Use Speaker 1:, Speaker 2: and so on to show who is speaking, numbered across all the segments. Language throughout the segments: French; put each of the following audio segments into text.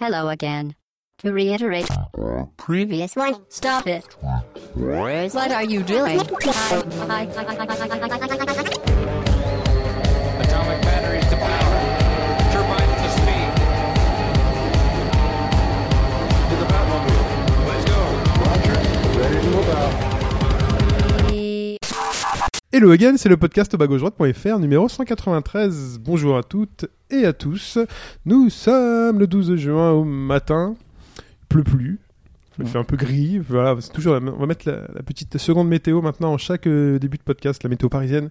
Speaker 1: Hello again. To reiterate, previous one, stop it. What are you doing?
Speaker 2: Atomic batteries to power. Turbines to speed. To the Batmobile. Let's go.
Speaker 3: Hello again, c'est le podcast bas-gauche-droite.fr numéro 193. Bonjour à toutes et à tous. Nous sommes le 12 juin au matin. Il pleut plus. Il fait un peu gris. Voilà, c'est toujours. la même- On va mettre la, la petite seconde météo maintenant en chaque euh, début de podcast, la météo parisienne,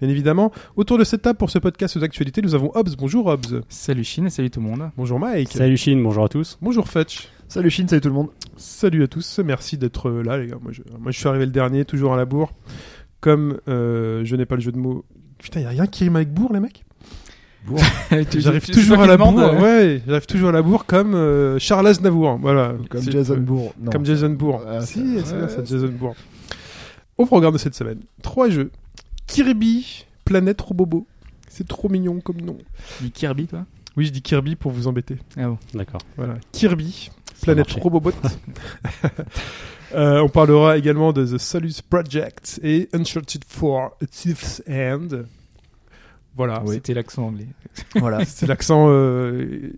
Speaker 3: bien évidemment. Autour de cette table pour ce podcast d'actualité, nous avons Hobbs. Bonjour Hobbs.
Speaker 4: Salut Chine et salut tout le monde.
Speaker 3: Bonjour Mike.
Speaker 5: Salut Chine, bonjour à tous.
Speaker 3: Bonjour Fetch.
Speaker 6: Salut Chine, salut tout le monde.
Speaker 3: Salut à tous, merci d'être euh, là les gars. Moi je, moi, je suis arrivé le dernier, toujours à la bourre. Comme euh, je n'ai pas le jeu de mots. Putain, y a rien qui rime avec bourre les mecs J'arrive toujours à la bourre.
Speaker 4: euh,
Speaker 3: Ouais, j'arrive toujours à la bourre comme euh, Charles Aznavour. Voilà.
Speaker 6: Comme
Speaker 3: C'est-
Speaker 6: Jason
Speaker 3: euh,
Speaker 6: Bourne. Non.
Speaker 3: Comme Jason Bourne.
Speaker 6: Ah,
Speaker 3: si,
Speaker 6: c'est-
Speaker 3: c'est bien,
Speaker 6: ouais,
Speaker 3: c'est Jason Bourne. Au programme de cette semaine, trois jeux. Kirby, Planète Robobo. C'est trop mignon comme nom.
Speaker 4: Du Kirby, toi
Speaker 3: Oui, je dis Kirby pour vous embêter.
Speaker 4: Ah bon.
Speaker 5: D'accord.
Speaker 3: Voilà, Kirby, Planète
Speaker 5: marché.
Speaker 3: Robobot. Euh, on parlera également de The Solus Project et Uncharted 4 A Thief's End. Voilà,
Speaker 4: Ah, C'était l'accent anglais.
Speaker 6: Voilà.
Speaker 3: Ah, c'est c'est l'accent. euh,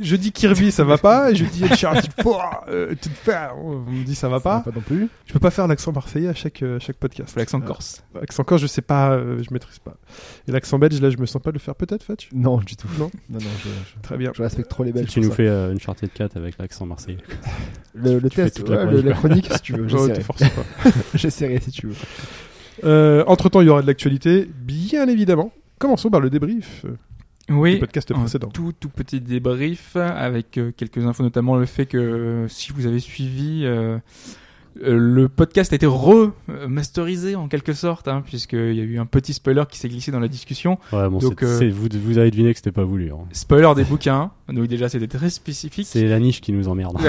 Speaker 3: Je dis Kirby, ça va pas. et Je dis Uncharted 4 euh, Thief's End. On me dit ça va pas.
Speaker 6: Pas non plus.
Speaker 3: Je peux pas faire l'accent marseillais à chaque, euh, à chaque podcast.
Speaker 4: Faut l'accent corse.
Speaker 3: L'accent quand je sais pas, euh, je maîtrise pas. Et l'accent belge, là, je me sens pas de le faire peut-être, Fetch
Speaker 6: Non, du tout.
Speaker 3: Non.
Speaker 6: non, non, je, je-
Speaker 3: Très bien.
Speaker 6: je respecte trop les
Speaker 5: Si
Speaker 6: Belges.
Speaker 5: tu
Speaker 6: pour
Speaker 5: nous
Speaker 6: ça.
Speaker 5: fais euh, une Uncharted 4 avec l'accent marseillais.
Speaker 6: le, le
Speaker 5: tu fais
Speaker 6: test,
Speaker 5: toute la
Speaker 6: ouais,
Speaker 5: chronique,
Speaker 6: le- la chronique, si tu
Speaker 3: Oh,
Speaker 6: veux.
Speaker 3: te
Speaker 6: J'essaierai.
Speaker 3: force pas.
Speaker 6: J'essaierai si tu veux.
Speaker 3: Euh, Entre-temps, il y aura de l'actualité, bien évidemment. Commençons par le débrief euh, du
Speaker 4: Oui.
Speaker 3: podcast
Speaker 4: un
Speaker 3: précédent.
Speaker 4: Tout, tout petit débrief avec euh, quelques infos, notamment le fait que euh, si vous avez suivi, euh, euh, le podcast a été re-masterisé en quelque sorte, hein, puisqu'il y a eu un petit spoiler qui s'est glissé dans la discussion.
Speaker 5: Ouais, bon,
Speaker 4: Donc,
Speaker 5: c'est-
Speaker 4: euh,
Speaker 5: c'est- vous, vous avez deviné que c'était pas voulu. hein.
Speaker 4: Spoiler des bouquins, donc déjà c'était très spécifique.
Speaker 5: C'est la niche qui nous emmerde.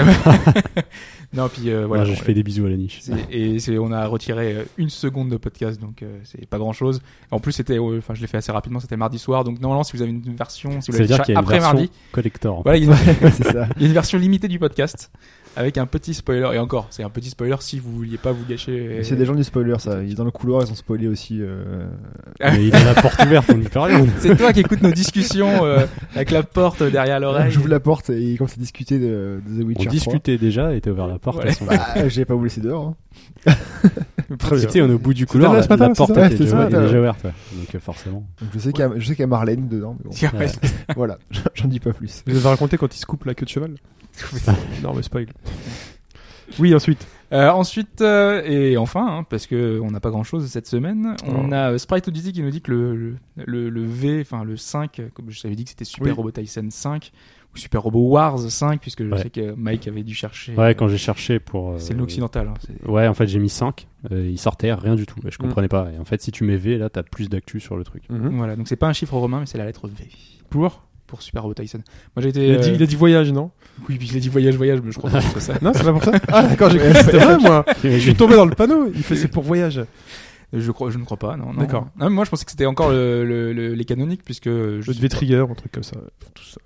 Speaker 4: Non, puis euh, voilà.
Speaker 5: Ouais, je
Speaker 4: on-
Speaker 5: fais des bisous à la niche.
Speaker 4: C'est- Et c'est- on a retiré euh, une seconde de podcast, donc euh, c'est pas grand chose. En plus, c'était, euh, enfin, je l'ai fait assez rapidement, c'était mardi soir, donc normalement, si vous avez une version, si vous
Speaker 5: Ça veut
Speaker 4: l'avez
Speaker 5: dire qu'il y a une
Speaker 4: après
Speaker 5: version
Speaker 4: mardi,
Speaker 5: collector. en fait.
Speaker 4: voilà, il y, a une,
Speaker 6: Ouais, c'est ça.
Speaker 4: il y a une version limitée du podcast avec un petit spoiler. Et encore, c'est un petit spoiler si vous vouliez pas vous gâcher.
Speaker 6: Mais C'est des gens du spoiler, ça. Ils sont dans le couloir, ils ont spoilé aussi. euh,
Speaker 5: Mais il a la porte ouverte, on y parle.
Speaker 4: C'est toi qui écoutes nos discussions euh, avec la porte derrière l'oreille.
Speaker 6: J'ouvre la porte et ils commencent à discuter de, de The
Speaker 5: On
Speaker 6: Witcher. 3.
Speaker 5: discutait déjà et t'as ouvert la porte.
Speaker 4: Ouais.
Speaker 5: elles sont-
Speaker 6: Bah, j'ai pas vous laissé dehors. hein.
Speaker 3: Très
Speaker 5: Tu
Speaker 3: bien.
Speaker 5: sais, on est au bout du couloir.
Speaker 3: là,
Speaker 5: La,
Speaker 3: ce matin,
Speaker 5: la
Speaker 3: là, c'est
Speaker 5: porte
Speaker 3: ça
Speaker 5: était
Speaker 3: Ouais, c'est
Speaker 5: déjà,
Speaker 3: ce
Speaker 5: elle était
Speaker 3: matin,
Speaker 5: déjà ouverte. ouais. Donc, euh, forcément.
Speaker 6: Donc, je sais qu'il y, a- je sais qu'il y a Marlène dedans. mais bon.
Speaker 4: Ouais.
Speaker 6: voilà, j'en dis pas plus.
Speaker 3: Je vous avais raconté quand il se coupe la queue de cheval Non, mais spoil. Oui, ensuite.
Speaker 4: Euh, ensuite, euh, et enfin, hein, parce que on n'a pas grand chose cette semaine, on
Speaker 3: Oh.
Speaker 4: a euh, Sprite Odyssey qui nous dit que le, le, le- le V, enfin le 5, euh, comme je t'avais dit que c'était
Speaker 3: Oui.
Speaker 4: Super Robot Tyson 5, ou Super Robot Wars 5, puisque je
Speaker 5: Ouais.
Speaker 4: sais que Mike avait dû chercher. euh,
Speaker 5: Ouais, quand j'ai cherché pour. euh,
Speaker 4: C'est l'occidental. hein, c'est-
Speaker 5: Ouais, en fait, j'ai mis 5. il sortait rien du tout. Je comprenais pas. Et en fait, si tu mets V, là, t'as plus d'actu sur le truc.
Speaker 3: Mhm.
Speaker 4: Voilà, donc c'est pas un chiffre romain, mais c'est la lettre V
Speaker 3: Pour
Speaker 4: pour Super Robot Tyson. Moi j'ai été.
Speaker 3: il a, dit,
Speaker 4: euh,
Speaker 3: il a dit voyage, non
Speaker 4: Oui, puis il a dit voyage, voyage, mais je crois pas que c'est ça.
Speaker 3: Non, c'est pas pour ça Ah, d'accord, j'ai cru que c'était vrai, moi Je suis tombé dans le panneau. Il fait c'est pour voyage.
Speaker 4: Je, crois, je ne crois pas, non. non.
Speaker 3: D'accord.
Speaker 4: Non, mais Moi je pensais que c'était encore le- le- le- les canoniques, puisque je
Speaker 3: Je devais trigger, un truc comme ça. Tout ça.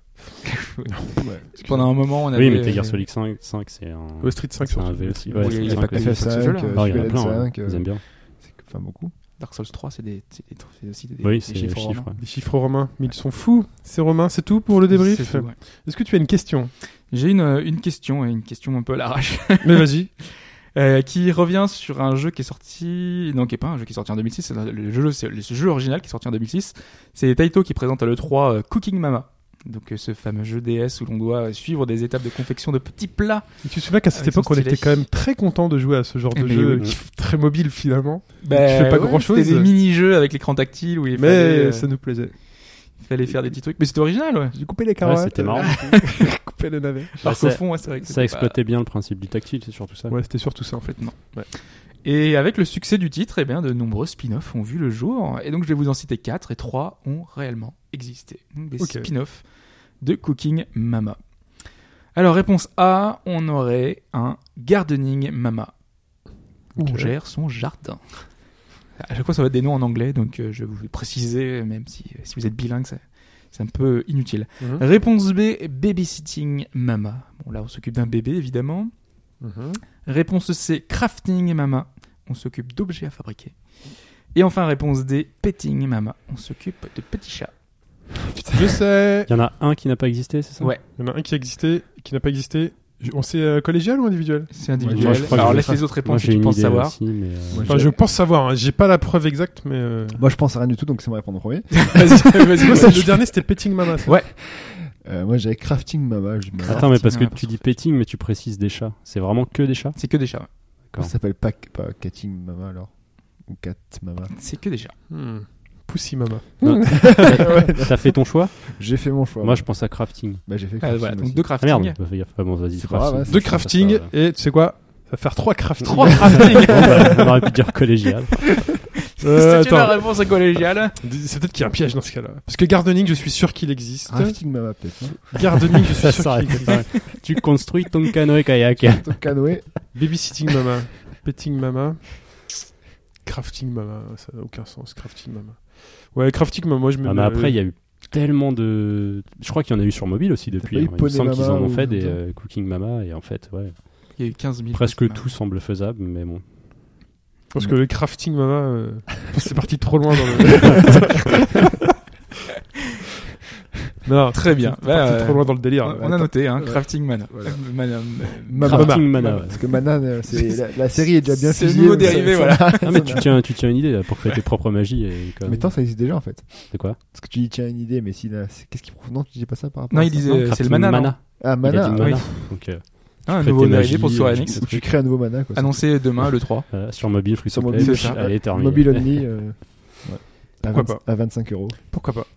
Speaker 4: pendant un moment on avait.
Speaker 5: Oui, mais Metal Gear Solid 5, 5 c'est un.
Speaker 3: Au Street 5
Speaker 5: C'est
Speaker 3: sur
Speaker 5: un V aussi.
Speaker 4: Oui,
Speaker 5: Ouais,
Speaker 4: il y a
Speaker 5: c'est
Speaker 4: pas
Speaker 5: un
Speaker 4: que
Speaker 5: classique.
Speaker 4: les-
Speaker 6: FF5,
Speaker 4: jeu-là.
Speaker 6: euh,
Speaker 5: Ah, il y en a
Speaker 6: Superman
Speaker 5: plein. ouais.
Speaker 6: 5, euh,
Speaker 5: Ils aiment bien.
Speaker 6: c'est- Enfin, beaucoup.
Speaker 4: Dark Souls 3, c'est des- c'est des- c'est aussi des,
Speaker 5: Oui,
Speaker 4: des
Speaker 5: c'est les chiffres.
Speaker 4: romains.
Speaker 5: ouais.
Speaker 3: Des chiffres hein. romains. Mais ils sont fous. C'est romain, c'est tout pour le débrief.
Speaker 4: C'est tout, ouais.
Speaker 3: Est-ce que tu as une question
Speaker 4: J'ai une, euh, une question, et une question un peu à l'arrache,
Speaker 3: Mais vas-y.
Speaker 4: euh, qui revient sur un jeu qui est sorti, non, qui est pas un jeu qui est sorti en 2006, c'est un- le jeu, c'est le ce jeu original qui est sorti en 2006. C'est Taito qui présente à l'E3 euh, Cooking Mama. Donc euh, ce fameux jeu DS où l'on doit euh, suivre des étapes de confection de petits plats.
Speaker 3: Tu te souviens qu'à cette
Speaker 4: Avec son
Speaker 3: époque, on était
Speaker 4: stylet.
Speaker 3: quand même très content de jouer à ce genre
Speaker 4: Eh
Speaker 3: de
Speaker 4: mais
Speaker 3: jeu
Speaker 5: oui.
Speaker 3: qui est très mobile finalement.
Speaker 4: Ben,
Speaker 3: fais pas
Speaker 4: ouais,
Speaker 3: grand-chose.
Speaker 4: C'était des mini-jeux avec l'écran tactile où il
Speaker 3: Mais
Speaker 4: fallait, euh,
Speaker 3: ça nous plaisait.
Speaker 4: fallait faire des petits trucs. Mais c'était original, ouais.
Speaker 3: J'ai coupé les
Speaker 5: Ouais,
Speaker 3: carottes.
Speaker 5: c'était marrant.
Speaker 3: J'ai coupé les navets.
Speaker 4: Alors qu'au
Speaker 5: ça,
Speaker 4: fond, ouais, c'est vrai que
Speaker 5: ça
Speaker 4: c'était pas-
Speaker 5: exploitait bien le principe du tactile, c'est surtout ça.
Speaker 3: Ouais, c'était surtout ça en fait.
Speaker 4: Complètement.
Speaker 3: Ouais.
Speaker 4: Et avec le succès du titre, eh bien, de nombreux spin-offs ont vu le jour. Et donc, je vais vous en citer 4 et 3 ont réellement existé. Donc, Des
Speaker 3: Ok.
Speaker 4: spin-offs de Cooking Mama. Alors, réponse A, on aurait un Gardening Mama, où on
Speaker 3: Ok.
Speaker 4: gère son jardin. À chaque fois, ça va être des noms en anglais, donc euh, je vais vous le préciser, même si, si vous euh, êtes bilingue, ça- C'est un peu inutile.
Speaker 3: Mhm.
Speaker 4: Réponse B, babysitting mama. Bon, là, on s'occupe d'un bébé, évidemment.
Speaker 5: Mhm.
Speaker 4: Réponse C, crafting mama. On s'occupe d'objets à fabriquer. Et enfin, réponse D, petting mama. On s'occupe de petits chats.
Speaker 3: Je sais.
Speaker 5: Il y en a un qui n'a pas existé, c'est ça
Speaker 4: Ouais.
Speaker 3: Il y en a un qui a existé, qui n'a pas existé. Je- On sait euh, collégial ou individuel
Speaker 4: C'est
Speaker 5: Moi,
Speaker 4: individuel.
Speaker 5: je crois que
Speaker 4: Alors,
Speaker 5: je
Speaker 4: laisse
Speaker 5: vais
Speaker 4: les autres
Speaker 5: Moi,
Speaker 4: réponses si
Speaker 5: j'ai
Speaker 4: tu
Speaker 5: une
Speaker 4: penses
Speaker 5: idée
Speaker 4: savoir.
Speaker 5: aussi, mais, euh,
Speaker 6: Moi,
Speaker 3: Enfin,
Speaker 6: j'ai-
Speaker 3: je pense savoir. hein. J'ai pas la preuve exacte, mais. euh,
Speaker 6: Moi, je pense à rien du tout, donc c'est moi répondre en premier.
Speaker 4: Vas-y, vas-y,
Speaker 3: Moi,
Speaker 4: vas-y.
Speaker 3: c'est- le dernier, c'était Petting Mama. ça.
Speaker 6: Euh, moi, j'avais crafting mama. Je me dis,
Speaker 5: Attends, mais parce que
Speaker 4: Martine,
Speaker 5: tu dis petting, mais tu précises des chats. C'est vraiment que des chats
Speaker 4: C'est que des chats. ouais.
Speaker 6: ça s'appelle pas, pas catting mama alors Ou cat mama
Speaker 4: C'est que des chats.
Speaker 3: Hmm. Pussy Mama.
Speaker 5: T'as fait ton choix
Speaker 6: J'ai fait mon choix.
Speaker 5: Moi, je pense à crafting.
Speaker 6: bah, j'ai fait
Speaker 4: Ah,
Speaker 6: crafting
Speaker 4: voilà, donc
Speaker 6: aussi.
Speaker 4: deux
Speaker 5: Ah
Speaker 4: crafting.
Speaker 5: merde, bah, fais gaffe. Ah bon, vas-y,
Speaker 6: C'est pas grave,
Speaker 5: crafting.
Speaker 6: ouais,
Speaker 3: Deux
Speaker 5: Ça,
Speaker 3: crafting,
Speaker 5: ça,
Speaker 3: et tu sais quoi Ça va faire trois crafting.
Speaker 5: Trois crafting bah, On aurait pu dire collégial.
Speaker 3: Euh,
Speaker 4: C'est une
Speaker 3: attends.
Speaker 4: réponse collégiale.
Speaker 3: C'est peut-être qu'il y a un piège dans ce cas-là. Parce que Gardening, je suis sûr qu'il existe.
Speaker 6: Crafting Ah, mama, peut-être. hein. non
Speaker 3: Gardening, je
Speaker 5: Ça
Speaker 3: suis sûr
Speaker 5: s'arrête.
Speaker 3: qu'il existe.
Speaker 5: Tu construis ton canoë kayak.
Speaker 6: Ton canoë.
Speaker 3: Babysitting Mama. Petting Mama. Crafting Mama. Ça n'a aucun sens. Crafting Mama. Ouais, Crafting Mama, moi je me.
Speaker 5: Ah, mais après, il y a eu tellement de. Je crois qu'il y en a eu sur mobile aussi depuis.
Speaker 6: pas eu
Speaker 5: hein. Il me
Speaker 6: Poney
Speaker 5: semble qu'ils
Speaker 6: Mama
Speaker 5: en ont
Speaker 6: ou
Speaker 5: fait des
Speaker 6: Tintin
Speaker 5: euh, Cooking Mama et en fait, ouais,
Speaker 4: Il y a eu 15 000.
Speaker 5: presque
Speaker 4: personnes.
Speaker 5: tout semble faisable, mais bon.
Speaker 3: Je pense que le Crafting Mama, euh, c'est parti trop loin dans le. non,
Speaker 4: Très bien.
Speaker 3: C'est
Speaker 4: Bah,
Speaker 3: parti
Speaker 4: euh,
Speaker 3: trop loin dans le délire.
Speaker 4: On on a
Speaker 3: Attends.
Speaker 4: noté, hein,
Speaker 6: Ouais.
Speaker 4: crafting mana.
Speaker 6: Voilà.
Speaker 4: Mana, euh,
Speaker 6: Mama.
Speaker 5: crafting Mana. ouais.
Speaker 6: Parce que Mana, euh, c'est la, la série est déjà bien
Speaker 4: C'est le
Speaker 6: finie.
Speaker 4: nouveau dérivé, voilà.
Speaker 5: Ah, mais tu tiens, tu tiens une idée là, pour créer tes propres magies. Et comme...
Speaker 6: Mais attends, ça existe déjà en fait.
Speaker 5: C'est quoi
Speaker 6: Parce que tu dis tiens une idée, mais si là, c'est- qu'est-ce qu'il prouve Non, tu dis pas ça par rapport
Speaker 4: Non,
Speaker 6: à
Speaker 4: il
Speaker 6: ça,
Speaker 4: disait-
Speaker 6: non
Speaker 4: c'est le
Speaker 5: Crafting
Speaker 4: mana, non
Speaker 5: Il
Speaker 6: Ah,
Speaker 5: a
Speaker 6: Mana
Speaker 5: dit
Speaker 6: ah,
Speaker 5: mana.
Speaker 6: oui.
Speaker 5: Donc, euh,
Speaker 4: Ah, un
Speaker 5: crées
Speaker 4: nouveau
Speaker 5: tes
Speaker 4: dérivé pour
Speaker 5: magies,
Speaker 4: Square
Speaker 5: euh,
Speaker 4: Enix.
Speaker 6: Ou tu crées un nouveau Mana quoi.
Speaker 4: Annoncé demain, le 3.
Speaker 5: voilà, Ah, sur mobile, free
Speaker 6: Sur
Speaker 5: to play,
Speaker 6: mobile,
Speaker 4: c'est ça.
Speaker 5: allez,
Speaker 6: c'est-
Speaker 5: terminé.
Speaker 6: Mobile only. euh, ouais. À
Speaker 3: Pourquoi
Speaker 6: 20 À 25 euros.
Speaker 3: Pourquoi pas.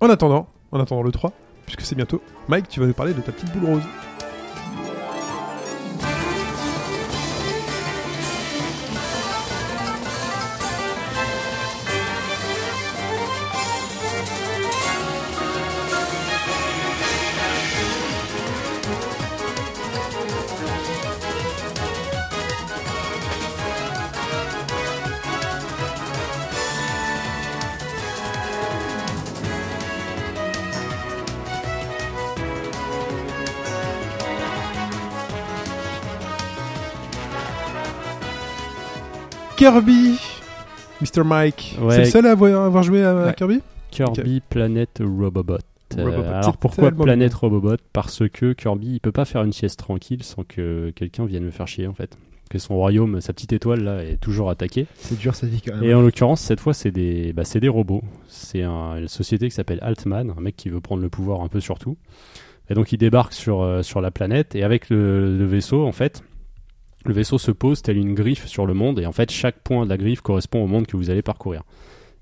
Speaker 3: En attendant, en attendant le 3, puisque c'est bientôt, Mike, tu vas nous parler de ta petite boule rose. Kirby Mr. Mike.
Speaker 5: Ouais.
Speaker 3: C'est le seul à avoir, avoir joué à
Speaker 4: Ouais.
Speaker 3: Kirby
Speaker 5: Kirby Planet Robobot. Euh,
Speaker 3: Robobot,
Speaker 5: alors
Speaker 3: c'est
Speaker 5: pourquoi
Speaker 3: tellement
Speaker 5: Planet Robobot Parce que Kirby, il peut pas faire une sieste tranquille sans que quelqu'un vienne le faire chier en fait. Que son royaume, sa petite étoile là, est toujours attaquée.
Speaker 6: C'est dur sa vie quand
Speaker 5: Et
Speaker 6: même.
Speaker 5: en l'occurrence, cette fois, c'est des, bah, c'est des robots. C'est un- une société qui s'appelle Altman, un mec qui veut prendre le pouvoir un peu sur tout. Et donc, il débarque sur, euh, sur la planète et avec le, le vaisseau, en fait, le vaisseau se pose telle une griffe sur le monde et en fait, chaque point de la griffe correspond au monde que vous allez parcourir.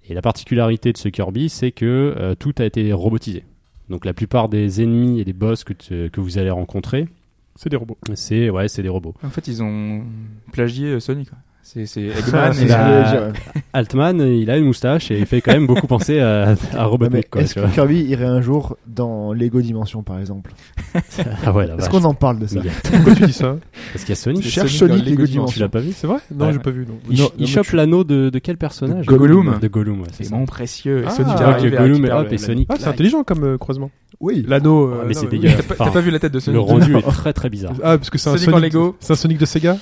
Speaker 5: Et la particularité de ce Kirby, c'est que euh, tout a été robotisé. Donc, la plupart des ennemis et des boss que, tu- que vous allez rencontrer,
Speaker 3: C'est des robots.
Speaker 5: c'est ouais, c'est des robots.
Speaker 4: En fait, ils ont plagié euh, Sony, quoi. C'est c'est
Speaker 6: Ah,
Speaker 4: Eggman
Speaker 6: c'est
Speaker 4: et-
Speaker 6: ce que j'allais
Speaker 5: bah,
Speaker 6: dire, ouais.
Speaker 5: Altman, il a une moustache et il fait quand même beaucoup penser à, à
Speaker 6: Ouais, mais
Speaker 5: Robotnik. quoi,
Speaker 6: Est-ce
Speaker 5: tu vois.
Speaker 6: que Kirby irait un jour dans Lego Dimension par exemple
Speaker 5: Ah ouais, la
Speaker 6: Est-ce
Speaker 5: vache.
Speaker 6: qu'on en parle de ça
Speaker 5: Il y a-
Speaker 3: Pourquoi tu dis ça
Speaker 5: Parce qu'il y a Sonic.
Speaker 4: C'est
Speaker 6: Cherche
Speaker 4: Sonic dans
Speaker 6: Sonic Lego
Speaker 4: Lego Dimension.
Speaker 5: Tu
Speaker 6: Dimension.
Speaker 5: l'as pas vu
Speaker 3: C'est vrai Non,
Speaker 5: Ouais.
Speaker 3: j'ai pas vu. Non.
Speaker 5: Il,
Speaker 6: Non,
Speaker 5: ch- il
Speaker 6: non,
Speaker 5: chope
Speaker 6: mais tu-
Speaker 5: l'anneau de, de quel personnage
Speaker 4: Gollum.
Speaker 5: De Gollum, ouais, c'est
Speaker 4: C'est
Speaker 5: ça.
Speaker 4: mon précieux. Et
Speaker 3: Ah,
Speaker 4: Sonic
Speaker 3: tu
Speaker 5: vois
Speaker 4: arrive
Speaker 5: que
Speaker 4: à
Speaker 5: Gollum
Speaker 4: récupérer
Speaker 5: est hop
Speaker 4: le-
Speaker 5: et Sonic-
Speaker 3: Ah, c'est intelligent comme euh, croisement.
Speaker 6: Oui.
Speaker 3: L'anneau. euh,
Speaker 5: Ouais, Ah, mais
Speaker 3: non,
Speaker 5: c'est
Speaker 3: oui.
Speaker 5: dégueulasse.
Speaker 4: T'as pas- T'as pas vu la tête de Sonic
Speaker 5: Le rendu est très très bizarre.
Speaker 3: Ah, parce que c'est un
Speaker 4: Sonic en
Speaker 3: Sonic.
Speaker 4: Lego.
Speaker 3: C'est un Sonic de Sega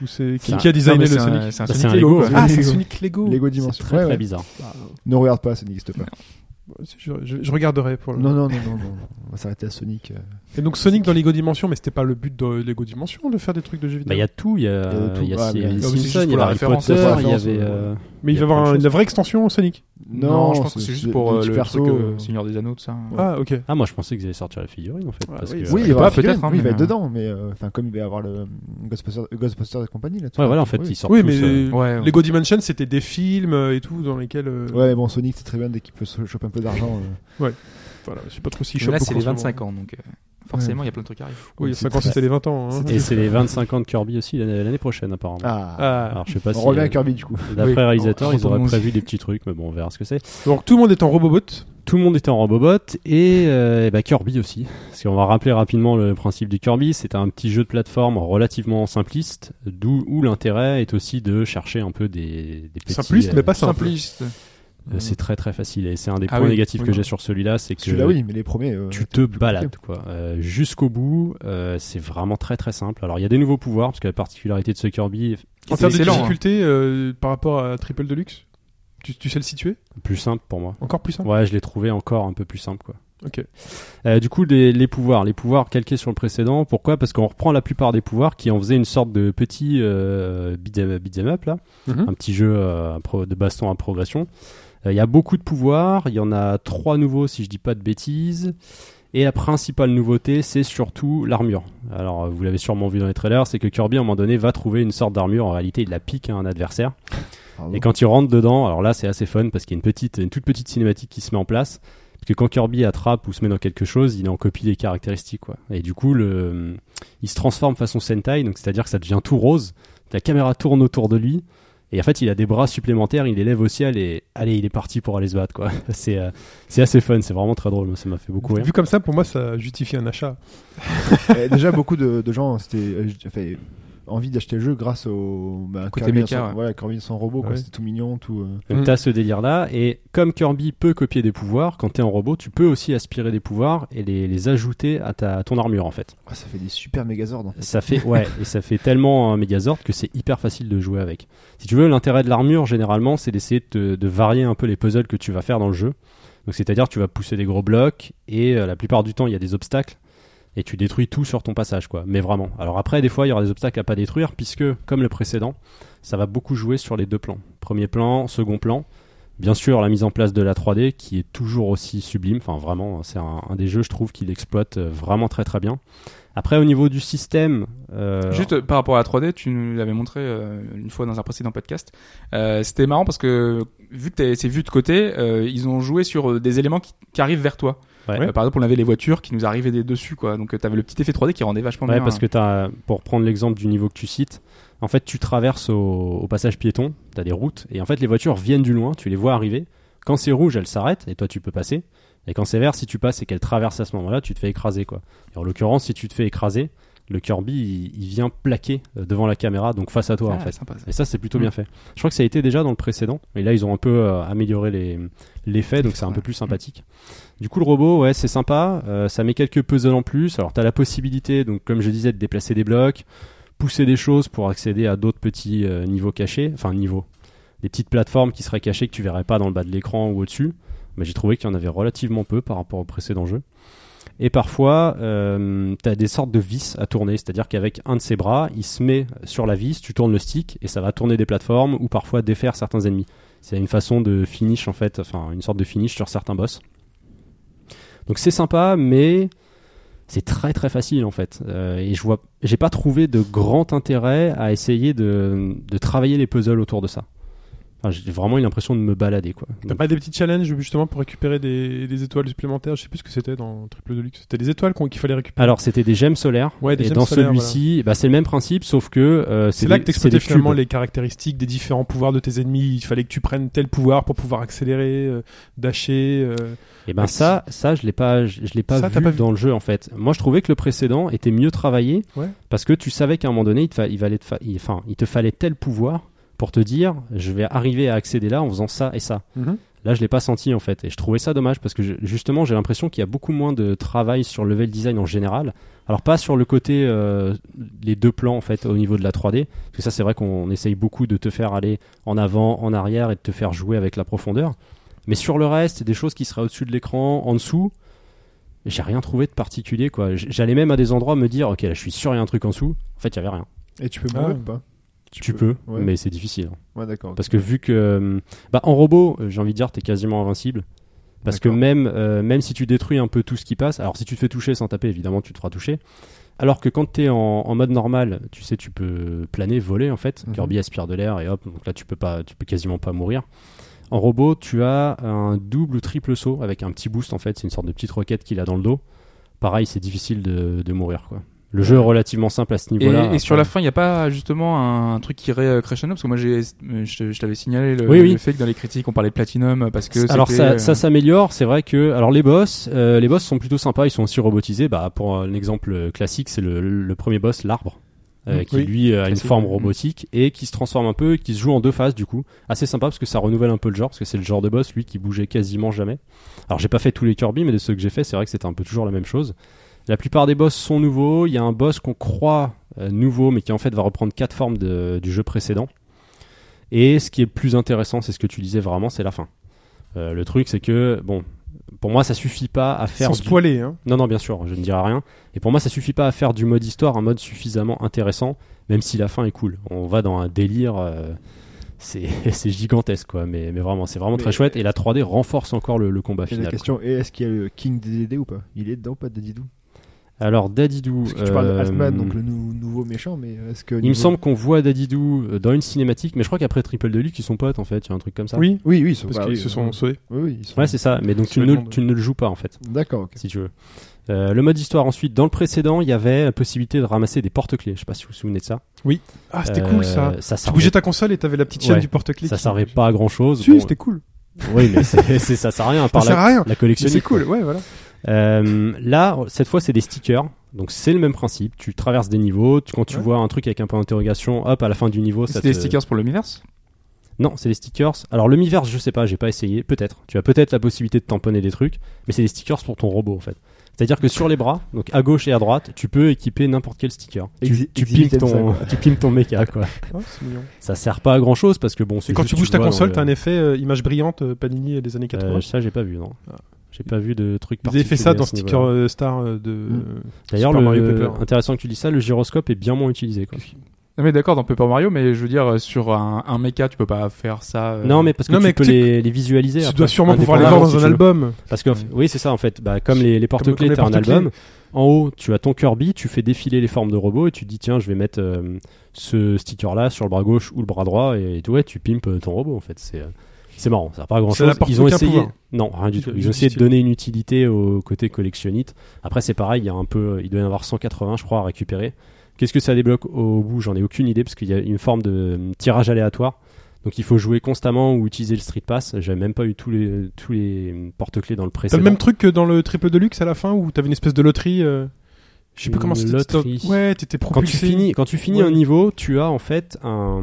Speaker 3: Ou c'est
Speaker 5: C'est
Speaker 3: qui,
Speaker 5: un-
Speaker 3: qui a
Speaker 4: Non,
Speaker 3: designé
Speaker 4: mais
Speaker 3: le
Speaker 4: C'est un-
Speaker 3: Sonic
Speaker 4: c'est un
Speaker 5: Bah,
Speaker 4: Sonic
Speaker 5: c'est un
Speaker 4: Lego,
Speaker 5: Lego,
Speaker 4: quoi.
Speaker 5: c'est-
Speaker 3: Ah, c'est
Speaker 6: Lego.
Speaker 3: Sonic Lego.
Speaker 6: Lego
Speaker 5: C'est
Speaker 6: Dimension.
Speaker 5: très
Speaker 6: Ouais,
Speaker 5: très
Speaker 6: ouais.
Speaker 5: bizarre.
Speaker 6: Ne regarde pas, ça n'existe pas.
Speaker 3: Je, je- je regarderai pour le.
Speaker 6: Non, non, non, non, non. On va s'arrêter à Sonic. euh.
Speaker 3: Et donc Sonic dans Lego Dimension, mais c'était pas le but de Lego Dimension de faire des trucs de jeux
Speaker 5: Bah, Il
Speaker 3: vidéo.
Speaker 5: y a tout, il y a,
Speaker 6: Il y a tout,
Speaker 5: il y a-
Speaker 6: ouais,
Speaker 5: il y a
Speaker 6: mais-
Speaker 4: Ah,
Speaker 5: les
Speaker 4: mais c'est juste
Speaker 5: Simpsons, il
Speaker 4: pour
Speaker 5: y avait
Speaker 4: la
Speaker 5: Harry
Speaker 4: référence,
Speaker 5: Potter,
Speaker 6: la
Speaker 5: il y
Speaker 6: référence,
Speaker 5: avait...
Speaker 6: ouais.
Speaker 5: euh,
Speaker 3: mais il va
Speaker 5: il y a
Speaker 3: y avoir
Speaker 5: plein de
Speaker 3: un- une vraie extension au Sonic.
Speaker 4: Non, je pense que c'est juste pour
Speaker 6: des
Speaker 4: euh,
Speaker 6: petits
Speaker 4: le
Speaker 6: persos,
Speaker 4: truc, euh,
Speaker 6: euh.
Speaker 4: Seigneur des Anneaux, tout ça.
Speaker 3: Ah, ok.
Speaker 5: Ah, moi je pensais qu'ils allaient sortir la figurine en fait.
Speaker 3: Ouais,
Speaker 5: parce
Speaker 3: oui,
Speaker 5: que- euh,
Speaker 3: c'est
Speaker 6: Oui, bah,
Speaker 5: Ouais,
Speaker 6: il va,
Speaker 4: pas,
Speaker 6: avoir figurine,
Speaker 4: peut-être, hein,
Speaker 6: oui, il va
Speaker 4: mais,
Speaker 6: être dedans, mais euh, enfin comme il va y avoir le euh, Ghostbusters, Ghostbusters et compagnie là. tout ça.
Speaker 5: voilà, en fait,
Speaker 6: Oui.
Speaker 5: ils sortent
Speaker 3: Oui,
Speaker 5: tous,
Speaker 3: mais
Speaker 5: euh,
Speaker 4: Ouais, ouais.
Speaker 3: Lego Dimension, c'était des films euh, et tout dans lesquels. euh,
Speaker 6: Ouais, mais bon, Sonic c'est très bien dès qu'il peut se choper un peu d'argent. euh.
Speaker 3: Voilà, je sais pas trop si
Speaker 4: Mais
Speaker 3: je
Speaker 4: Là, c'est les 25 ans, donc euh, forcément, il y a plein de trucs qui arrivent.
Speaker 3: Oui, 5 ans,
Speaker 5: C'était-
Speaker 3: c'était les 20 ans. hein.
Speaker 5: Et c'est les 25 ans de Kirby aussi l'année l'année prochaine apparemment.
Speaker 6: Ah,
Speaker 3: Ah.
Speaker 5: Alors je sais
Speaker 4: bah,
Speaker 5: pas
Speaker 6: on
Speaker 5: si...
Speaker 6: revient
Speaker 5: euh,
Speaker 6: à Kirby du coup.
Speaker 5: D'après
Speaker 4: Oui,
Speaker 5: réalisateur, ils auraient
Speaker 4: retournons-y.
Speaker 5: prévu des petits trucs, mais bon, on verra ce que c'est.
Speaker 3: Donc tout le monde est en Robobot.
Speaker 5: tout le monde était en Robobot et, euh, et bah, Kirby aussi. Parce qu'on va rappeler rapidement le principe du Kirby, c'est un petit jeu de plateforme relativement simpliste, d'où où l'intérêt est aussi de chercher un peu des, des petits.
Speaker 3: Simpliste,
Speaker 5: euh,
Speaker 3: mais pas simple.
Speaker 4: Simpliste.
Speaker 5: Euh, C'est très très facile et c'est un des
Speaker 4: Ah
Speaker 5: points
Speaker 4: oui,
Speaker 5: négatifs
Speaker 4: oui,
Speaker 5: que
Speaker 4: non.
Speaker 5: j'ai sur celui-là, c'est que
Speaker 6: Celui-là, oui, mais les premiers. euh,
Speaker 5: tu te balades quoi Euh, jusqu'au bout. euh, c'est vraiment très très simple. Alors il y a des nouveaux pouvoirs parce que la particularité de ce Kirby est
Speaker 3: En
Speaker 4: C'est
Speaker 3: termes de
Speaker 4: excellent, hein.
Speaker 3: difficulté euh, par rapport à Triple Deluxe, tu, tu sais le situer
Speaker 5: plus simple pour moi.
Speaker 3: Encore plus hein simple
Speaker 5: Ouais, je l'ai trouvé encore un peu plus simple quoi.
Speaker 3: Ok.
Speaker 5: Euh, du coup, les, les pouvoirs, les pouvoirs calqués sur le précédent. Pourquoi Parce qu'on reprend la plupart des pouvoirs qui en faisaient une sorte de petit euh, beat'em beat'em up là,
Speaker 3: Mhm.
Speaker 5: un petit jeu euh, pro- de baston à progression. Euh, Il y a beaucoup de pouvoirs. Il y en a trois nouveaux si je dis pas de bêtises. Et la principale nouveauté, c'est surtout l'armure. Alors, euh, vous l'avez sûrement vu dans les trailers, c'est que Kirby, à un moment donné, va trouver une sorte d'armure. En réalité, il la pique à un adversaire.
Speaker 6: pardon.
Speaker 5: Et quand il rentre dedans, alors là c'est assez fun parce qu'il y a une petite, une toute petite cinématique qui se met en place. Parce que quand Kirby attrape ou se met dans quelque chose, il en copie les caractéristiques quoi. Et du coup, le, il se transforme façon Sentai, donc c'est-à-dire que ça devient tout rose. La caméra tourne autour de lui. Et en fait, il a des bras supplémentaires, il les lève au ciel et allez, il est parti pour aller se battre quoi. C'est euh, c'est assez fun, c'est vraiment très drôle, moi, ça m'a fait beaucoup rire.
Speaker 3: Vu comme ça, pour moi, ça justifie un achat.
Speaker 6: Eh, déjà, beaucoup de, de gens c'était euh, j- fait, envie d'acheter le jeu grâce au bah,
Speaker 4: Côté
Speaker 6: Kirby
Speaker 4: mecha,
Speaker 6: sans-
Speaker 4: ouais.
Speaker 6: voilà, Kirby sans robot. quoi.
Speaker 3: Ouais.
Speaker 6: C'était tout mignon, tout. euh,
Speaker 5: Donc
Speaker 3: Mm.
Speaker 5: t'as ce délire là et comme Kirby peut copier des pouvoirs, quand t'es en robot, tu peux aussi aspirer des pouvoirs et les, les ajouter à ta à ton armure en fait.
Speaker 6: ah, ça fait des super hein. mégazords. en fait.
Speaker 5: Ça fait ouais, et ça fait tellement un Megazord que c'est hyper facile de jouer avec. Si tu veux, l'intérêt de l'armure généralement, c'est d'essayer de, te- de varier un peu les puzzles que tu vas faire dans le jeu. Donc c'est-à-dire tu vas pousser des gros blocs et euh, la plupart du temps il y a des obstacles et tu détruis tout sur ton passage quoi. Mais vraiment. Alors après des fois il y aura des obstacles à pas détruire puisque comme le précédent, ça va beaucoup jouer sur les deux plans. Premier plan, second plan. Bien sûr, la mise en place de la 3D qui est toujours aussi sublime. Enfin, vraiment, c'est un, un des jeux, je trouve, qu'il exploite euh, vraiment très très bien. Après, au niveau du système, euh,
Speaker 4: Juste euh, par rapport à la 3D, tu nous l'avais montré euh, une fois dans un précédent podcast. Euh, c'était marrant parce que vu que t'es- c'est vu de côté, euh, ils ont joué sur euh, des éléments qui, qui arrivent vers toi.
Speaker 5: Ouais.
Speaker 4: Euh, par exemple, on avait les voitures qui nous arrivaient des dessus, quoi. Donc euh, t'avais le petit effet 3D qui rendait vachement
Speaker 5: Ouais,
Speaker 4: bien. hein.
Speaker 5: parce que t'as, pour prendre l'exemple du niveau que tu cites, en fait, tu traverses au, au passage piéton, t'as des routes, et en fait, les voitures viennent du loin, tu les vois arriver. Quand c'est rouge, elles s'arrêtent, et toi, tu peux passer. Et quand c'est vert, si tu passes et qu'elles traversent à ce moment-là, tu te fais écraser, quoi. Et en l'occurrence, si tu te fais écraser, le Kirby, il, il vient plaquer euh, devant la caméra, donc face à toi,
Speaker 4: Ah,
Speaker 5: en fait.
Speaker 4: sympa, ça.
Speaker 5: Et ça, c'est plutôt
Speaker 4: Mm.
Speaker 5: bien fait. Je crois que ça a été déjà dans le précédent, et là, ils ont un peu euh, amélioré les, l'effet, donc c'est un peu plus sympathique. Du coup, le robot, ouais, c'est sympa. euh, ça met quelques puzzles en plus. Alors, t'as la possibilité, donc comme je disais, de déplacer des blocs, pousser des choses pour accéder à d'autres petits euh, niveaux cachés, enfin niveaux, des petites plateformes qui seraient cachées que tu verrais pas dans le bas de l'écran ou au-dessus. Mais j'ai trouvé qu'il y en avait relativement peu par rapport au précédent jeu. Et parfois, euh, t'as des sortes de vis à tourner, c'est-à-dire qu'avec un de ses bras, il se met sur la vis, tu tournes le stick et ça va tourner des plateformes ou parfois défaire certains ennemis. C'est une façon de finish en fait, enfin une sorte de finish sur certains boss. Donc c'est sympa, mais c'est très très facile en fait. Euh, et je vois, j'ai pas trouvé de grand intérêt à essayer de, de travailler les puzzles autour de ça. Enfin, j'ai vraiment eu l'impression de me balader quoi.
Speaker 3: T'as
Speaker 5: Donc,
Speaker 3: pas des petits challenges justement pour récupérer des, des étoiles supplémentaires Je sais plus ce que c'était dans Triple Deluxe. C'était des étoiles qu'on- qu'il fallait récupérer.
Speaker 5: alors c'était des gemmes solaires.
Speaker 3: Ouais, des
Speaker 5: et
Speaker 3: gemmes
Speaker 5: dans
Speaker 3: solaires,
Speaker 5: celui-ci, bah, c'est le même principe sauf que euh,
Speaker 3: C'est là
Speaker 5: des-
Speaker 3: que t'exploitais
Speaker 5: des cubes.
Speaker 3: finalement les caractéristiques des différents pouvoirs de tes ennemis. Il fallait que tu prennes tel pouvoir pour pouvoir accélérer, euh, dasher. euh.
Speaker 5: Et ben ça, ça je l'ai pas, je, je l'ai pas,
Speaker 3: Ça, t'as
Speaker 5: vu
Speaker 3: pas vu.
Speaker 5: dans le jeu en fait. Moi je trouvais que le précédent était mieux travaillé
Speaker 3: Ouais.
Speaker 5: parce que tu savais qu'à un moment donné il te, fa- il valait te fa- il- enfin, il te fallait tel pouvoir pour te dire je vais arriver à accéder là en faisant ça et ça.
Speaker 3: Mhm.
Speaker 5: Là je l'ai pas senti en fait et je trouvais ça dommage parce que je- justement j'ai l'impression qu'il y a beaucoup moins de travail sur le level design en général. Alors pas sur le côté euh, les deux plans en fait au niveau de la 3D parce que ça c'est vrai qu'on essaye beaucoup de te faire aller en avant, en arrière et de te faire jouer avec la profondeur. Mais sur le reste, des choses qui seraient au-dessus de l'écran, en dessous, j'ai rien trouvé de particulier quoi. J- J'allais même à des endroits me dire ok là je suis sûr il y a un truc en dessous. En fait il y avait rien.
Speaker 6: Et tu peux
Speaker 3: Ah
Speaker 6: mourir
Speaker 3: ouais.
Speaker 6: ou pas
Speaker 5: Tu, peux,
Speaker 6: ouais.
Speaker 5: mais c'est difficile. hein.
Speaker 6: Ouais, d'accord.
Speaker 5: Parce que vu que euh, bah, en robot, euh, j'ai envie de dire t'es quasiment invincible. Parce que
Speaker 6: D'accord.
Speaker 5: même euh, même si tu détruis un peu tout ce qui passe, alors si tu te fais toucher sans taper évidemment tu te feras toucher. Alors que quand t'es en, en mode normal, tu sais tu peux planer, voler en fait.
Speaker 6: Mhm.
Speaker 5: Kirby aspire de l'air et hop donc là tu peux pas tu peux quasiment pas mourir. En robot, tu as un double ou triple saut avec un petit boost en fait, c'est une sorte de petite roquette qu'il a dans le dos. Pareil, c'est difficile de, de mourir quoi. Le jeu est relativement simple à ce
Speaker 4: Et,
Speaker 5: niveau-là.
Speaker 4: et sur la
Speaker 5: Enfin,
Speaker 4: fin, il n'y a pas justement un, un truc qui irait euh, crescendo Parce que moi, j'ai, euh, je, te- je t'avais signalé le,
Speaker 5: Oui, oui.
Speaker 4: le fait que dans les critiques, on parlait de Platinum parce que
Speaker 5: Alors
Speaker 4: c'était,
Speaker 5: ça,
Speaker 4: euh,
Speaker 5: ça s'améliore, c'est vrai que alors les boss, euh, les boss sont plutôt sympas, ils sont aussi robotisés. Bah pour un exemple classique, c'est le, le premier boss, l'arbre. euh, qui
Speaker 3: Oui.
Speaker 5: lui euh, a une
Speaker 4: Mm. Classique.
Speaker 5: forme
Speaker 4: Mm.
Speaker 5: robotique et qui se transforme un peu et qui se joue en deux phases du coup. Assez sympa parce que ça renouvelle un peu le genre parce que c'est le genre de boss lui qui bougeait quasiment jamais. Alors j'ai pas fait tous les Kirby mais de ceux que j'ai fait c'est vrai que c'était un peu toujours la même chose. La plupart des boss sont nouveaux, il y a un boss qu'on croit euh, nouveau mais qui en fait va reprendre quatre formes de- du jeu précédent. Et ce qui est le plus intéressant c'est ce que tu disais vraiment c'est la fin. Euh, le truc c'est que bon pour moi ça suffit pas à faire
Speaker 3: Sans
Speaker 5: du-
Speaker 3: se poiler, hein.
Speaker 5: non, non, bien sûr, je ne dirai rien. Et pour moi, ça suffit pas à faire du mode histoire un mode suffisamment intéressant, même si la fin est cool. On va dans un délire. euh, c'est c'est gigantesque, quoi. Mais, mais vraiment, c'est vraiment
Speaker 6: Mais-
Speaker 5: très chouette. Et la 3D renforce encore le, le combat
Speaker 6: Et
Speaker 5: final.
Speaker 6: la question est est-ce qu'il y a le King DDD ou pas Il est dedans ou pas Dadidou
Speaker 5: quoi. Alors, Dadidou.
Speaker 6: Parce que tu parles
Speaker 5: euh,
Speaker 6: d'Altman, donc le nou- nouveau méchant, mais est-ce que.
Speaker 5: Il me semble qu'on voit Dadidou euh, dans une cinématique, mais je crois qu'après Triple Deluxe, ils sont potes en fait. Il y a un truc comme ça.
Speaker 3: Oui,
Speaker 6: Oui, oui, ils sont
Speaker 3: parce
Speaker 6: bah
Speaker 3: qu'ils
Speaker 6: oui,
Speaker 3: se
Speaker 6: euh,
Speaker 3: sont sauvés.
Speaker 6: Oui, oui, ils sont-
Speaker 5: Ouais, c'est ça. Mais donc,
Speaker 3: C'est
Speaker 5: tu
Speaker 3: le
Speaker 5: ne,
Speaker 3: nom de-
Speaker 5: tu ne le joues pas en fait.
Speaker 6: D'accord, ok.
Speaker 5: si tu veux. Euh, le mode histoire ensuite, dans le précédent, il y avait la possibilité de ramasser des porte-clés. Je sais pas si vous vous souvenez de ça.
Speaker 3: Ah, c'était
Speaker 5: Euh,
Speaker 3: cool ça.
Speaker 5: Ça
Speaker 3: Tu
Speaker 5: servait,
Speaker 3: bougeais ta console et t'avais la petite chaîne
Speaker 5: Ouais,
Speaker 3: du porte-clés.
Speaker 5: ça
Speaker 3: qui-
Speaker 5: servait pas à grand chose.
Speaker 3: Si, c'était cool.
Speaker 5: oui, mais c'est, c'est- ça sert à rien à
Speaker 3: Ça
Speaker 5: part
Speaker 3: sert
Speaker 5: la,
Speaker 3: à rien.
Speaker 5: la
Speaker 3: Mais
Speaker 5: collectionner.
Speaker 3: C'est cool, ouais, voilà.
Speaker 5: Euh, là, cette fois, c'est des stickers. Donc c'est le même principe. Tu traverses des niveaux. tu- quand tu
Speaker 3: Ouais.
Speaker 5: vois un truc avec un point d'interrogation, hop, à la fin du niveau,
Speaker 4: euh,
Speaker 5: ça
Speaker 4: C'était des
Speaker 5: te-
Speaker 4: stickers pour l'universe
Speaker 5: Non, c'est des stickers. Alors le miverse, je sais pas, j'ai pas essayé. Peut-être. Tu as peut-être la possibilité de tamponner des trucs, mais c'est des stickers pour ton robot en fait. C'est-à-dire que sur les bras, donc à gauche et à droite, tu peux équiper n'importe quel sticker. Tu,
Speaker 6: Exhi-
Speaker 5: tu
Speaker 6: exhibit
Speaker 5: pimpes
Speaker 6: aime ça,
Speaker 5: ton,
Speaker 6: quoi.
Speaker 5: tu pimpes ton méca quoi.
Speaker 3: Ah, c'est mignon.
Speaker 5: Ça sert pas à grand chose parce que bon, c'est
Speaker 3: Et quand
Speaker 5: juste,
Speaker 3: tu bouges ta
Speaker 5: vois dans
Speaker 3: console,
Speaker 5: le-
Speaker 3: t'as un effet euh, image brillante euh, Panini des années 80.
Speaker 5: Euh, ça, j'ai pas vu, non.
Speaker 3: Ah.
Speaker 5: J'ai pas vu de truc
Speaker 3: Ils avaient
Speaker 5: particulier.
Speaker 3: fait ça
Speaker 5: à
Speaker 3: dans
Speaker 5: ce
Speaker 3: Sticker
Speaker 5: niveau-là.
Speaker 3: euh, Star euh, de.
Speaker 5: D'ailleurs,
Speaker 3: Super
Speaker 5: le...
Speaker 3: Mario Paper.
Speaker 5: intéressant que tu dis ça, le gyroscope est bien moins utilisé. quoi.
Speaker 4: Non mais d'accord dans Paper Mario, mais je veux dire euh, sur un, un mecha tu peux pas faire ça. euh,
Speaker 5: Non, mais parce que
Speaker 3: Non, mais
Speaker 5: tu peux
Speaker 3: tu sais
Speaker 5: les, les visualiser.
Speaker 3: Tu
Speaker 5: après,
Speaker 3: dois sûrement pouvoir les voir dans
Speaker 5: indépendamment, si
Speaker 3: un
Speaker 5: tu veux.
Speaker 3: album.
Speaker 5: Parce que oui, c'est ça en fait. Bah, comme les, les porte-clés,
Speaker 3: comme les
Speaker 5: t'as un
Speaker 3: porte-clés.
Speaker 5: album. En haut, tu as ton Kirby, tu fais défiler les formes de robots et tu te dis tiens, je vais mettre euh, ce sticker-là sur le bras gauche ou le bras droit et, et ouais, tu pimpes euh, ton robot en fait. C'est euh, c'est marrant, ça n'a pas grand
Speaker 3: Ça
Speaker 5: chose.
Speaker 3: n'apporte
Speaker 5: Ils ont
Speaker 3: aucun
Speaker 5: essayé,
Speaker 3: pouvoir.
Speaker 5: non, rien du
Speaker 3: Du-
Speaker 5: tout.
Speaker 3: du
Speaker 5: Ils ont essayé de
Speaker 3: style.
Speaker 5: donner une utilité au côté collectionnite. Après, c'est pareil, il y a un peu, euh, il doit y en avoir 180, je crois, à récupérer. Qu'est-ce que ça débloque au bout J'en ai aucune idée parce qu'il y a une forme de euh, tirage aléatoire. Donc il faut jouer constamment ou utiliser le Street Pass. J'avais même pas eu tous les tous les euh, porte-clés dans le
Speaker 3: T'as
Speaker 5: précédent.
Speaker 3: le même truc que dans le triple deluxe à la fin où t'avais une espèce de loterie. euh, Je sais plus
Speaker 5: Une
Speaker 3: comment c'était.
Speaker 5: loterie.
Speaker 3: t'étais- Ouais, t'étais
Speaker 5: quand tu
Speaker 3: propulsé.
Speaker 5: finis, quand tu finis
Speaker 3: Ouais.
Speaker 5: un niveau, tu as en fait un,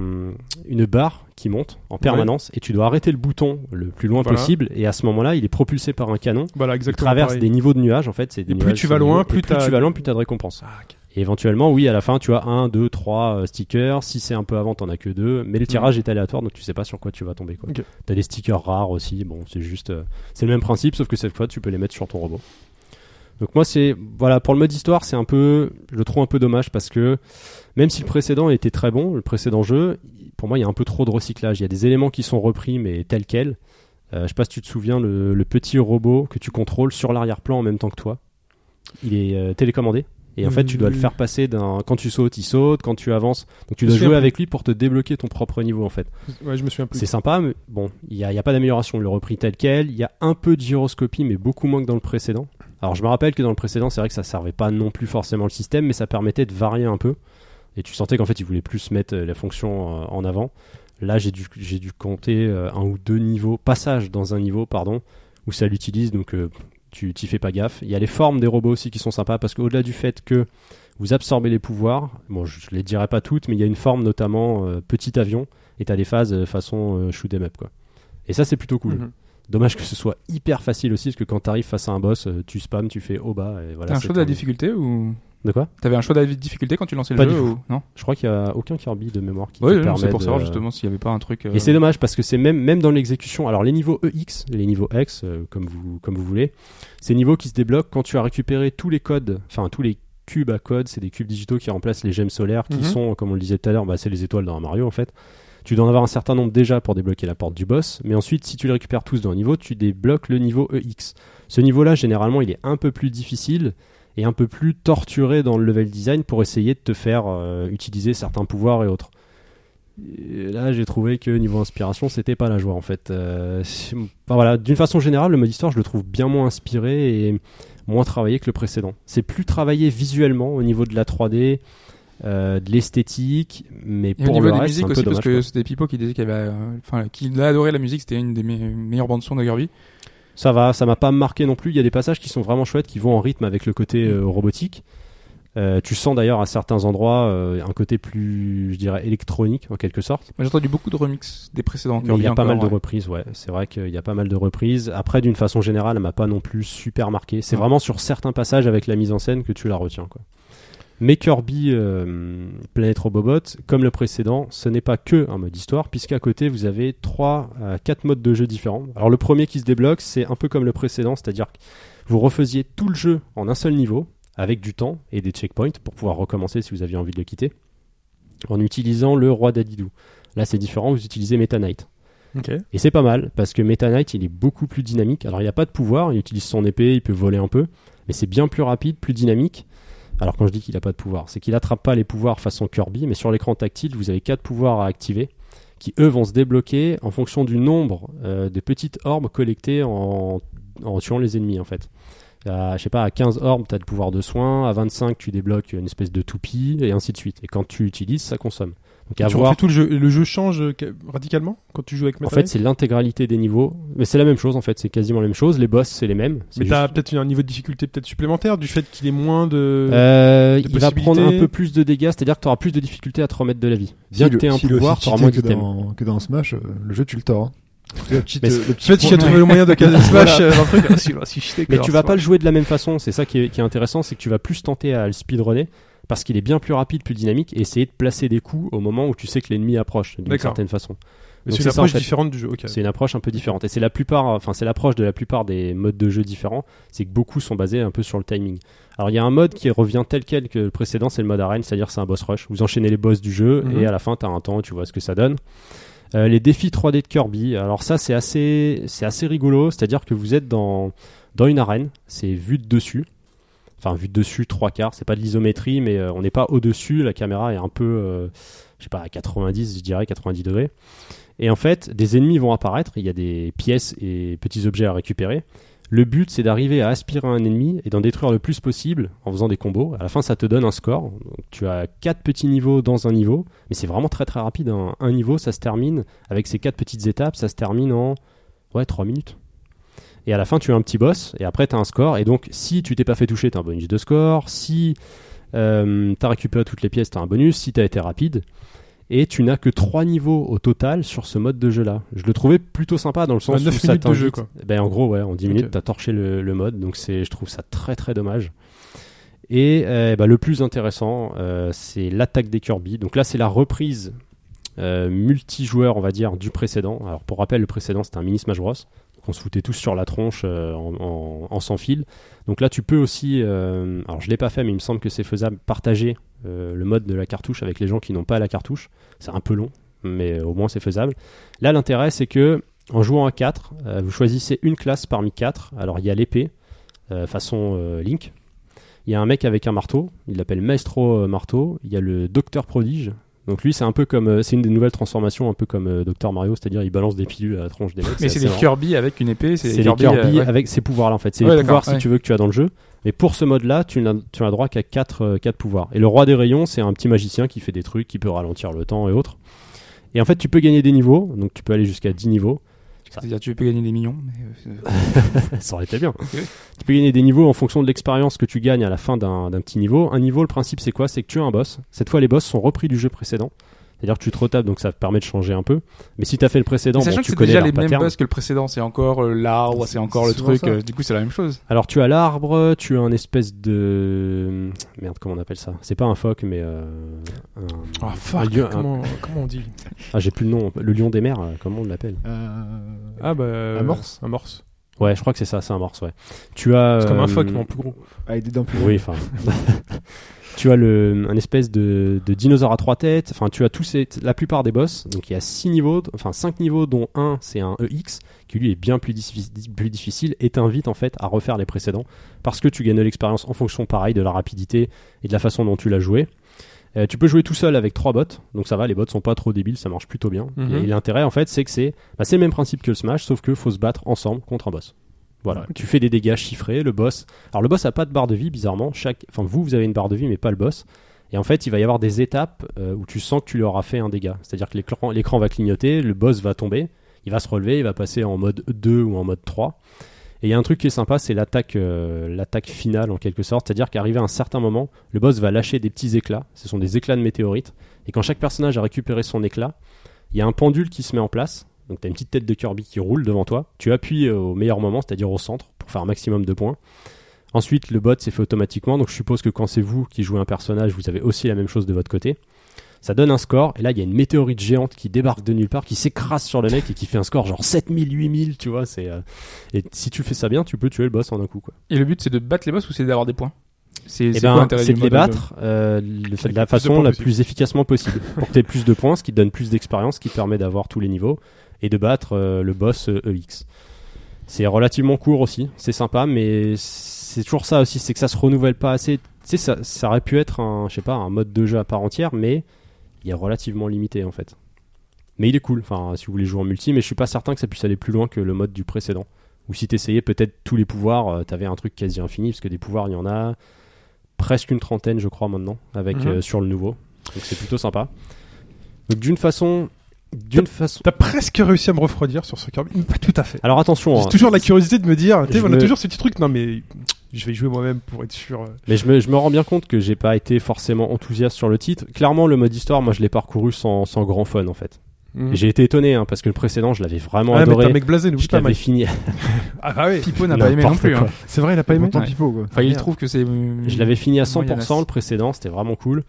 Speaker 5: une barre qui monte en permanence et tu dois arrêter le bouton le plus loin
Speaker 3: Voilà.
Speaker 5: possible. Et à ce moment-là, il est propulsé par un canon.
Speaker 3: Voilà,
Speaker 5: Il
Speaker 3: exactement.
Speaker 5: traverse
Speaker 3: pareil.
Speaker 5: des niveaux de nuages en fait. c'est des
Speaker 3: Et plus
Speaker 5: nuages
Speaker 3: tu
Speaker 5: sur
Speaker 3: vas
Speaker 5: des
Speaker 3: loin,
Speaker 5: niveaux, et
Speaker 3: plus t'as-
Speaker 5: tu vas loin, plus tu as de récompenses.
Speaker 3: Ah, ok.
Speaker 5: Et éventuellement, oui, à la fin, tu as 1, 2, 3 euh, stickers. Si c'est un peu avant, t'en as que deux. Mais le tirage est aléatoire, donc tu sais pas sur quoi tu vas tomber. Quoi.
Speaker 3: Ok.
Speaker 5: T'as des stickers rares aussi. Bon, c'est juste. euh, c'est le même principe, sauf que cette fois, tu peux les mettre sur ton robot. Donc, moi, c'est. Voilà, pour le mode histoire, c'est un peu. Je le trouve un peu dommage parce que même si le précédent était très bon, le précédent jeu, pour moi, il y a un peu trop de recyclage. Il y a des éléments qui sont repris, mais tels quels. Euh, je sais pas si tu te souviens, le, le petit robot que tu contrôles sur l'arrière-plan en même temps que toi, il est euh, télécommandé. Et en fait, tu dois le
Speaker 3: Euh.
Speaker 5: faire passer d'un. Quand tu sautes, il saute. Quand tu avances, donc tu
Speaker 3: Je
Speaker 5: dois
Speaker 3: me
Speaker 5: jouer
Speaker 3: souviens
Speaker 5: avec lui pour te débloquer ton propre niveau, en fait.
Speaker 3: Ouais, je me souviens plus.
Speaker 5: C'est sympa, mais bon, il n'y a, il y a pas d'amélioration. On le repris tel quel. Il y a un peu de gyroscopie, mais beaucoup moins que dans le précédent. Alors, je me rappelle que dans le précédent, c'est vrai que ça servait pas non plus forcément le système, mais ça permettait de varier un peu. Et tu sentais qu'en fait, ils voulaient plus mettre euh, la fonction euh, en avant. Là, j'ai dû, j'ai dû compter euh, un ou deux niveaux, passages dans un niveau, pardon, où ça l'utilise, donc euh, tu t'y fais pas gaffe. Il y a les formes des robots aussi qui sont sympas, parce qu'au-delà du fait que vous absorbez les pouvoirs, bon, je je les dirai pas toutes, mais il y a une forme notamment euh, petit avion, et t'as des phases euh, façon euh, shoot 'em up, quoi. Et ça, c'est plutôt cool.
Speaker 3: Mhm.
Speaker 5: Dommage que ce soit hyper facile aussi, parce que quand t'arrives face à un boss, euh, tu spams, tu fais au bas, et voilà.
Speaker 4: T'as un
Speaker 5: c'est
Speaker 4: choix de la
Speaker 5: terminé.
Speaker 4: difficulté ou
Speaker 5: De quoi
Speaker 4: t'avais un choix de la difficulté quand tu lançais
Speaker 5: Pas
Speaker 4: le
Speaker 5: du
Speaker 4: jeu
Speaker 5: tout.
Speaker 4: ou non
Speaker 5: Je crois qu'il y a aucun Kirby de mémoire qui
Speaker 4: Oui,
Speaker 5: te
Speaker 4: non,
Speaker 5: permet
Speaker 4: c'est pour
Speaker 5: de-
Speaker 4: savoir justement s'il y avait pas un truc. euh,
Speaker 5: Et c'est dommage parce que c'est même, même dans l'exécution, alors les niveaux EX, les niveaux X, euh, comme, vous, comme vous voulez, c'est niveaux qui se débloquent quand tu as récupéré tous les codes, enfin tous les cubes à code, c'est des cubes digitaux qui remplacent les gemmes solaires qui
Speaker 3: Mhm.
Speaker 5: sont, comme on le disait tout à l'heure, bah, c'est les étoiles dans un Mario en fait. Tu dois en avoir un certain nombre déjà pour débloquer la porte du boss, mais ensuite si tu les récupères tous dans un niveau, tu débloques le niveau EX. Ce niveau-là, généralement, il est un peu plus difficile et un peu plus torturé dans le level design pour essayer de te faire euh, utiliser certains pouvoirs et autres. Et là, j'ai trouvé que niveau inspiration, c'était pas la joie en fait. Euh, c'est- enfin, voilà, d'une façon générale, le mode histoire, je le trouve bien moins inspiré et moins travaillé que le précédent. C'est plus travaillé visuellement au niveau de la 3D, euh, de l'esthétique,
Speaker 4: Et
Speaker 5: mais
Speaker 4: au
Speaker 5: pour
Speaker 4: niveau
Speaker 5: le
Speaker 4: des
Speaker 5: reste, c'est
Speaker 4: musiques
Speaker 5: un peu
Speaker 4: aussi, parce
Speaker 5: dommage, quoi.
Speaker 4: que c'était Pipo qui disait qu'il avait, euh, enfin, qu'il adorait la musique, c'était une des me- meilleures bandes son de Kirby.
Speaker 5: Ça va, ça m'a pas marqué non plus. Il y a des passages qui sont vraiment chouettes, qui vont en rythme avec le côté euh, robotique. Euh, tu sens d'ailleurs à certains endroits euh, un côté plus, je dirais, électronique en quelque sorte.
Speaker 4: Moi, J'ai entendu beaucoup de remix des précédents.
Speaker 5: Mais il y a
Speaker 4: Kirby
Speaker 5: pas mal de
Speaker 4: encore, ouais.
Speaker 5: reprises, ouais. C'est vrai qu'il y a pas mal de reprises. Après, d'une façon générale, elle m'a pas non plus super marqué. C'est
Speaker 4: Ouais.
Speaker 5: vraiment sur certains passages avec la mise en scène que tu la retiens, quoi. Mais Kirby euh, Planet Robobot, comme le précédent, ce n'est pas que un mode histoire, puisqu'à côté vous avez trois, à quatre modes de jeu différents. Alors le premier qui se débloque, c'est un peu comme le précédent, c'est-à-dire que vous refaisiez tout le jeu en un seul niveau, avec du temps et des checkpoints pour pouvoir recommencer si vous aviez envie de le quitter, en utilisant le roi d'Adidou. Là c'est différent, vous utilisez Meta Knight.
Speaker 3: Ok.
Speaker 5: Et c'est pas mal, parce que Meta Knight, il est beaucoup plus dynamique. Alors, il n'y a pas de pouvoir, il utilise son épée, il peut voler un peu, mais c'est bien plus rapide, plus dynamique. Alors, quand je dis qu'il n'a pas de pouvoir, c'est qu'il attrape pas les pouvoirs façon Kirby, mais sur l'écran tactile, vous avez quatre pouvoirs à activer, qui eux vont se débloquer en fonction du nombre euh, de petites orbes collectées en, en tuant les ennemis, en fait. À, je sais pas, à 15 orbes, tu as le pouvoir de soin, à 25, tu débloques une espèce de toupie, et ainsi de suite. Et quand tu utilises, ça consomme. Donc, à
Speaker 3: Tu
Speaker 5: voir
Speaker 3: refais tout le jeu. Le jeu change euh, radicalement quand tu joues avec
Speaker 5: en
Speaker 3: Metal
Speaker 5: fait, c'est l'intégralité des niveaux. Mais c'est la même chose, en fait. C'est quasiment la même chose. Les boss, c'est les mêmes. C'est
Speaker 3: Mais t'as
Speaker 5: juste-
Speaker 3: peut-être un niveau de difficulté peut-être supplémentaire du fait qu'il est moins de.
Speaker 5: Euh,
Speaker 3: des
Speaker 5: il va prendre un
Speaker 3: possibilités.
Speaker 5: peu plus de dégâts, c'est-à-dire que tu auras plus de difficultés à te remettre de la vie. Bien
Speaker 6: Si
Speaker 5: que
Speaker 6: le-
Speaker 5: tu un
Speaker 6: si le
Speaker 5: pouvoir,
Speaker 6: aussi
Speaker 5: tu auras
Speaker 6: cheaté
Speaker 5: moins
Speaker 6: que
Speaker 5: de thèmes.
Speaker 6: dans, que dans Smash, euh, le jeu, tu le tords. hein. Le cheat,
Speaker 5: Mais
Speaker 6: euh, le
Speaker 3: En fait,
Speaker 6: petit
Speaker 3: il a
Speaker 6: point-
Speaker 3: trouvé le moyen de casser Smash.
Speaker 4: Voilà.
Speaker 3: euh, dans le truc.
Speaker 4: bah,
Speaker 5: Mais tu vas pas le jouer de la même façon. C'est ça qui est, qui est intéressant, c'est que tu vas plus tenter à le speedrunner parce qu'il est bien plus rapide, plus dynamique et essayer de placer des coups au moment où tu sais que l'ennemi approche d'une
Speaker 3: D'accord.
Speaker 5: certaine façon.
Speaker 3: Mais
Speaker 5: Donc
Speaker 3: C'est
Speaker 5: c'est
Speaker 3: une
Speaker 5: ça, en
Speaker 3: approche
Speaker 5: fait.
Speaker 3: différente du jeu. Ok.
Speaker 5: C'est une approche un peu différente. Et c'est la plupart, enfin, c'est l'approche de la plupart des modes de jeu différents. C'est que beaucoup sont basés un peu sur le timing. Alors, il y a un mode qui revient tel quel que le précédent, c'est le mode arène, c'est-à-dire c'est un boss rush. Vous enchaînez les boss du jeu
Speaker 3: Mhm.
Speaker 5: et à la fin, t'as un temps, tu vois ce que ça donne. Euh, les défis 3D de Kirby, alors ça, c'est assez, c'est assez rigolo. C'est-à-dire que vous êtes dans, dans une arène, c'est vu de dessus. Enfin, vu de dessus, trois quarts. C'est pas de l'isométrie, mais euh, on n'est pas au-dessus. La caméra est un peu, euh, je sais pas, à 90, je dirais, 90 degrés. Et en fait, des ennemis vont apparaître, il y a des pièces et petits objets à récupérer. Le but, c'est d'arriver à aspirer un ennemi et d'en détruire le plus possible en faisant des combos. À la fin, ça te donne un score. Donc, tu as quatre petits niveaux dans un niveau, mais c'est vraiment très très rapide. hein. Un niveau, ça se termine avec ces quatre petites étapes, ça se termine en ouais 3 minutes. Et à la fin, tu as un petit boss et après, tu as un score. Et donc, si tu t'es pas fait toucher, tu as un bonus de score. Si euh, tu as récupéré toutes les pièces, tu as un bonus. Si tu as été rapide, et tu n'as que trois niveaux au total sur ce mode de jeu là. Je le trouvais plutôt sympa dans le sens
Speaker 3: Ouais, Bah, neuf
Speaker 5: où ça
Speaker 3: minutes de
Speaker 5: t'invite-
Speaker 3: jeu, quoi.
Speaker 5: Ben, en gros ouais, en 10
Speaker 3: Ok.
Speaker 5: minutes t'as torché le, le mode donc c'est je trouve ça très très dommage. Et euh, bah, le plus intéressant euh, c'est l'attaque des Kirby. Donc là c'est la reprise euh, multijoueur on va dire du précédent. Alors pour rappel le précédent c'était un mini Smash Bros. Donc on se foutait tous sur la tronche euh, en, en- en sans fil. Donc là tu peux aussi euh, alors je l'ai pas fait mais il me semble que c'est faisable partager euh, le mode de la cartouche avec les gens qui n'ont pas la cartouche c'est un peu long, mais au moins c'est faisable. Là, l'intérêt, c'est que en jouant à 4, euh, vous choisissez une classe parmi 4. Alors, il y a l'épée, euh, façon euh, Link. Il y a un mec avec un marteau, il l'appelle Maestro euh, Marteau. Il y a le Docteur Prodige. Donc lui, c'est un peu comme, euh, c'est une des nouvelles transformations, un peu comme euh, Docteur Mario, c'est-à-dire il balance des pilules à la tronche des mecs.
Speaker 4: Mais c'est
Speaker 5: assez
Speaker 4: des
Speaker 5: marrant.
Speaker 4: Kirby avec une épée. C'est
Speaker 5: C'est
Speaker 4: des
Speaker 5: les
Speaker 4: Kirby.
Speaker 5: Kirby,
Speaker 4: euh, ouais.
Speaker 5: avec ces pouvoirs-là, en fait. C'est
Speaker 4: Ouais,
Speaker 5: les
Speaker 4: d'accord,
Speaker 5: pouvoirs, si
Speaker 4: ouais.
Speaker 5: tu veux, que tu as dans le jeu. Mais pour ce mode-là, tu n'as tu n'as droit qu'à 4 quatre, euh, quatre pouvoirs. Et le roi des rayons, c'est un petit magicien qui fait des trucs, qui peut ralentir le temps et autres. Et en fait, tu peux gagner des niveaux. Donc, tu peux aller jusqu'à 10 niveaux.
Speaker 4: C'est-à-dire, tu peux gagner des millions. mais, euh,
Speaker 5: ça aurait été bien.
Speaker 4: Oui.
Speaker 5: tu peux gagner des niveaux en fonction de l'expérience que tu gagnes à la fin d'un d'un petit niveau. Un niveau, le principe, c'est quoi C'est que tu as un boss. Cette fois, les boss sont repris du jeu précédent. C'est-à-dire que tu te retapes, donc ça te permet de changer un peu. Mais si tu as fait le précédent,
Speaker 4: Mais
Speaker 5: bon,
Speaker 4: sachant que
Speaker 5: tu
Speaker 4: c'est
Speaker 5: connais
Speaker 4: déjà
Speaker 5: leur
Speaker 4: les mêmes
Speaker 5: pattern.
Speaker 4: boss que le précédent, c'est encore euh, l'arbre, c'est encore le
Speaker 6: c'est souvent
Speaker 4: truc,
Speaker 6: ça.
Speaker 4: euh, du coup c'est la même chose.
Speaker 5: Alors tu as l'arbre, tu as un espèce de merde comment on appelle ça C'est pas un phoque mais euh, un...
Speaker 3: Ah,
Speaker 5: un
Speaker 3: fuck,
Speaker 5: lion- un-
Speaker 3: comment, comment on dit
Speaker 5: ah j'ai plus le nom, le lion des mers, euh, comment on l'appelle
Speaker 6: Euh,
Speaker 3: Ah bah.
Speaker 6: Amorce.
Speaker 3: Amorce.
Speaker 5: Ouais, je crois que c'est ça, c'est un morse, ouais. Tu as
Speaker 3: C'est comme
Speaker 5: euh,
Speaker 3: un phoque, mais en plus gros.
Speaker 6: avec des dents plus
Speaker 5: Oui, enfin. tu as le, un espèce de, de dinosaure à trois têtes. Enfin, tu as tous ces, la plupart des boss. Donc, il y a six niveaux, enfin cinq niveaux, dont un c'est un EX qui lui est bien plus, diffi- plus difficile et t'invite en fait à refaire les précédents parce que tu gagnes de l'expérience en fonction pareil de la rapidité et de la façon dont tu l'as joué. Euh, tu peux jouer tout seul avec trois bots, donc ça va, les bots sont pas trop débiles, ça marche plutôt bien.
Speaker 3: Mhm.
Speaker 5: Et l'intérêt en fait, c'est que c'est bah, c'est le même principe que le Smash, sauf que faut se battre ensemble contre un boss. Voilà, tu fais des dégâts chiffrés, le boss alors le boss a pas de barre de vie bizarrement. Chaque, enfin vous vous avez une barre de vie mais pas le boss. Et en fait il va y avoir des étapes euh, où tu sens que tu lui auras fait un dégât. C'est-à-dire que l'écran- l'écran va clignoter, le boss va tomber, il va se relever, il va passer en mode 2 ou en mode 3. Et il y a un truc qui est sympa, c'est l'attaque, euh, l'attaque finale en quelque sorte. C'est-à-dire qu'arrivé à un certain moment, le boss va lâcher des petits éclats. Ce sont des éclats de météorites. Et quand chaque personnage a récupéré son éclat, il y a un pendule qui se met en place. Donc tu as une petite tête de Kirby qui roule devant toi. Tu appuies euh, au meilleur moment, c'est-à-dire au centre, pour faire un maximum de points. Ensuite, le bot s'est fait automatiquement. Donc je suppose que quand c'est vous qui jouez un personnage, vous avez aussi la même chose de votre côté. Ça donne un score. Et là, il y a une météorite géante qui débarque de nulle part, qui s'écrase sur le mec et qui fait un score genre 7000, 8000, tu vois. C'est, euh, Et si tu fais ça bien, tu peux tuer le boss en un coup. Quoi.
Speaker 4: Et le but, c'est de battre les boss ou c'est d'avoir des points C'est
Speaker 5: Eh
Speaker 4: c'est
Speaker 5: ben,
Speaker 4: quoi l'intérêt
Speaker 5: c'est
Speaker 4: du
Speaker 5: de les
Speaker 4: mode, euh,
Speaker 5: battre euh, le- de
Speaker 3: le
Speaker 5: la
Speaker 3: plus de points
Speaker 5: façon la
Speaker 3: possible.
Speaker 5: plus efficacement possible pour que tu aies plus de points, ce qui te donne plus d'expérience, ce qui te permet d'avoir tous les niveaux et de battre euh, le boss euh, EX. C'est relativement court aussi, c'est sympa, mais c'est toujours ça aussi, c'est que ça se renouvelle pas assez. Tu sais, ça, ça aurait pu être un, je sais pas, un mode de jeu à part entière, mais il est relativement limité en fait. Mais il est cool, enfin, si vous voulez jouer en multi, mais je suis pas certain que ça puisse aller plus loin que le mode du précédent. Ou si t'essayais peut-être tous les pouvoirs, euh, t'avais un truc quasi infini, parce que des pouvoirs, il y en a presque une trentaine, je crois, maintenant, avec
Speaker 4: Mhm.
Speaker 5: euh, sur le nouveau. Donc c'est plutôt sympa. Donc d'une façon, d'une façon.
Speaker 3: T'as presque réussi à me refroidir sur ce Kirby. Pas tout à fait.
Speaker 5: Alors attention,
Speaker 3: J'ai
Speaker 5: hein,
Speaker 3: toujours la curiosité de me dire, tu sais,
Speaker 5: Je
Speaker 3: on a
Speaker 5: me-
Speaker 3: toujours ce petit truc, non mais je vais jouer moi-même pour être sûr. euh.
Speaker 5: mais je me, je me rends bien compte que j'ai pas été forcément enthousiaste sur le titre. Clairement, le mode histoire, moi, je l'ai parcouru sans, sans grand fun en fait. Et J'ai été étonné hein, parce que le précédent, je l'avais vraiment
Speaker 3: Ah, Mhm. mais t'es Ah, un
Speaker 5: adoré.
Speaker 3: mec blasé, n'oublie
Speaker 5: Je
Speaker 3: pas,
Speaker 5: l'avais
Speaker 3: Mike.
Speaker 5: fini.
Speaker 3: Ah bah oui.
Speaker 4: Pipo n'a pas aimé non
Speaker 5: N'importe
Speaker 4: plus.
Speaker 5: quoi.
Speaker 4: hein.
Speaker 3: C'est vrai, il a pas
Speaker 6: Pas
Speaker 3: aimé.
Speaker 6: pourtant
Speaker 4: Ouais.
Speaker 6: pipo quoi.
Speaker 4: Enfin, il
Speaker 3: Merde.
Speaker 4: trouve que c'est. euh,
Speaker 5: Je l'avais fini à
Speaker 4: Moi, il y en a
Speaker 5: 100%
Speaker 4: six.
Speaker 5: le précédent, c'était vraiment cool.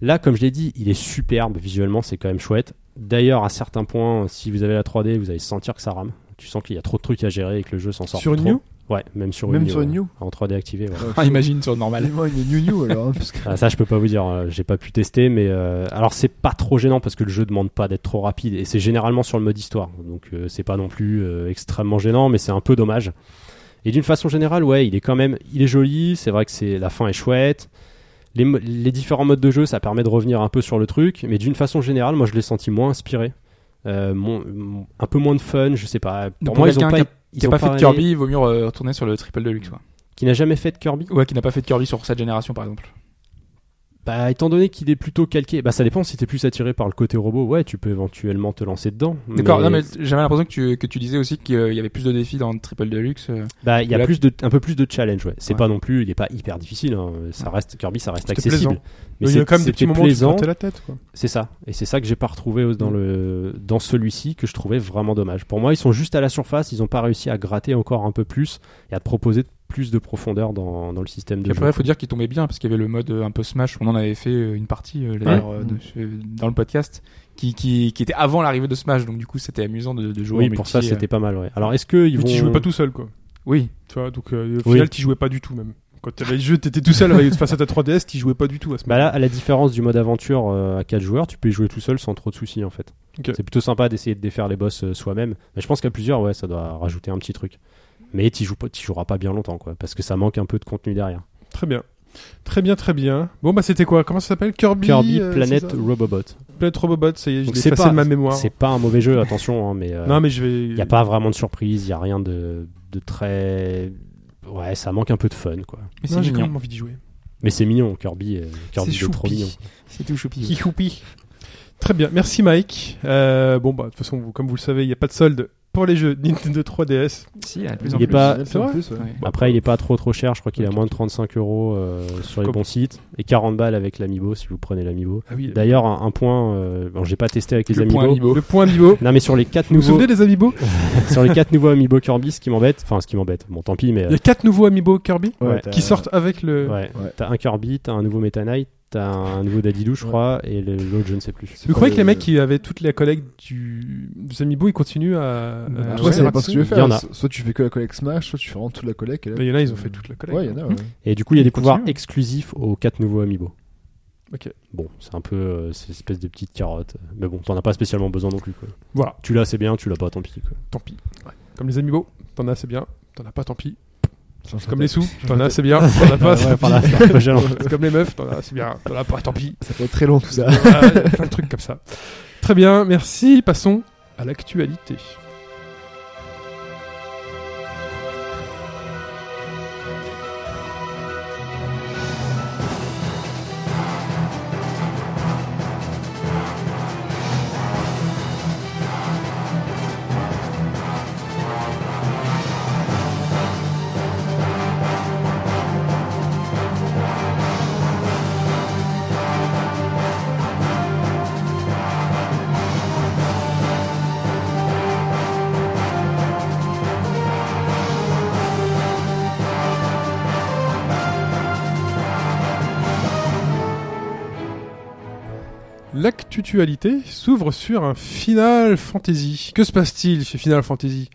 Speaker 5: Là, comme je l'ai dit, il est superbe visuellement, c'est quand même chouette. D'ailleurs, à certains points, si vous avez la 3D, vous allez sentir que ça rame. Tu sens qu'il y a trop de trucs à gérer et que le jeu s'en sort
Speaker 3: Sur une
Speaker 5: trop. Ah,
Speaker 3: new
Speaker 6: Euh,
Speaker 5: Ouais, même sur
Speaker 6: Même
Speaker 5: une
Speaker 6: sur une
Speaker 5: ouais.
Speaker 6: new
Speaker 5: En 3D activé, ouais.
Speaker 4: Ah, imagine sur le normal.
Speaker 6: Donnez-moi une new new alors. hein, parce que-
Speaker 5: Ah, ça, je peux pas vous dire. euh, J'ai pas pu tester, mais euh, alors c'est pas trop gênant parce que le jeu demande pas d'être trop rapide et c'est généralement sur le mode histoire. Donc euh, c'est pas non plus euh, extrêmement gênant, mais c'est un peu dommage. Et d'une façon générale, ouais, il est quand même, il est joli. C'est vrai que c'est la fin est chouette. Les, mo- les différents modes de jeu, ça permet de revenir un peu sur le truc, mais d'une façon générale, moi je l'ai senti moins inspiré, Euh, mon- mon- un peu moins de fun, je sais pas. Pour
Speaker 4: Donc, pour
Speaker 5: moi, ils ont
Speaker 4: quelqu'un
Speaker 5: pas,
Speaker 4: qui a-
Speaker 5: ils
Speaker 4: Qui
Speaker 5: ont
Speaker 4: n'a pas fait de
Speaker 5: parlé-
Speaker 4: Kirby, il vaut mieux euh, retourner sur le triple deluxe. Quoi.
Speaker 5: qui n'a jamais fait de Kirby.
Speaker 4: Ouais, qui n'a pas fait de Kirby sur cette génération par exemple.
Speaker 5: Bah, étant donné qu'il est plutôt calqué, bah ça dépend si t'es plus attiré par le côté robot, ouais, tu peux éventuellement te lancer dedans.
Speaker 4: D'accord, non, mais j'avais l'impression que tu, que tu disais aussi qu'il y avait plus de défis dans le triple deluxe. euh.
Speaker 5: Bah, il y a
Speaker 4: Là-
Speaker 5: plus de, un peu plus de challenge, ouais. C'est
Speaker 4: Ouais.
Speaker 5: pas non plus, il est pas hyper difficile, hein. Ça reste, Kirby, ça reste
Speaker 3: C'était
Speaker 5: accessible.
Speaker 3: plaisant. il
Speaker 5: Mais
Speaker 3: y a
Speaker 5: c'est-
Speaker 3: quand même des
Speaker 5: c'était
Speaker 3: petits moments où tu Mm. te
Speaker 5: plaisant,
Speaker 3: frottais la tête. Quoi.
Speaker 5: c'est ça. Et c'est ça que j'ai pas retrouvé dans le, dans celui-ci, que je trouvais vraiment dommage. Pour moi, ils sont juste à la surface, ils ont pas réussi à gratter encore un peu plus et à te proposer plus de profondeur dans, dans le système
Speaker 4: Puis
Speaker 5: de
Speaker 4: après,
Speaker 5: jeu.
Speaker 4: il faut dire qu'il tombait bien parce qu'il y avait le mode euh, un peu Smash. On en avait fait euh, une partie euh, d'ailleurs, euh, de- euh, dans le podcast qui, qui, qui était avant l'arrivée de Smash. Donc du coup, c'était amusant de, de jouer.
Speaker 5: Oui,
Speaker 4: en
Speaker 5: pour
Speaker 4: multi,
Speaker 5: ça,
Speaker 4: euh.
Speaker 5: c'était pas mal, ouais. Alors, est-ce que ils
Speaker 3: Mais
Speaker 5: vont.
Speaker 3: tu jouais pas tout seul, quoi.
Speaker 4: Oui,
Speaker 3: Tu vois, donc euh, au
Speaker 5: Oui.
Speaker 3: final, tu jouais pas du tout même. Quand t'avais le jeu, t'étais tout seul avec- face à ta 3DS, tu jouais pas du tout à ce
Speaker 5: Bah là, à la différence du mode aventure euh, à 4 joueurs, tu peux y jouer tout seul sans trop de soucis en fait.
Speaker 3: Ok.
Speaker 5: C'est plutôt sympa d'essayer de défaire les boss euh, soi-même. Mais je pense qu'à plusieurs, ouais, ça doit rajouter un petit truc. Mais tu joues pas, t'y joueras pas bien longtemps quoi, parce que ça manque un peu de contenu derrière.
Speaker 3: Très bien. Très bien, très bien. Bon, bah c'était quoi Comment ça s'appelle Kirby
Speaker 5: Kirby
Speaker 3: euh,
Speaker 5: Planet
Speaker 3: c'est ça
Speaker 5: Robobot.
Speaker 3: Planet Robobot, ça y est, je
Speaker 5: Donc
Speaker 3: l'ai
Speaker 5: c'est
Speaker 3: effacé
Speaker 5: pas-
Speaker 3: de ma mémoire.
Speaker 5: C'est pas un mauvais jeu, attention, hein, mais euh,
Speaker 3: Non, mais je vais.
Speaker 5: y a pas vraiment de surprise, y a rien de, de très, ouais, ça manque un peu de fun quoi.
Speaker 4: mais c'est
Speaker 3: Non, j'ai quand
Speaker 4: mignon.
Speaker 3: même envie d'y jouer.
Speaker 5: Mais c'est mignon, Kirby, euh, Kirby
Speaker 3: C'est
Speaker 5: il est trop
Speaker 3: choupi.
Speaker 5: mignon.
Speaker 4: C'est tout choupi.
Speaker 3: Qui choupi. Très bien, merci Mike. Euh, bon, bah de toute façon, vous- comme vous le savez, il n'y a pas de solde pour les jeux Nintendo 3DS.
Speaker 4: Si, il y en a de plus
Speaker 5: Il
Speaker 4: en
Speaker 5: est
Speaker 4: plus.
Speaker 5: pas-
Speaker 6: Plus,
Speaker 3: c'est vrai
Speaker 6: plus, ouais.
Speaker 4: Ouais.
Speaker 5: Après, il est pas trop trop cher, je crois qu'il est à moins de 35 euros euh, sur les
Speaker 3: Comme-
Speaker 5: bons sites et 40 balles avec l'amiibo si vous prenez l'amiibo.
Speaker 3: Ah oui,
Speaker 5: D'ailleurs, un, un point, euh, bon, j'ai pas testé avec les
Speaker 4: Le point
Speaker 5: bah, amiibo. Euh.
Speaker 4: Amiibo.
Speaker 3: le point Amiibo.
Speaker 5: Non, mais sur les quatre
Speaker 3: Vous vous
Speaker 5: nouveaux,
Speaker 3: souvenez des Amiibo
Speaker 5: sur les quatre nouveaux amiibo Kirby, ce qui m'embête, enfin ce qui m'embête, bon tant pis, mais
Speaker 3: Il y
Speaker 5: euh,
Speaker 3: a quatre nouveaux Amiibo Kirby
Speaker 5: Ouais.
Speaker 6: t'as-
Speaker 3: qui sortent avec le.
Speaker 5: ouais,
Speaker 6: Ouais.
Speaker 5: t'as un Kirby, t'as un nouveau Meta Knight, t'as un nouveau Dadidou, je crois, et le- l'autre je ne sais plus.
Speaker 6: c'est
Speaker 3: Vous
Speaker 6: pas
Speaker 3: croyez que les
Speaker 6: le-
Speaker 3: mecs qui avaient toutes les collègues du... des Amiibo, ils continuent à.
Speaker 4: Bah,
Speaker 3: à-
Speaker 6: Toi,
Speaker 4: ouais,
Speaker 6: ça dépend ce que tu veux
Speaker 5: Il y
Speaker 6: faire.
Speaker 5: en a.
Speaker 6: Soit tu fais que la collecte Smash, soit tu fais vraiment toute la collecte. et là-
Speaker 3: Bah, Il y en a, ils ont fait toute la hein. collègue.
Speaker 6: Ouais, il y en a. ouais.
Speaker 5: Et du coup, il y a des
Speaker 4: Ils
Speaker 5: pouvoirs
Speaker 4: continuent.
Speaker 5: exclusifs aux quatre nouveaux amiibo.
Speaker 3: Ok.
Speaker 5: Bon, c'est un peu euh, cette espèce de petite carotte, mais bon, t'en as pas spécialement besoin non plus. Quoi.
Speaker 3: Voilà,
Speaker 5: Tu l'as, c'est bien, tu l'as pas, tant pis. Quoi.
Speaker 3: tant pis. Comme les Amiibo, t'en as, c'est bien. T'en as pas, tant pis.
Speaker 6: Ça, ça
Speaker 3: Comme
Speaker 6: peut-
Speaker 3: les sous, t'en as, c'est bien. T'en as pas,
Speaker 5: Ouais,
Speaker 3: c'est
Speaker 5: voilà,
Speaker 3: tant pis.
Speaker 5: c'est un peu gênant.
Speaker 3: C'est Comme les meufs, t'en as, c'est bien. T'en as pas, tant pis.
Speaker 6: Ça fait très long tout ça.
Speaker 3: Voilà, plein de trucs comme ça. Très bien, merci. Passons à l'actualité. L'actualité s'ouvre sur un Final Fantasy. Que se passe-t-il chez Final Fantasy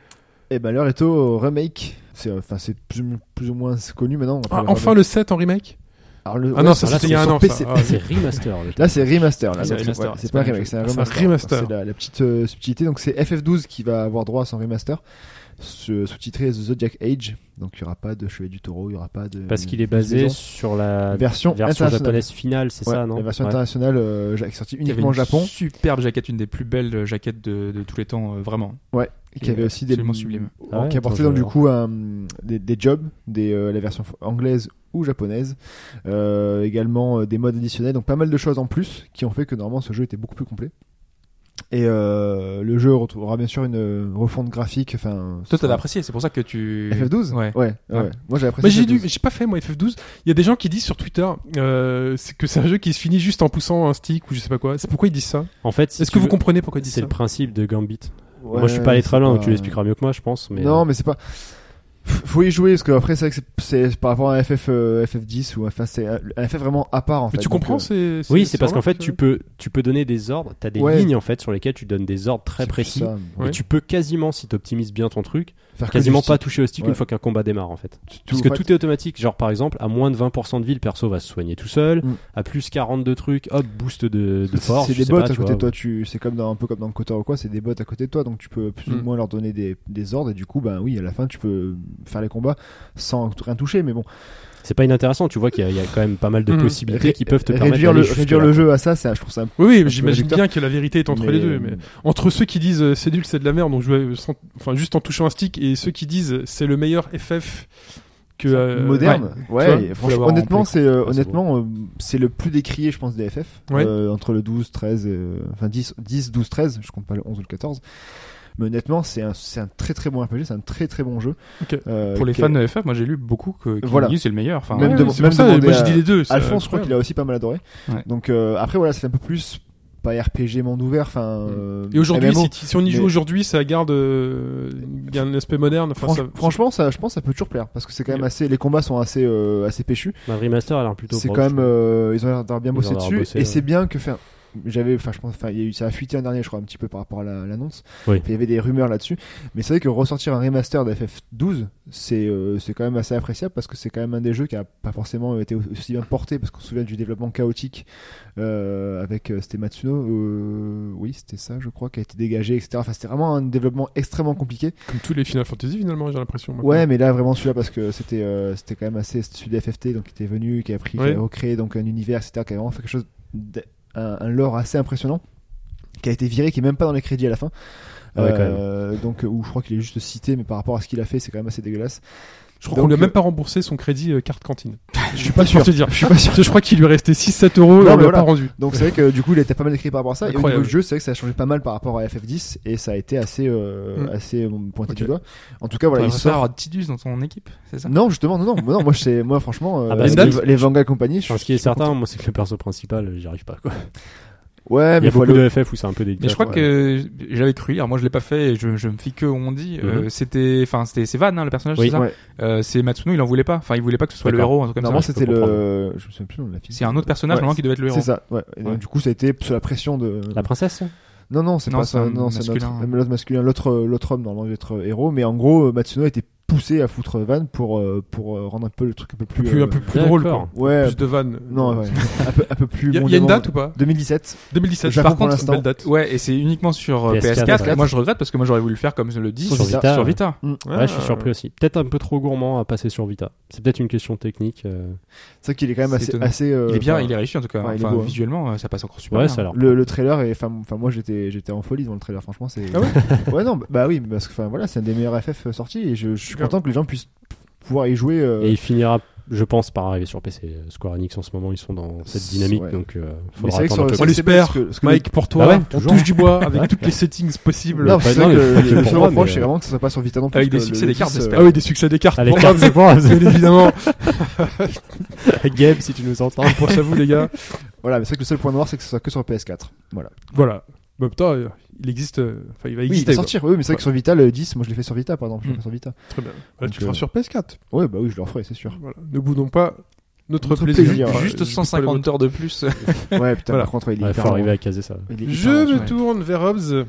Speaker 6: Et ben l'heure est au remake. C'est euh, enfin c'est plus, plus ou moins connu maintenant.
Speaker 3: Ah, Enfin le 7 en remake
Speaker 6: Alors, le-
Speaker 3: Ah non,
Speaker 6: ouais,
Speaker 3: ça
Speaker 6: alors là,
Speaker 3: c'était il y a
Speaker 6: sur
Speaker 3: un an.
Speaker 6: PC.
Speaker 3: ça. Ah,
Speaker 5: C'est remaster. le-
Speaker 6: Là c'est remaster. Là,
Speaker 4: Ah, c'est
Speaker 6: donc,
Speaker 4: remaster,
Speaker 6: ouais,
Speaker 4: c'est
Speaker 6: c'est pas un
Speaker 4: pas
Speaker 6: remake, c'est un
Speaker 3: Ah, c'est un
Speaker 6: remaster.
Speaker 3: remaster.
Speaker 6: Enfin, c'est la, la petite euh, subtilité. Donc c'est FF12 qui va avoir droit à son remaster, sous- sous-titré The Zodiac Age. Donc il y aura pas de Chevalier du Taureau, il y aura pas de.
Speaker 5: Parce qu'il est basé
Speaker 6: liaison.
Speaker 5: sur la
Speaker 6: Euh,
Speaker 5: version
Speaker 6: Version internationale.
Speaker 5: japonaise finale, c'est
Speaker 6: Ouais,
Speaker 5: ça, non
Speaker 6: La version
Speaker 5: Ouais.
Speaker 6: internationale euh, ja- qui est sortie
Speaker 4: Il y avait
Speaker 6: uniquement au
Speaker 4: une
Speaker 6: Japon.
Speaker 4: Superbe jaquette, une des plus belles euh, jaquettes de, de tous les temps, euh, vraiment.
Speaker 6: Ouais, et qui
Speaker 4: Et
Speaker 6: avait aussi des
Speaker 4: absolument sublime.
Speaker 5: Ah ouais,
Speaker 6: qui apportait
Speaker 5: attends,
Speaker 6: donc
Speaker 5: je
Speaker 6: du
Speaker 5: vais
Speaker 6: coup un, des, des jobs, des euh, la version anglaise ou japonaise, Euh, également euh, des modes additionnels, donc pas mal de choses en plus qui ont fait que normalement ce jeu était beaucoup plus complet. Et euh, le jeu retrouvera bien sûr une euh, refonte graphique, enfin. ce
Speaker 4: Toi, t'avais
Speaker 6: sera-
Speaker 4: apprécié, c'est pour ça que tu.
Speaker 6: FF12
Speaker 4: Ouais.
Speaker 6: ouais,
Speaker 5: Ah.
Speaker 6: ouais.
Speaker 4: Ouais.
Speaker 6: Moi j'ai
Speaker 3: Moi
Speaker 6: apprécié.
Speaker 3: j'ai dû,
Speaker 6: FF12.
Speaker 3: j'ai pas fait moi FF12. Il y a des gens qui disent sur Twitter euh, c'est que c'est un jeu qui se finit juste en poussant un stick ou je sais pas quoi. C'est pourquoi ils disent ça
Speaker 5: En fait, si
Speaker 3: Est-ce
Speaker 5: tu
Speaker 3: que vous
Speaker 5: veux-
Speaker 3: comprenez pourquoi ils disent
Speaker 5: c'est
Speaker 3: ça
Speaker 5: le principe de Gambit.
Speaker 6: Ouais,
Speaker 5: Moi, je suis pas allé très loin,
Speaker 6: c'est
Speaker 5: donc tu
Speaker 6: pas-
Speaker 5: l'expliqueras mieux que moi, je pense. Mais
Speaker 6: Non, mais c'est pas. F- Faut y jouer parce que après c'est vrai que c'est c'est par rapport à un FF euh, FF10 ou un- enfin c'est un un FF vraiment à part en fait.
Speaker 3: Mais tu
Speaker 6: Donc,
Speaker 3: comprends
Speaker 6: euh,
Speaker 3: c'est
Speaker 5: Oui,
Speaker 3: c'est
Speaker 5: c'est parce qu'en fait,
Speaker 3: remarque,
Speaker 5: tu
Speaker 3: ouais.
Speaker 5: peux, tu peux donner des ordres. T'as des
Speaker 6: Ouais.
Speaker 5: lignes en fait sur lesquelles tu donnes des ordres
Speaker 6: c'est
Speaker 5: très
Speaker 6: plus
Speaker 5: précis.
Speaker 6: ça.
Speaker 5: Et
Speaker 3: Ouais.
Speaker 5: tu peux quasiment, si tu optimises bien ton truc,
Speaker 6: Faire que
Speaker 5: quasiment
Speaker 6: du
Speaker 5: pas toucher au stick
Speaker 6: Ouais.
Speaker 5: une fois qu'un combat démarre en fait.
Speaker 6: style.
Speaker 5: Parce
Speaker 6: en
Speaker 5: que
Speaker 6: fait,
Speaker 5: tout est automatique. Genre par exemple, à moins de 20% de vie, le perso va se soigner tout seul.
Speaker 6: Mm.
Speaker 5: À plus 40 de trucs, hop, boost de, de
Speaker 6: C'est-
Speaker 5: force.
Speaker 6: C'est
Speaker 5: je
Speaker 6: des
Speaker 5: sais
Speaker 6: bots
Speaker 5: pas,
Speaker 6: à
Speaker 5: tu
Speaker 6: côté de
Speaker 5: vois.
Speaker 6: toi, tu, c'est comme dans, un peu comme dans le Kotor ou quoi, c'est des bots à côté de toi, donc tu peux plus ou
Speaker 3: Mm.
Speaker 6: moins leur donner des, des ordres, et du coup, ben oui, à la fin, tu peux faire les combats sans t- rien toucher, mais bon.
Speaker 5: C'est pas inintéressant. Tu vois qu'il y, a- il y a quand même pas mal de
Speaker 3: Mhm.
Speaker 5: possibilités
Speaker 6: Ré-
Speaker 5: qui peuvent te permettre
Speaker 6: réduire le,
Speaker 5: d'aller jusque-là,
Speaker 6: réduire le
Speaker 5: quoi.
Speaker 6: jeu à ça, c'est- je trouve ça un
Speaker 3: Oui, oui, mais
Speaker 6: peu
Speaker 3: j'imagine
Speaker 6: réducteur.
Speaker 3: bien que la vérité est entre les deux. Mais entre ceux qui disent euh, c'est nul, c'est de la merde, donc je vais, euh, sans- enfin juste en touchant un stick, et ceux qui disent c'est le meilleur FF que euh,
Speaker 6: moderne.
Speaker 3: Tu vois,
Speaker 6: Ouais, et
Speaker 3: faut
Speaker 6: franchement,
Speaker 3: l'avoir
Speaker 6: honnêtement,
Speaker 5: rempli,
Speaker 6: c'est euh,
Speaker 5: Ouais, c'est
Speaker 6: honnêtement euh, c'est le plus décrié, je pense, des FF.
Speaker 3: Ouais.
Speaker 6: Euh, entre le 12, 13, et, euh, enfin 10, 10, 12, 13, je compte pas le 11 ou le 14. Mais honnêtement, c'est un, c'est un très très bon RPG, c'est un très très bon jeu.
Speaker 3: Ok.
Speaker 6: Euh,
Speaker 4: Pour les
Speaker 6: qui-
Speaker 4: fans de FF, moi j'ai lu beaucoup que qui
Speaker 6: Voilà.
Speaker 4: me disent c'est le meilleur. Enfin,
Speaker 6: Même
Speaker 3: ouais,
Speaker 6: de-
Speaker 3: c'est pour
Speaker 6: même
Speaker 3: ça,
Speaker 6: demander
Speaker 3: moi
Speaker 6: à-
Speaker 3: j'ai dit les deux. c'est
Speaker 6: Alphonse, je crois
Speaker 3: incroyable.
Speaker 6: qu'il a aussi pas mal adoré.
Speaker 4: Ouais.
Speaker 6: Donc euh, après voilà, c'est un peu plus pas RPG monde ouvert, enfin. euh,
Speaker 3: Et aujourd'hui,
Speaker 6: MMO.
Speaker 3: si, t- si on y joue
Speaker 6: mais-
Speaker 3: aujourd'hui, ça garde euh, il y a un aspect moderne. Enfin,
Speaker 6: Franch-
Speaker 3: ça-
Speaker 6: franchement, ça, je pense, que ça peut toujours plaire parce que c'est quand même assez, les combats sont assez, euh, assez péchus.
Speaker 5: Bah, le remaster a l'air plutôt.
Speaker 6: C'est
Speaker 5: proche,
Speaker 6: quand
Speaker 5: je
Speaker 6: même, euh, ils ont l'air d'avoir bien
Speaker 5: Ils ont
Speaker 6: bossé
Speaker 5: l'air
Speaker 6: dessus
Speaker 5: bossé,
Speaker 6: et
Speaker 5: ouais.
Speaker 6: c'est bien que faire. J'avais, enfin, je pense, enfin, il y a eu, ça a fuité l'an dernier, je crois, un petit peu par rapport à la- l'annonce.
Speaker 5: Oui.
Speaker 6: Il y avait des rumeurs là-dessus, mais c'est vrai que ressortir un remaster d'FF12, c'est, euh, c'est quand même assez appréciable parce que c'est quand même un des jeux qui a pas forcément été au- aussi bien porté parce qu'on se souvient du développement chaotique euh, avec euh, c'était Matsuno, euh, oui, c'était ça, je crois, qui a été dégagé, etc. Enfin, c'était vraiment un développement extrêmement compliqué.
Speaker 3: comme tous les Final Fantasy, finalement, j'ai l'impression. maintenant.
Speaker 6: Ouais, mais là vraiment celui-là parce que c'était euh, c'était quand même assez celui de FFT donc qui était venu, qui a pris,
Speaker 3: Ouais.
Speaker 6: qui a recréé donc un univers, etc. Qui a vraiment fait quelque chose, d'- un, un lore assez impressionnant, qui a été viré, qui est même pas dans les crédits à la fin.
Speaker 5: Ah ouais, quand
Speaker 6: Euh, donc euh, où je crois qu'il est juste cité, mais par rapport à ce qu'il a fait, c'est quand même assez dégueulasse.
Speaker 3: je crois
Speaker 6: donc,
Speaker 3: qu'on lui a
Speaker 6: euh,
Speaker 3: même pas remboursé son crédit euh, carte cantine.
Speaker 6: Je suis pas sûr.
Speaker 3: Pour te dire, je suis pas sûr. Je crois qu'il lui restait 6-7 euros.
Speaker 6: Non,
Speaker 3: et on
Speaker 6: mais
Speaker 3: l'a
Speaker 6: voilà.
Speaker 3: pas rendu.
Speaker 6: Donc c'est vrai que du coup il était pas mal écrit par rapport à ça. Et au
Speaker 3: Incroyable.
Speaker 6: niveau du jeu, c'est vrai que ça a changé pas mal par rapport à FF10 et ça a été assez euh,
Speaker 3: Mm.
Speaker 6: assez euh, pointé
Speaker 3: Ok.
Speaker 6: du doigt. En tout cas voilà,
Speaker 4: il
Speaker 6: il
Speaker 4: va
Speaker 6: sort.
Speaker 4: avoir Tidus dans ton équipe, c'est ça
Speaker 6: Non justement non non moi, non moi c'est moi franchement euh,
Speaker 5: Ah bah,
Speaker 6: les,
Speaker 5: c'est- Ah,
Speaker 6: les, Vanga et compagnie. je
Speaker 5: Enfin, ce qui est
Speaker 6: suis pas
Speaker 5: certain,
Speaker 6: content.
Speaker 5: moi, c'est que le perso principal, euh, j'y arrive pas. Quoi.
Speaker 6: Ouais
Speaker 5: Il y
Speaker 6: mais
Speaker 5: a
Speaker 6: faut
Speaker 5: beaucoup
Speaker 6: aller au-
Speaker 5: de FF où c'est un peu délicat.
Speaker 4: Mais je crois
Speaker 5: quoi.
Speaker 4: que j'avais cru, alors moi je l'ai pas fait et je, je me fie que on dit. euh, c'était, enfin c'était c'est Van, hein, le personnage,
Speaker 5: Oui.
Speaker 4: c'est ça.
Speaker 6: Mm-hmm. Ouais.
Speaker 4: Euh, c'est Matsuno, il en voulait pas. Enfin il voulait pas que ce soit le
Speaker 5: D'accord.
Speaker 4: héros, un truc comme
Speaker 6: Normalement,
Speaker 4: ça.
Speaker 5: je
Speaker 6: c'était
Speaker 5: peux
Speaker 6: le. Je me souviens plus le nom de la fille.
Speaker 4: C'est un autre personnage
Speaker 6: Ouais,
Speaker 4: normalement qui devait être le héros.
Speaker 6: C'est ça, ouais. Et donc,
Speaker 4: Ouais.
Speaker 6: Du coup, ça a été sous la pression de.
Speaker 5: La princesse hein.
Speaker 6: Non, non, c'est
Speaker 4: Non,
Speaker 6: pas
Speaker 4: c'est
Speaker 6: ça.
Speaker 4: un
Speaker 6: Non, c'est
Speaker 4: masculin.
Speaker 6: notre- même l'autre masculin, l'autre, euh, l'autre homme normalement devait être héros. Mais en gros, euh, Matsuno a été poussé à foutre Van pour euh, pour euh, rendre un peu le truc un peu plus.
Speaker 3: Plus,
Speaker 6: euh,
Speaker 3: un peu plus drôle.
Speaker 5: D'accord.
Speaker 3: Quoi.
Speaker 6: Ouais.
Speaker 3: Plus de vannes.
Speaker 6: Non, ouais. un peu un peu plus.
Speaker 3: Il y a,
Speaker 6: bon,
Speaker 3: il y a une
Speaker 6: devant-
Speaker 3: date ou pas
Speaker 6: 2017.
Speaker 3: 2017.
Speaker 6: Japon
Speaker 3: Par
Speaker 6: pour
Speaker 3: contre,
Speaker 6: l'instant.
Speaker 3: belle date.
Speaker 4: Ouais, et c'est uniquement sur euh,
Speaker 5: PS4,
Speaker 4: PS4.
Speaker 5: ouais.
Speaker 4: Moi je regrette parce que moi j'aurais voulu le faire comme le 10
Speaker 5: Sur Vita,
Speaker 4: Sur
Speaker 5: ouais.
Speaker 4: Vita.
Speaker 5: Ouais, je suis surpris aussi. Peut-être un peu trop gourmand à passer sur Vita. C'est peut-être une question technique. euh.
Speaker 6: C'est vrai qu'il est quand même
Speaker 4: C'est
Speaker 6: assez.
Speaker 4: étonnant.
Speaker 6: assez euh,
Speaker 4: Il est bien,
Speaker 6: enfin,
Speaker 4: il est réussi en tout cas.
Speaker 6: ouais, il est
Speaker 4: Enfin
Speaker 6: beau, hein.
Speaker 4: visuellement, euh, ça passe encore super
Speaker 5: Ouais,
Speaker 4: bien.
Speaker 5: ça alors.
Speaker 6: Le, le trailer est enfin enfin moi j'étais j'étais en folie dans le trailer franchement c'est
Speaker 3: Ah
Speaker 6: ouais non bah oui parce que enfin voilà c'est un des meilleurs FF sortis et je, je suis
Speaker 3: Grave.
Speaker 6: content que les gens puissent pouvoir y jouer euh,
Speaker 5: Et il finira, je pense, par arriver sur PC. Square Enix en ce moment, ils sont dans cette dynamique,
Speaker 6: Ouais.
Speaker 5: donc euh,
Speaker 6: Mais
Speaker 5: faudra
Speaker 6: c'est vrai que
Speaker 5: attendre un peu.
Speaker 6: sur-
Speaker 3: On
Speaker 6: c'est- c'est bien
Speaker 3: l'espère.
Speaker 6: parce que- parce que
Speaker 3: Mike, pour toi,
Speaker 5: Bah ouais,
Speaker 3: on
Speaker 5: toujours.
Speaker 3: touche du bois avec
Speaker 5: Ouais.
Speaker 3: toutes les settings possibles. Ah
Speaker 6: Non, c'est
Speaker 5: Non, mais
Speaker 6: vrai
Speaker 5: pas
Speaker 6: que
Speaker 5: que
Speaker 6: le
Speaker 5: pour
Speaker 6: seul
Speaker 5: moi,
Speaker 6: reproche,
Speaker 5: mais,
Speaker 6: c'est
Speaker 5: euh,
Speaker 6: vraiment que ça soit pas sur Vita non plus.
Speaker 4: avec
Speaker 6: parce
Speaker 4: des
Speaker 6: que
Speaker 4: succès
Speaker 6: le
Speaker 4: d'écart,
Speaker 6: 10,
Speaker 4: j'espère.
Speaker 3: Ah oui, des succès des cartes.
Speaker 5: Allez,
Speaker 3: Pour-
Speaker 5: cartes, c'est pour
Speaker 3: Bien évidemment.
Speaker 5: Gabe, si tu nous entends.
Speaker 3: Pour ça, vous les gars.
Speaker 6: Voilà, mais c'est vrai que le seul point noir, c'est que ça soit que sur PS4. Voilà.
Speaker 3: Voilà. Bah, putain, euh, il existe. euh, Enfin, il va
Speaker 6: Oui, il
Speaker 3: exister.
Speaker 6: va
Speaker 3: quoi.
Speaker 6: sortir. Oui, mais c'est vrai que sur Vita, le 10, moi je l'ai fait sur Vita, par exemple. Je l'ai
Speaker 4: Mm.
Speaker 6: fait sur Vita.
Speaker 3: Très bien. Voilà,
Speaker 6: Donc,
Speaker 3: tu le feras
Speaker 6: euh,
Speaker 3: sur PS4.
Speaker 6: Ouais, bah oui, je le referai, c'est sûr.
Speaker 3: Voilà. Ne boudons pas notre,
Speaker 6: Notre
Speaker 3: plaisir.
Speaker 6: plaisir.
Speaker 3: Je-
Speaker 4: Juste
Speaker 3: je-
Speaker 4: 150 heures de plus.
Speaker 6: Ouais, putain,
Speaker 3: Voilà.
Speaker 6: par contre, il est
Speaker 5: Il
Speaker 6: hyper
Speaker 5: faut arriver
Speaker 6: long.
Speaker 5: à caser ça.
Speaker 6: Il est
Speaker 3: Je
Speaker 6: hyper long.
Speaker 3: me
Speaker 4: ouais.
Speaker 3: tourne vers Hobbs.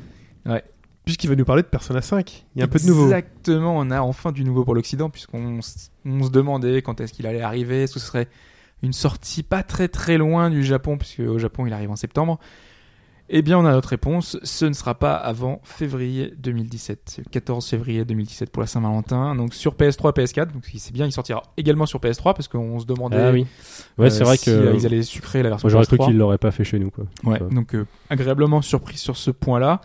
Speaker 4: Ouais.
Speaker 3: Puisqu'il va nous parler de Persona 5. Il y a un peu de nouveau.
Speaker 4: Exactement, on a enfin du nouveau pour l'Occident, puisqu'on s- on se demandait quand est-ce qu'il allait arriver, est-ce que ce serait une sortie pas très très loin du Japon, puisque au Japon il arrive en septembre. Eh bien, on a notre réponse, ce ne sera pas avant février 2017, le 14 février 2017 pour la Saint-Valentin, donc sur PS3, PS4, donc c'est bien, il sortira également sur PS3, parce qu'on se demandait
Speaker 5: Ah oui. Ouais,
Speaker 4: euh,
Speaker 5: c'est vrai
Speaker 4: si,
Speaker 5: que
Speaker 4: euh, ils allaient sucrer la version
Speaker 5: moi, j'aurais
Speaker 4: PS3.
Speaker 5: cru qu'ils l'auraient pas fait chez nous quoi.
Speaker 4: Ouais,
Speaker 5: Ouais.
Speaker 4: donc euh, agréablement surpris sur ce point-là.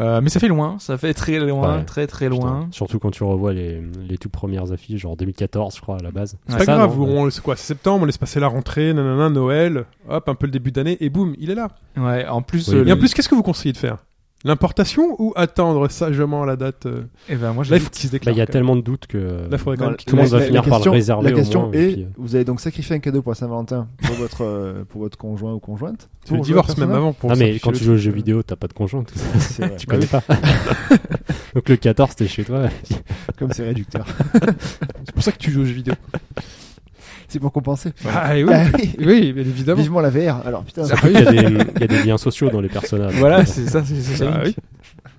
Speaker 4: Euh, mais ça fait loin, ça fait très loin,
Speaker 5: Ouais.
Speaker 4: très très
Speaker 5: Putain.
Speaker 4: loin.
Speaker 5: Surtout quand tu revois les, les tout premières affiches, genre 2014 je crois à la base.
Speaker 3: C'est
Speaker 4: Ouais.
Speaker 3: pas
Speaker 5: Ça,
Speaker 3: grave,
Speaker 5: non, ouais.
Speaker 3: on, c'est quoi, c'est septembre, on laisse passer la rentrée, nanana, Noël, hop, un peu le début d'année, et boum, il est là.
Speaker 4: Ouais, en plus,
Speaker 5: Oui,
Speaker 4: euh,
Speaker 5: oui.
Speaker 3: Et
Speaker 4: le-
Speaker 3: en plus, qu'est-ce que vous conseillez de faire L'importation ou attendre sagement la date euh,
Speaker 4: eh ben,
Speaker 3: Là,
Speaker 4: moi,
Speaker 3: il
Speaker 4: j'avais-
Speaker 3: faut qu'il se
Speaker 5: Bah,
Speaker 3: déclare.
Speaker 5: il y a
Speaker 3: quand
Speaker 5: tellement de doutes que
Speaker 3: même. Là, il faudrait quand
Speaker 6: Non,
Speaker 3: même qu'il-
Speaker 5: tout le monde va finir par le
Speaker 6: question-
Speaker 5: réserver
Speaker 6: La
Speaker 5: au
Speaker 6: question
Speaker 5: moins, et
Speaker 6: est
Speaker 5: puis, euh.
Speaker 6: vous avez donc sacrifié un cadeau pour la Saint-Valentin pour votre euh, pour votre conjoint ou conjointe
Speaker 3: Tu le
Speaker 6: pour jouer à
Speaker 3: divorce même
Speaker 6: Persona
Speaker 3: avant pour
Speaker 5: Ah mais
Speaker 3: s'afficher
Speaker 5: quand
Speaker 3: le
Speaker 5: tu joues aux
Speaker 3: truc.
Speaker 5: jeux vidéo, t'as pas de conjoint, tu
Speaker 6: C'est vrai.
Speaker 5: connais pas. Donc le 14 t'es chez toi.
Speaker 6: Comme c'est réducteur.
Speaker 3: C'est pour ça que tu joues aux jeux vidéo.
Speaker 6: C'est pour compenser.
Speaker 3: Ah et oui,
Speaker 6: Ah oui.
Speaker 3: oui, bien évidemment.
Speaker 6: Vivement la VR. Alors putain.
Speaker 3: Ah
Speaker 5: Il
Speaker 3: oui.
Speaker 5: y, a des, il y a des liens sociaux dans les personnages.
Speaker 4: Voilà, c'est ça, c'est c'est ça.
Speaker 3: Ah oui.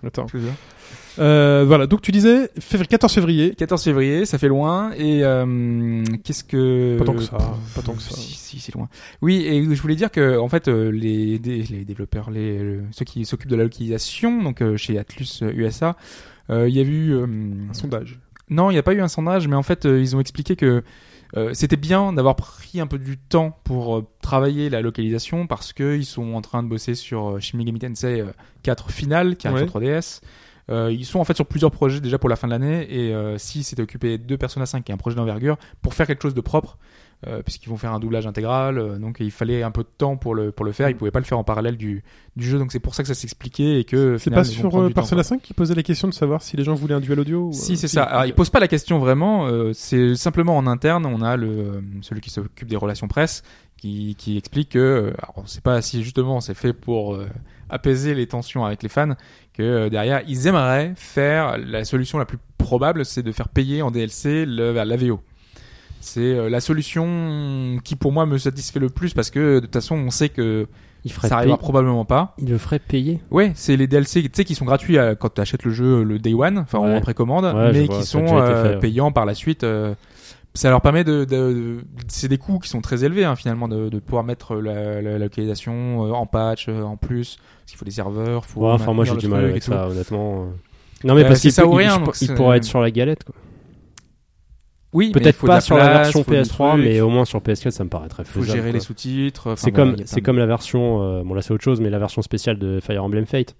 Speaker 3: Attends.
Speaker 4: Tout ça.
Speaker 3: Euh, voilà, donc tu disais février- 14 février.
Speaker 4: 14 février, ça fait loin. Et euh, qu'est-ce que.
Speaker 3: Pas tant que ça,
Speaker 4: Pff,
Speaker 3: pas tant que ça.
Speaker 4: Si, si, c'est loin. Oui, et je voulais dire que, en fait, euh, les, dé- les développeurs, les, le- ceux qui s'occupent de la localisation, donc euh, chez Atlus euh, USA, euh, il y a eu. euh,
Speaker 3: Un sondage.
Speaker 4: Non, il n'y a pas eu un sondage, mais en fait, euh, ils ont expliqué que euh, c'était bien d'avoir pris un peu du temps pour euh, travailler la localisation parce qu'ils sont en train de bosser sur euh, Shin Megami Tensei euh, 4 Final, qui arrive
Speaker 3: Ouais.
Speaker 4: sur 3DS. Euh, ils sont en fait sur plusieurs projets déjà pour la fin de l'année et euh, si c'était occupé de Persona 5 et un projet d'envergure pour faire quelque chose de propre euh, puisqu'ils vont faire un doublage intégral euh, donc il fallait un peu de temps pour le pour le faire ils pouvaient pas le faire en parallèle du, du jeu donc c'est pour ça que ça s'expliquait et que
Speaker 3: C'est
Speaker 4: finalement,
Speaker 3: pas
Speaker 4: ils vont
Speaker 3: sur
Speaker 4: prendre
Speaker 3: euh,
Speaker 4: du temps,
Speaker 3: Persona 5 qui posait la question de savoir si les gens voulaient un duel audio ou,
Speaker 4: si,
Speaker 3: euh,
Speaker 4: c'est ça. Alors, il
Speaker 3: ok.
Speaker 4: pose pas la question vraiment. euh, c'est simplement en interne, on a le euh, celui qui s'occupe des relations presse qui, qui explique que euh, alors, on sait pas si justement c'est fait pour euh, apaiser les tensions avec les fans que euh, derrière ils aimeraient faire la solution la plus probable, c'est de faire payer en DLC le, la VO. C'est euh, la solution qui pour moi me satisfait le plus parce que de toute façon on sait que
Speaker 5: Il, ferait
Speaker 4: ça arrivera probablement pas.
Speaker 5: il le ferait payer.
Speaker 4: Ouais, c'est les DLC tu sais, qui sont gratuits euh, quand tu achètes le jeu euh, le day one, enfin
Speaker 5: Ouais.
Speaker 4: en précommande,
Speaker 5: Ouais, je
Speaker 4: mais
Speaker 5: vois,
Speaker 4: qui
Speaker 5: ça
Speaker 4: sont
Speaker 5: a déjà été
Speaker 4: euh,
Speaker 5: fait, ouais.
Speaker 4: payants par la suite. euh, ça leur permet de, de- de- c'est des coûts qui sont très élevés hein, finalement de, de pouvoir mettre la, la- la localisation euh, en patch euh, en plus parce qu'il faut des serveurs, faut.
Speaker 5: Ouais, enfin moi j'ai
Speaker 4: maintenir
Speaker 5: du
Speaker 4: le truc
Speaker 5: mal avec
Speaker 4: et tout.
Speaker 5: ça honnêtement. Non mais
Speaker 4: Euh,
Speaker 5: parce
Speaker 4: c'est
Speaker 5: qu'il
Speaker 4: ça
Speaker 5: peut-
Speaker 4: ou
Speaker 5: il-
Speaker 4: rien,
Speaker 5: je-
Speaker 4: donc
Speaker 5: il
Speaker 4: c'est-
Speaker 5: pourrait être sur la galette quoi.
Speaker 4: Oui, mais il
Speaker 5: Peut-être
Speaker 4: faut de
Speaker 5: pas
Speaker 4: la
Speaker 5: sur la
Speaker 4: place,
Speaker 5: version
Speaker 4: faut du
Speaker 5: PS3
Speaker 4: truc,
Speaker 5: mais au moins sur PS4 ça me paraîtrait
Speaker 4: faut
Speaker 5: faisable.
Speaker 4: gérer
Speaker 5: quoi.
Speaker 4: les sous-titres. enfin,
Speaker 5: C'est
Speaker 4: voilà,
Speaker 5: comme
Speaker 4: il y a
Speaker 5: c'est
Speaker 4: plein de-
Speaker 5: comme la version euh, bon là c'est autre chose mais la version spéciale de Fire Emblem Fate.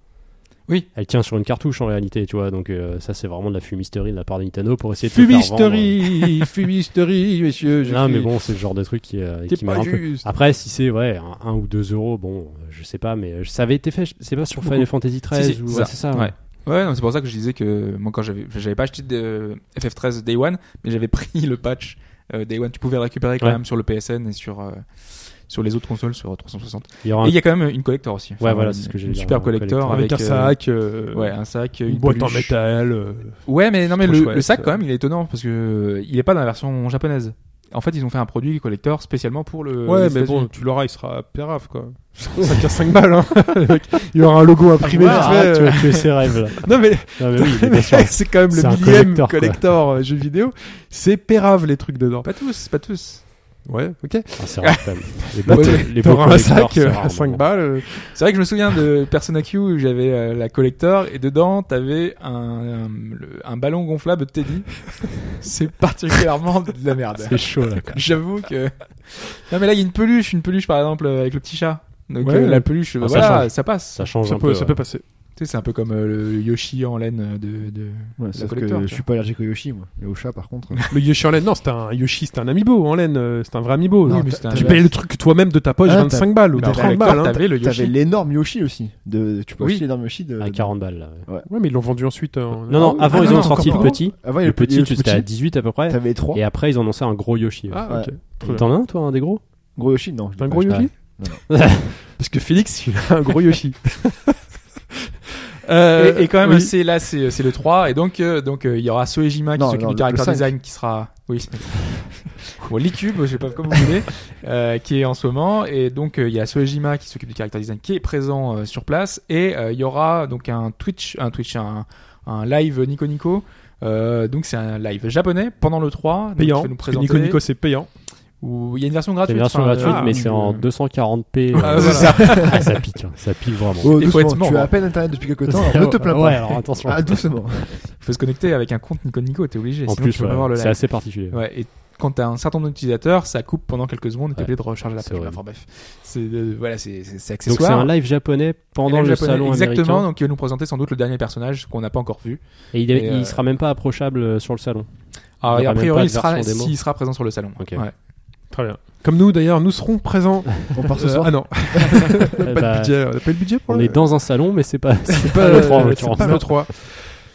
Speaker 4: Oui.
Speaker 5: Elle tient sur une cartouche en réalité, tu vois. Donc euh, ça c'est vraiment de la fumisterie de la part de Nintendo pour essayer de te faire
Speaker 3: Fumisterie, fumisterie, messieurs. je
Speaker 5: vendre. Non mais
Speaker 3: suis-
Speaker 5: bon, c'est le genre de truc qui euh,
Speaker 3: t'es
Speaker 5: qui m'a
Speaker 3: pas
Speaker 5: un peu
Speaker 3: juste.
Speaker 5: après, si c'est ouais, un, un ou deux euros, bon, euh, je sais pas, mais euh, ça avait été fait, je- c'est pas sur
Speaker 4: Beaucoup.
Speaker 5: Final Fantasy XIII
Speaker 4: Si, si,
Speaker 5: ou
Speaker 4: c'est
Speaker 5: ouais,
Speaker 4: ça.
Speaker 5: c'est ça.
Speaker 4: Ouais. Ouais, non, c'est pour ça que je disais que moi, quand j'avais, j'avais pas acheté de FF13 Day One, mais j'avais pris le patch euh, Day One. Tu pouvais le récupérer quand
Speaker 5: Ouais.
Speaker 4: même sur le PSN et sur euh, sur les autres consoles sur 360.
Speaker 5: Il y aura un-
Speaker 4: Et il y a quand même une collector aussi.
Speaker 5: Ouais, voilà,
Speaker 4: une-
Speaker 5: c'est ce que j'allais
Speaker 4: Une
Speaker 5: dire,
Speaker 4: super
Speaker 5: un
Speaker 4: collector
Speaker 5: collector.
Speaker 4: avec,
Speaker 3: Avec un sac,
Speaker 4: euh,
Speaker 3: euh,
Speaker 4: ouais, un sac,
Speaker 3: une
Speaker 4: une
Speaker 3: boîte en
Speaker 4: peluche.
Speaker 3: métal. euh,
Speaker 4: Ouais, mais non, mais
Speaker 3: Trop
Speaker 4: le,
Speaker 3: chouette,
Speaker 4: le sac
Speaker 3: euh.
Speaker 4: quand même, il est étonnant parce que euh, il est pas dans la version japonaise. En fait, ils ont fait un produit collector spécialement pour
Speaker 5: Euh,
Speaker 4: le.
Speaker 3: Ouais,
Speaker 4: les
Speaker 3: mais bon,
Speaker 4: États-Unis.
Speaker 3: tu l'auras, il sera pérave, quoi. Ça tient 5 balles, hein. il y aura un logo imprimé
Speaker 5: Ah,
Speaker 3: vite fait,
Speaker 5: tu
Speaker 3: euh.
Speaker 5: vas tuer ses rêves là.
Speaker 3: Non, mais,
Speaker 5: Non, mais oui, mais bien sûr.
Speaker 3: c'est quand même
Speaker 5: C'est
Speaker 3: le
Speaker 5: un
Speaker 3: millième
Speaker 5: collector,
Speaker 3: collector,
Speaker 5: quoi.
Speaker 3: euh, jeu vidéo. C'est pérave, les trucs dedans.
Speaker 4: Pas tous, pas tous.
Speaker 3: Ouais, ok.
Speaker 5: Ah, c'est rare quand même. Les
Speaker 3: Là,
Speaker 5: beaux-
Speaker 3: t'es-
Speaker 5: les beaux
Speaker 3: T'auras un
Speaker 5: collectors,
Speaker 3: sac
Speaker 5: c'est
Speaker 3: euh,
Speaker 5: rare,
Speaker 3: à 5
Speaker 5: bon.
Speaker 3: balles. euh.
Speaker 4: C'est vrai que je me souviens de Persona Q où j'avais euh, la collector et dedans t'avais un, un, le- un ballon gonflable de Teddy. C'est particulièrement de la merde.
Speaker 5: Ah, C'est chaud là. quoi.
Speaker 4: J'avoue que. Non mais là il y a une peluche, une peluche par exemple euh, avec le petit chat. Donc
Speaker 3: Ouais.
Speaker 4: euh, la peluche,
Speaker 5: Ah, ça
Speaker 4: voilà, ça,
Speaker 5: change.
Speaker 4: passe.
Speaker 5: Ça change
Speaker 3: Ça
Speaker 5: un
Speaker 3: peut,
Speaker 5: peu.
Speaker 3: ça
Speaker 5: ouais.
Speaker 3: peut passer.
Speaker 4: Tu sais, c'est un peu comme euh, le Yoshi en laine de. de...
Speaker 6: Ouais, sauf
Speaker 4: collector,
Speaker 6: que
Speaker 4: tu
Speaker 6: je suis pas allergique au Yoshi moi, mais au chat par contre.
Speaker 3: Le Yoshi en laine, non, c'était un Yoshi, c'était un amiibo en laine, euh, c'était un vrai amiibo.
Speaker 4: Non,
Speaker 3: Donc,
Speaker 4: mais
Speaker 3: t'as-
Speaker 4: c'était un
Speaker 3: tu
Speaker 4: vrai-
Speaker 3: payais le truc toi-même de ta poche
Speaker 6: Ah,
Speaker 3: 25 balles ou
Speaker 4: Dans la
Speaker 3: 30
Speaker 4: collector,
Speaker 3: balles. hein.
Speaker 4: t'avais le Yoshi.
Speaker 6: T'avais l'énorme Yoshi aussi. De, tu peux
Speaker 4: Oui.
Speaker 6: acheter l'énorme Yoshi de.
Speaker 5: À 40 balles là. ouais.
Speaker 3: Ouais, mais ils l'ont vendu ensuite. euh, en-
Speaker 5: Non, non,
Speaker 3: Ah,
Speaker 5: avant ils
Speaker 3: non,
Speaker 5: ont
Speaker 3: encore
Speaker 5: sorti le
Speaker 3: pas.
Speaker 5: petit.
Speaker 6: Avant, il y
Speaker 5: Le
Speaker 6: avait
Speaker 5: petit,
Speaker 6: le
Speaker 5: c'était à 18 à peu près.
Speaker 6: T'avais trois.
Speaker 5: Et après ils en ont fait un gros Yoshi. ouais.
Speaker 3: Ah, ok. Très bien.
Speaker 5: T'en as un toi, un des gros
Speaker 6: Gros Yoshi, non. je l'ai
Speaker 3: T'as un
Speaker 6: pas
Speaker 3: gros
Speaker 6: acheté.
Speaker 3: Yoshi
Speaker 6: Non,
Speaker 3: Parce que Félix, il a un gros Yoshi. Euh,
Speaker 4: et, et quand même,
Speaker 3: oui.
Speaker 4: c'est là, c'est c'est le 3, et donc euh, donc euh, il y aura Soejima qui
Speaker 6: Non,
Speaker 4: s'occupe
Speaker 6: non,
Speaker 4: du
Speaker 6: le-
Speaker 4: character
Speaker 6: le cinq.
Speaker 4: design qui sera. Oui. Bon, L'Icube, je sais pas comment vous voulez, euh, qui est en ce moment. Et donc, euh, il y a Soejima qui s'occupe du character design, qui est présent euh, sur place. Et euh, il y aura donc un Twitch, un Twitch, un, un live Nico Nico. Euh, donc c'est un live japonais pendant le 3 donc il
Speaker 3: Payant.
Speaker 4: va nous
Speaker 3: parce que
Speaker 4: présenter
Speaker 3: Nico Nico, c'est payant.
Speaker 4: où il y a une version
Speaker 5: C'est
Speaker 4: gratuite
Speaker 5: une version
Speaker 4: enfin,
Speaker 5: gratuite,
Speaker 4: euh,
Speaker 5: mais c'est en 240p.
Speaker 4: Ah,
Speaker 5: euh,
Speaker 4: voilà.
Speaker 5: ah, ça pique, hein, ça pique vraiment.
Speaker 6: Oh,
Speaker 4: Il faut
Speaker 6: doucement,
Speaker 4: être mort,
Speaker 6: tu as
Speaker 4: hein.
Speaker 6: à peine internet depuis quelque temps, alors ne te plains pas.
Speaker 5: Ouais, alors attention.
Speaker 6: Ah, doucement.
Speaker 4: il faut se connecter avec un compte Nico Nico t'es obligé
Speaker 5: en
Speaker 4: sinon
Speaker 5: plus,
Speaker 4: tu peux
Speaker 5: ouais,
Speaker 4: pas voir le
Speaker 5: c'est
Speaker 4: live Euh,
Speaker 5: assez particulier.
Speaker 4: ouais, et quand t'as un certain nombre d'utilisateurs ça coupe pendant quelques secondes et t'es
Speaker 5: Ouais,
Speaker 4: obligé de recharger la
Speaker 5: c'est
Speaker 4: page
Speaker 5: horrible.
Speaker 4: enfin bref c'est euh, voilà c'est c'est- c'est
Speaker 5: Donc c'est
Speaker 4: accessoire
Speaker 5: un live japonais pendant
Speaker 4: Et
Speaker 5: le
Speaker 4: japonais,
Speaker 5: salon
Speaker 4: exactement
Speaker 5: américain.
Speaker 4: donc il va nous présenter sans doute le dernier personnage qu'on n'a pas encore vu
Speaker 5: Et il, est-
Speaker 4: Et,
Speaker 5: il
Speaker 4: euh,
Speaker 5: sera même pas approchable euh, sur le salon.
Speaker 4: Alors,
Speaker 5: Il y aura
Speaker 4: Ah, a
Speaker 5: même
Speaker 4: priori
Speaker 5: pas de
Speaker 4: il sera
Speaker 5: version démo.
Speaker 4: s'il sera présent sur le salon
Speaker 5: Ok.
Speaker 4: ouais.
Speaker 3: Très bien. Comme nous d'ailleurs, nous serons présents.
Speaker 6: On part ce
Speaker 3: Euh,
Speaker 6: soir.
Speaker 3: ah non,
Speaker 5: Eh
Speaker 3: pas
Speaker 5: bah,
Speaker 3: de budget. On n'a pas eu le budget pour
Speaker 5: On
Speaker 3: le-
Speaker 5: est dans un salon, mais c'est pas, c'est
Speaker 3: pas,
Speaker 5: pas le 3 en
Speaker 3: euh,
Speaker 5: l'occurrence.
Speaker 3: c'est pas le 3.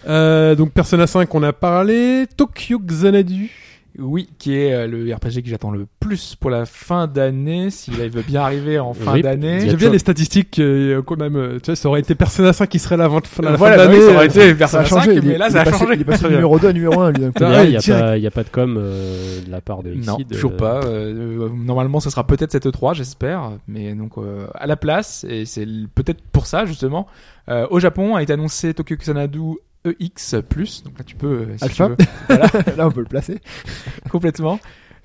Speaker 3: Euh, donc Persona 5, on a parlé. Tokyo Xanadu.
Speaker 4: oui qui est euh, le RPG que j'attends le plus pour la fin d'année s'il veut bien arriver en fin
Speaker 5: Rip.
Speaker 4: d'année
Speaker 5: Il y a
Speaker 3: J'aime bien
Speaker 5: toujours-
Speaker 3: les statistiques euh, quand même. euh, Tu vois, ça aurait été Persona 5 qui serait là avant à la
Speaker 4: voilà,
Speaker 3: fin de
Speaker 4: bah oui,
Speaker 3: l'année. euh.
Speaker 4: ça aurait été
Speaker 6: Ça a
Speaker 4: Persona 5,
Speaker 6: changé, il
Speaker 4: mais
Speaker 6: est-
Speaker 4: là,
Speaker 6: il
Speaker 4: ça
Speaker 6: est
Speaker 4: a
Speaker 6: passé-
Speaker 4: changé.
Speaker 6: Il est passé
Speaker 4: Très
Speaker 6: du
Speaker 4: bien.
Speaker 6: numéro 2 à numéro 1, lui, d'un coup.
Speaker 3: Ah,
Speaker 5: D'ailleurs,
Speaker 3: ouais,
Speaker 5: il n'y a,
Speaker 3: direct.
Speaker 5: pas- il y a pas de com euh, de la part de
Speaker 4: Non,
Speaker 5: Xseed,
Speaker 4: toujours
Speaker 5: euh,
Speaker 4: pas. Euh, euh, normalement, ça sera peut-être cette E3, j'espère. Mais donc, euh, à la place, et c'est l- peut-être pour ça, justement, euh, au Japon a été annoncé Tokyo Kusanadu EX+. Donc là, tu peux... euh, si
Speaker 6: Alpha.
Speaker 4: tu veux,
Speaker 6: Là, on peut le placer.
Speaker 4: complètement.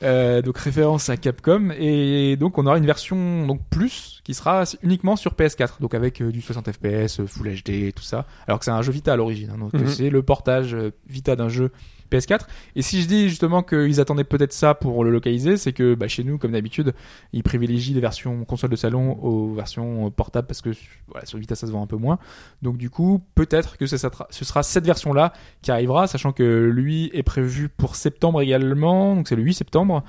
Speaker 4: Euh, donc, référence à Capcom. Et donc, on aura une version donc plus qui sera uniquement sur PS4. Donc, avec euh, du 60 FPS, euh, Full HD et tout ça. Alors que c'est un jeu Vita à l'origine. hein. donc,
Speaker 3: Mhm.
Speaker 4: c'est le portage euh, Vita d'un jeu PS4. Et si je dis justement qu'ils attendaient peut-être ça pour le localiser, c'est que bah, chez nous, comme d'habitude, ils privilégient les versions console de salon aux versions euh, portables parce que voilà, sur Vita ça se vend un peu moins. Donc du coup, peut-être que ce sera, ce sera cette version-là qui arrivera, sachant que lui est prévu pour septembre également, donc c'est le 8 septembre.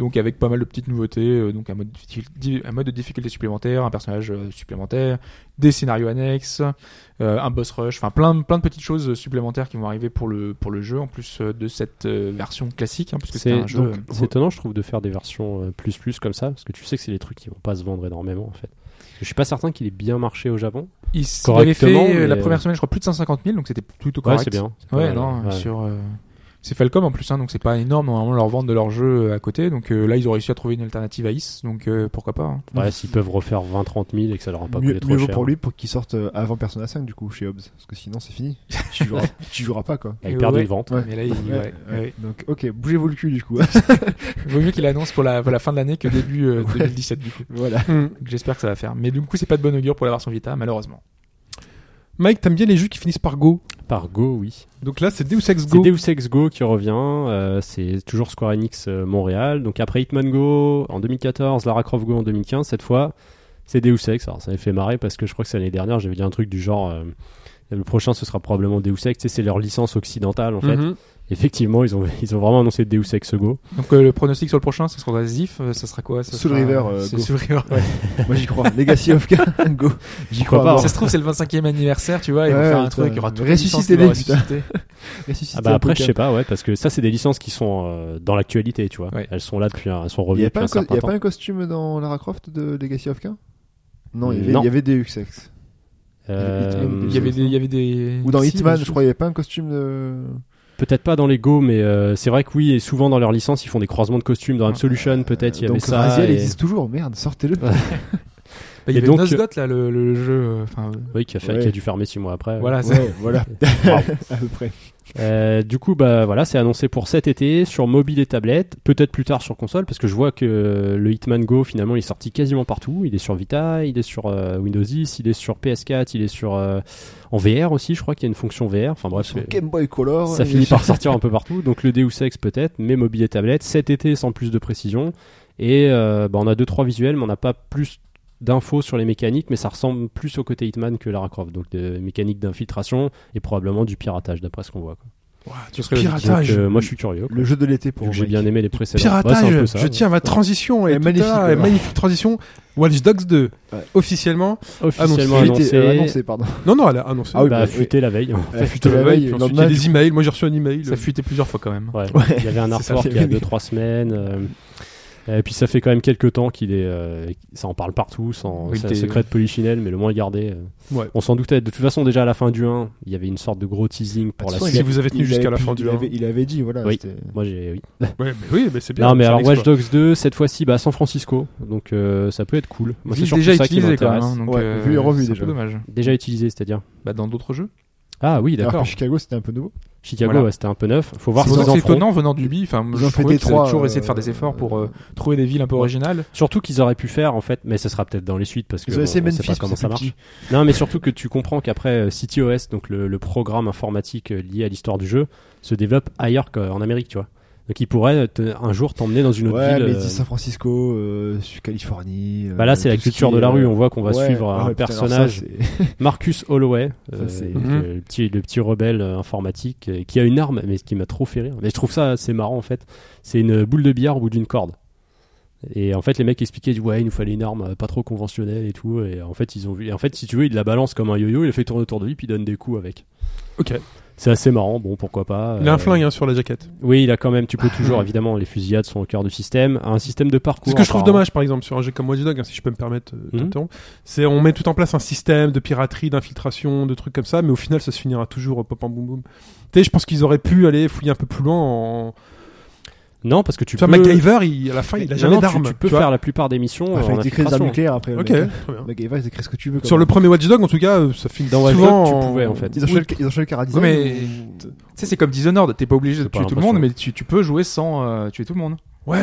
Speaker 4: Donc avec pas mal de petites nouveautés, euh, donc un mode, de difficulté- un mode de difficulté supplémentaire, un personnage euh, supplémentaire, des scénarios annexes, euh, un boss rush, enfin plein, plein de petites choses supplémentaires qui vont arriver pour le, pour le jeu, en plus euh, de cette euh, version classique, hein, puisque c'est
Speaker 5: C'est
Speaker 4: un jeu...
Speaker 5: donc, c'est étonnant, je trouve, de faire des versions euh, plus plus comme ça, parce que tu sais que c'est des trucs qui vont pas se vendre énormément en fait. Parce que Je suis pas certain qu'il ait bien marché au Japon.
Speaker 4: Il, s- il avait fait
Speaker 5: Correctement,
Speaker 4: euh, la
Speaker 5: mais,
Speaker 4: première semaine, je crois, plus de 150 000, donc c'était plutôt
Speaker 5: Ouais,
Speaker 4: correct.
Speaker 5: c'est bien. C'est pas
Speaker 4: Ouais,
Speaker 5: mal,
Speaker 4: non,
Speaker 5: ouais.
Speaker 4: sur. euh, c'est Falcom en plus, hein, donc c'est pas énorme. Normalement, leur vente de leur jeu euh, à côté. Donc euh, là, ils ont réussi à trouver une alternative à IS, donc euh, pourquoi pas. hein.
Speaker 5: Ouais, s'ils peuvent refaire 20-30 000 et que ça leur a pas
Speaker 6: Mieux
Speaker 5: coûté
Speaker 6: mieux
Speaker 5: trop
Speaker 6: vaut
Speaker 5: cher.
Speaker 6: pour lui pour qu'il sorte euh, avant Persona 5, du coup, chez Hobbs. Parce que sinon, c'est fini. Tu joueras, tu joueras pas, quoi.
Speaker 5: Ils
Speaker 4: Et
Speaker 5: perdent
Speaker 4: ouais.
Speaker 5: une vente.
Speaker 6: Ouais.
Speaker 4: Mais là, il, ouais, ouais.
Speaker 6: Donc, ok, bougez-vous le cul, du coup.
Speaker 4: vaut mieux qu'il annonce pour la, pour la fin de l'année que début euh, 2017 du coup.
Speaker 6: voilà.
Speaker 3: Hmm.
Speaker 4: Donc, J'espère que ça va faire. Mais du coup, c'est pas de bonne augure pour la version Vita, malheureusement.
Speaker 3: Mike, t'aimes bien les jeux qui finissent par Go.
Speaker 5: Par Go, oui.
Speaker 3: Donc là, c'est Deus Ex
Speaker 5: C'est
Speaker 3: Go.
Speaker 5: Deus Ex Go qui revient. euh, c'est toujours Square Enix euh, Montréal. Donc après Hitman Go en 2014, Lara Croft Go en 2015, cette fois, c'est Deus Ex. Alors ça m'a fait marrer parce que je crois que c'est l'année dernière, j'avais dit un truc du genre. euh, le prochain, ce sera probablement Deus Ex. Tu sais, C'est leur licence occidentale en fait.
Speaker 3: Mhm.
Speaker 5: Effectivement, ils ont, ils ont vraiment annoncé Deus Ex Ah Go.
Speaker 4: Donc euh, le pronostic sur le prochain, ça sera Zif, euh, ça sera quoi ça
Speaker 6: Soul
Speaker 4: sera-
Speaker 6: River, euh,
Speaker 4: c'est
Speaker 6: Go.
Speaker 4: Soul River. ouais.
Speaker 6: Moi, j'y crois. Legacy of Kain, go. J'y
Speaker 5: Pourquoi
Speaker 6: crois
Speaker 5: pas, hein.
Speaker 6: pas.
Speaker 4: Ça se trouve, c'est le 25e anniversaire, tu vois. Ils vont
Speaker 6: Ouais,
Speaker 4: faire un
Speaker 6: putain.
Speaker 4: truc, il y aura tout
Speaker 6: Ressuscitez-les, putain.
Speaker 4: ressuscité.
Speaker 5: Ah bah après, je sais pas, ouais, parce que ça, c'est des licences qui sont euh, dans l'actualité, tu vois.
Speaker 4: Ouais.
Speaker 5: Elles sont là depuis, un- elles sont
Speaker 6: Il n'y
Speaker 5: revenues
Speaker 6: a,
Speaker 5: depuis
Speaker 6: pas
Speaker 5: un
Speaker 6: un co-
Speaker 5: certain
Speaker 6: y a
Speaker 5: temps.
Speaker 6: pas un costume dans Lara Croft de Legacy of Kain Non, il y avait-
Speaker 5: Non.
Speaker 6: il y avait des UXX.
Speaker 5: Euh,
Speaker 4: Il y avait des, il y avait des.
Speaker 6: Ou dans
Speaker 4: Si,
Speaker 6: Hitman,
Speaker 4: des
Speaker 6: je crois, il n'y avait pas un costume de.
Speaker 5: Peut-être pas dans les Go, mais euh, c'est vrai que oui, et souvent dans leurs licences, ils font des croisements de costumes. Dans Absolution, peut-être, il y avait
Speaker 6: Donc,
Speaker 5: ça.
Speaker 6: Raziel
Speaker 5: et-
Speaker 6: existe toujours, merde, sortez-le.
Speaker 4: Bah, il y
Speaker 5: Et
Speaker 4: avait
Speaker 5: donc, euh,
Speaker 4: Nosdot, là, le, le jeu. euh, Enfin, euh,
Speaker 5: Oui, qui a, fait-
Speaker 6: Ouais.
Speaker 5: qui a dû fermer six mois après.
Speaker 4: voilà, c'est-
Speaker 6: Ouais, voilà,
Speaker 5: Wow.
Speaker 6: à peu près.
Speaker 5: Euh, du coup, bah voilà, c'est annoncé pour cet été sur mobile et tablette, peut-être plus tard sur console, parce que je vois que euh, le Hitman Go finalement il est sorti quasiment partout. Il est sur Vita, il est sur euh, Windows 10, il est sur PS4, il est sur euh, en VR aussi. Je crois qu'il y a une fonction VR. Enfin bref,
Speaker 6: Sur euh,
Speaker 5: c'est-
Speaker 6: Game Boy Color.
Speaker 5: ça
Speaker 6: il y a-
Speaker 5: finit par sortir un peu partout. Donc le Deus Ex peut-être, mais mobile et tablette cet été sans plus de précision. Et euh, bah, on a deux trois visuels, mais on n'a pas plus d'infos sur les mécaniques, mais ça ressemble plus au côté Hitman que Lara Croft. Donc des mécaniques d'infiltration et probablement du piratage d'après ce qu'on voit. quoi.
Speaker 3: Ouah,
Speaker 4: Ce
Speaker 3: du
Speaker 4: serait logique.
Speaker 3: piratage.
Speaker 5: Donc, euh, moi je suis curieux. quoi.
Speaker 6: Le jeu de l'été pour
Speaker 5: Vu que j'ai
Speaker 6: Mike.
Speaker 5: bien aimé les précédents. Ouais, c'est un
Speaker 3: Piratage,
Speaker 5: peu ça,
Speaker 3: je
Speaker 5: ouais.
Speaker 3: tiens à ma transition
Speaker 6: Elle
Speaker 3: et
Speaker 6: est
Speaker 3: magnifique,
Speaker 6: magnifique, ouais.
Speaker 3: magnifique transition. Watch Dogs 2,
Speaker 6: Ouais.
Speaker 3: officiellement.
Speaker 5: Ah, Officiellement
Speaker 6: Fuité,
Speaker 5: annoncé.
Speaker 6: euh, annoncé, pardon.
Speaker 3: Non, non, elle a annoncé.
Speaker 6: Ah
Speaker 5: Ah
Speaker 6: oui,
Speaker 5: bah,
Speaker 6: bah,
Speaker 5: fuité la veille.
Speaker 6: Elle a
Speaker 3: Putain,
Speaker 6: fuité
Speaker 3: la veille, puis ensuite,
Speaker 6: le
Speaker 3: il y
Speaker 6: lendemain,
Speaker 3: a des emails. Moi, j'ai reçu un email. euh,
Speaker 4: ça a fuité plusieurs fois quand même.
Speaker 5: Ouais. Il y avait un
Speaker 6: ça,
Speaker 5: artwork
Speaker 6: c'est
Speaker 5: il y a
Speaker 6: vrai.
Speaker 5: 2-3 semaines. euh, Et puis ça fait quand même quelques temps qu'il est. euh, ça en parle partout, sans
Speaker 4: Oui,
Speaker 5: c'est un
Speaker 4: t'es-
Speaker 5: secret de polichinelle, mais le moins gardé. euh.
Speaker 3: Ouais.
Speaker 5: On s'en doutait. De toute façon, déjà à la fin du 1, il y avait une sorte de gros teasing pour la
Speaker 6: façon,
Speaker 5: suite.
Speaker 3: Si vous avez tenu
Speaker 6: Ah, Il
Speaker 3: jusqu'à
Speaker 6: avait
Speaker 3: la
Speaker 6: pu-
Speaker 3: fin du
Speaker 6: il
Speaker 3: 1.
Speaker 6: avait, il avait dit, voilà.
Speaker 5: Oui.
Speaker 6: c'était-
Speaker 5: Moi, j'ai. oui.
Speaker 3: Ouais, mais oui, mais c'est bien.
Speaker 5: non, mais
Speaker 3: c'est un
Speaker 5: alors Watch
Speaker 3: exploit.
Speaker 5: Dogs 2, cette fois-ci, bah, à San Francisco. Donc euh, ça peut être cool. Moi, c'est
Speaker 4: Ville
Speaker 5: surtout
Speaker 4: déjà
Speaker 5: ça qui
Speaker 4: utilisé quand même.
Speaker 5: m'intéresse.
Speaker 4: hein, donc,
Speaker 6: Ouais, vu et revu
Speaker 4: c'est un
Speaker 6: déjà.
Speaker 4: peu dommage.
Speaker 5: Déjà utilisé, c'est-à-dire.
Speaker 4: Bah, dans d'autres jeux.
Speaker 5: Ah oui,
Speaker 6: Alors
Speaker 5: d'accord.
Speaker 6: que Chicago, c'était un peu nouveau.
Speaker 5: Chicago,
Speaker 4: Voilà.
Speaker 5: ouais, c'était un peu neuf. Faut voir
Speaker 6: Ils
Speaker 5: si ils
Speaker 6: ont
Speaker 5: en
Speaker 4: C'est
Speaker 5: feront.
Speaker 4: étonnant venant du bi. Enfin,
Speaker 6: Ils
Speaker 4: je
Speaker 6: ont fait
Speaker 4: trouvais
Speaker 6: des
Speaker 4: qu'ils avaient
Speaker 6: trois,
Speaker 4: toujours essayé de faire
Speaker 6: euh,
Speaker 4: des efforts pour euh, trouver des villes un peu
Speaker 6: ouais.
Speaker 4: originales.
Speaker 5: Surtout qu'ils auraient pu faire en fait, mais ce sera peut-être dans les suites parce que
Speaker 6: Ils ont
Speaker 5: bon,
Speaker 6: essayé
Speaker 5: on sait
Speaker 6: Memphis,
Speaker 5: pas comment
Speaker 6: mais
Speaker 5: ça
Speaker 6: c'est
Speaker 5: marche.
Speaker 6: petit.
Speaker 5: Non, mais surtout que tu comprends qu'après euh, CityOS, donc le, le programme informatique euh, lié à l'histoire du jeu, se développe ailleurs qu'en Amérique, tu vois. Donc il pourrait euh, te- un jour t'emmener dans une autre
Speaker 6: Ouais,
Speaker 5: ville.
Speaker 6: mais
Speaker 5: euh,
Speaker 6: dis San Francisco, euh, su- Californie. euh,
Speaker 5: Bah là, c'est la
Speaker 6: tout ce
Speaker 5: culture
Speaker 6: qui
Speaker 5: de la
Speaker 6: est,
Speaker 5: rue.
Speaker 6: euh,
Speaker 5: On voit qu'on va
Speaker 6: ouais,
Speaker 5: suivre
Speaker 6: ah
Speaker 5: un
Speaker 6: ouais, putain, alors ça,
Speaker 5: personnage,
Speaker 6: c'est-
Speaker 5: Marcus Holloway,
Speaker 6: Ça,
Speaker 5: euh,
Speaker 6: c'est-
Speaker 5: donc,
Speaker 3: Mhm.
Speaker 5: euh, le, petit, le petit rebelle euh, informatique euh, qui a une arme, mais ce qui m'a trop fait rire. Mais je trouve ça assez marrant en fait. C'est une boule de billard au bout d'une corde. Et en fait, les mecs expliquaient, ils disaient, ouais, il nous fallait une arme euh, pas trop conventionnelle et tout. Et en fait, ils ont vu. Et en fait, si tu veux, il la balance comme un yo-yo, il la fait tourner autour de lui, puis il donne des coups avec.
Speaker 3: Ok.
Speaker 5: C'est assez marrant, bon, pourquoi pas.
Speaker 3: Il a
Speaker 5: euh,
Speaker 3: un flingue hein, sur la jaquette.
Speaker 5: Oui, il a quand même, tu peux toujours, évidemment, les fusillades sont au cœur du système. Un système de parcours.
Speaker 3: C'est ce que je trouve
Speaker 5: apparemment.
Speaker 3: dommage, par exemple, sur un jeu comme Watch Dogs, hein, si je peux me permettre euh, de
Speaker 5: Mhm.
Speaker 3: t'interrompre, c'est on met tout en place un système de piraterie, d'infiltration, de trucs comme ça, mais au final, ça se finira toujours euh, pop en boum boum. Tu sais, je pense qu'ils auraient pu aller fouiller un peu plus loin. En...
Speaker 5: Non, parce que tu
Speaker 3: Tu vois,
Speaker 5: peux.
Speaker 3: MacGyver, il- à la fin, il a
Speaker 5: Non,
Speaker 3: jamais
Speaker 5: non, tu-
Speaker 3: d'arme.
Speaker 5: Tu, peux
Speaker 3: vois.
Speaker 5: faire la plupart des missions.
Speaker 6: Il
Speaker 5: euh, en
Speaker 6: fallait écrire des armes
Speaker 5: infiltration.
Speaker 6: nucléaires après.
Speaker 3: Ok,
Speaker 6: le mec.
Speaker 3: très bien.
Speaker 6: MacGyver, ils écrivent ce que tu veux. quand
Speaker 3: Sur le
Speaker 6: même.
Speaker 3: premier Watch Dogs, en tout cas, euh, ça finit
Speaker 5: Dans Watch
Speaker 3: souvent.
Speaker 5: Dogs, tu
Speaker 3: en-
Speaker 5: pouvais, en fait.
Speaker 6: Ils ont changé le- ils ont changé le
Speaker 4: Ouais,
Speaker 6: caractère.
Speaker 4: mais tu sais, c'est comme Dishonored. T'es pas obligé de
Speaker 5: C'est pas
Speaker 4: tuer tout le monde, mais
Speaker 5: l'impression.
Speaker 4: tu, tu peux jouer sans euh, tuer tout le monde.
Speaker 3: Ouais,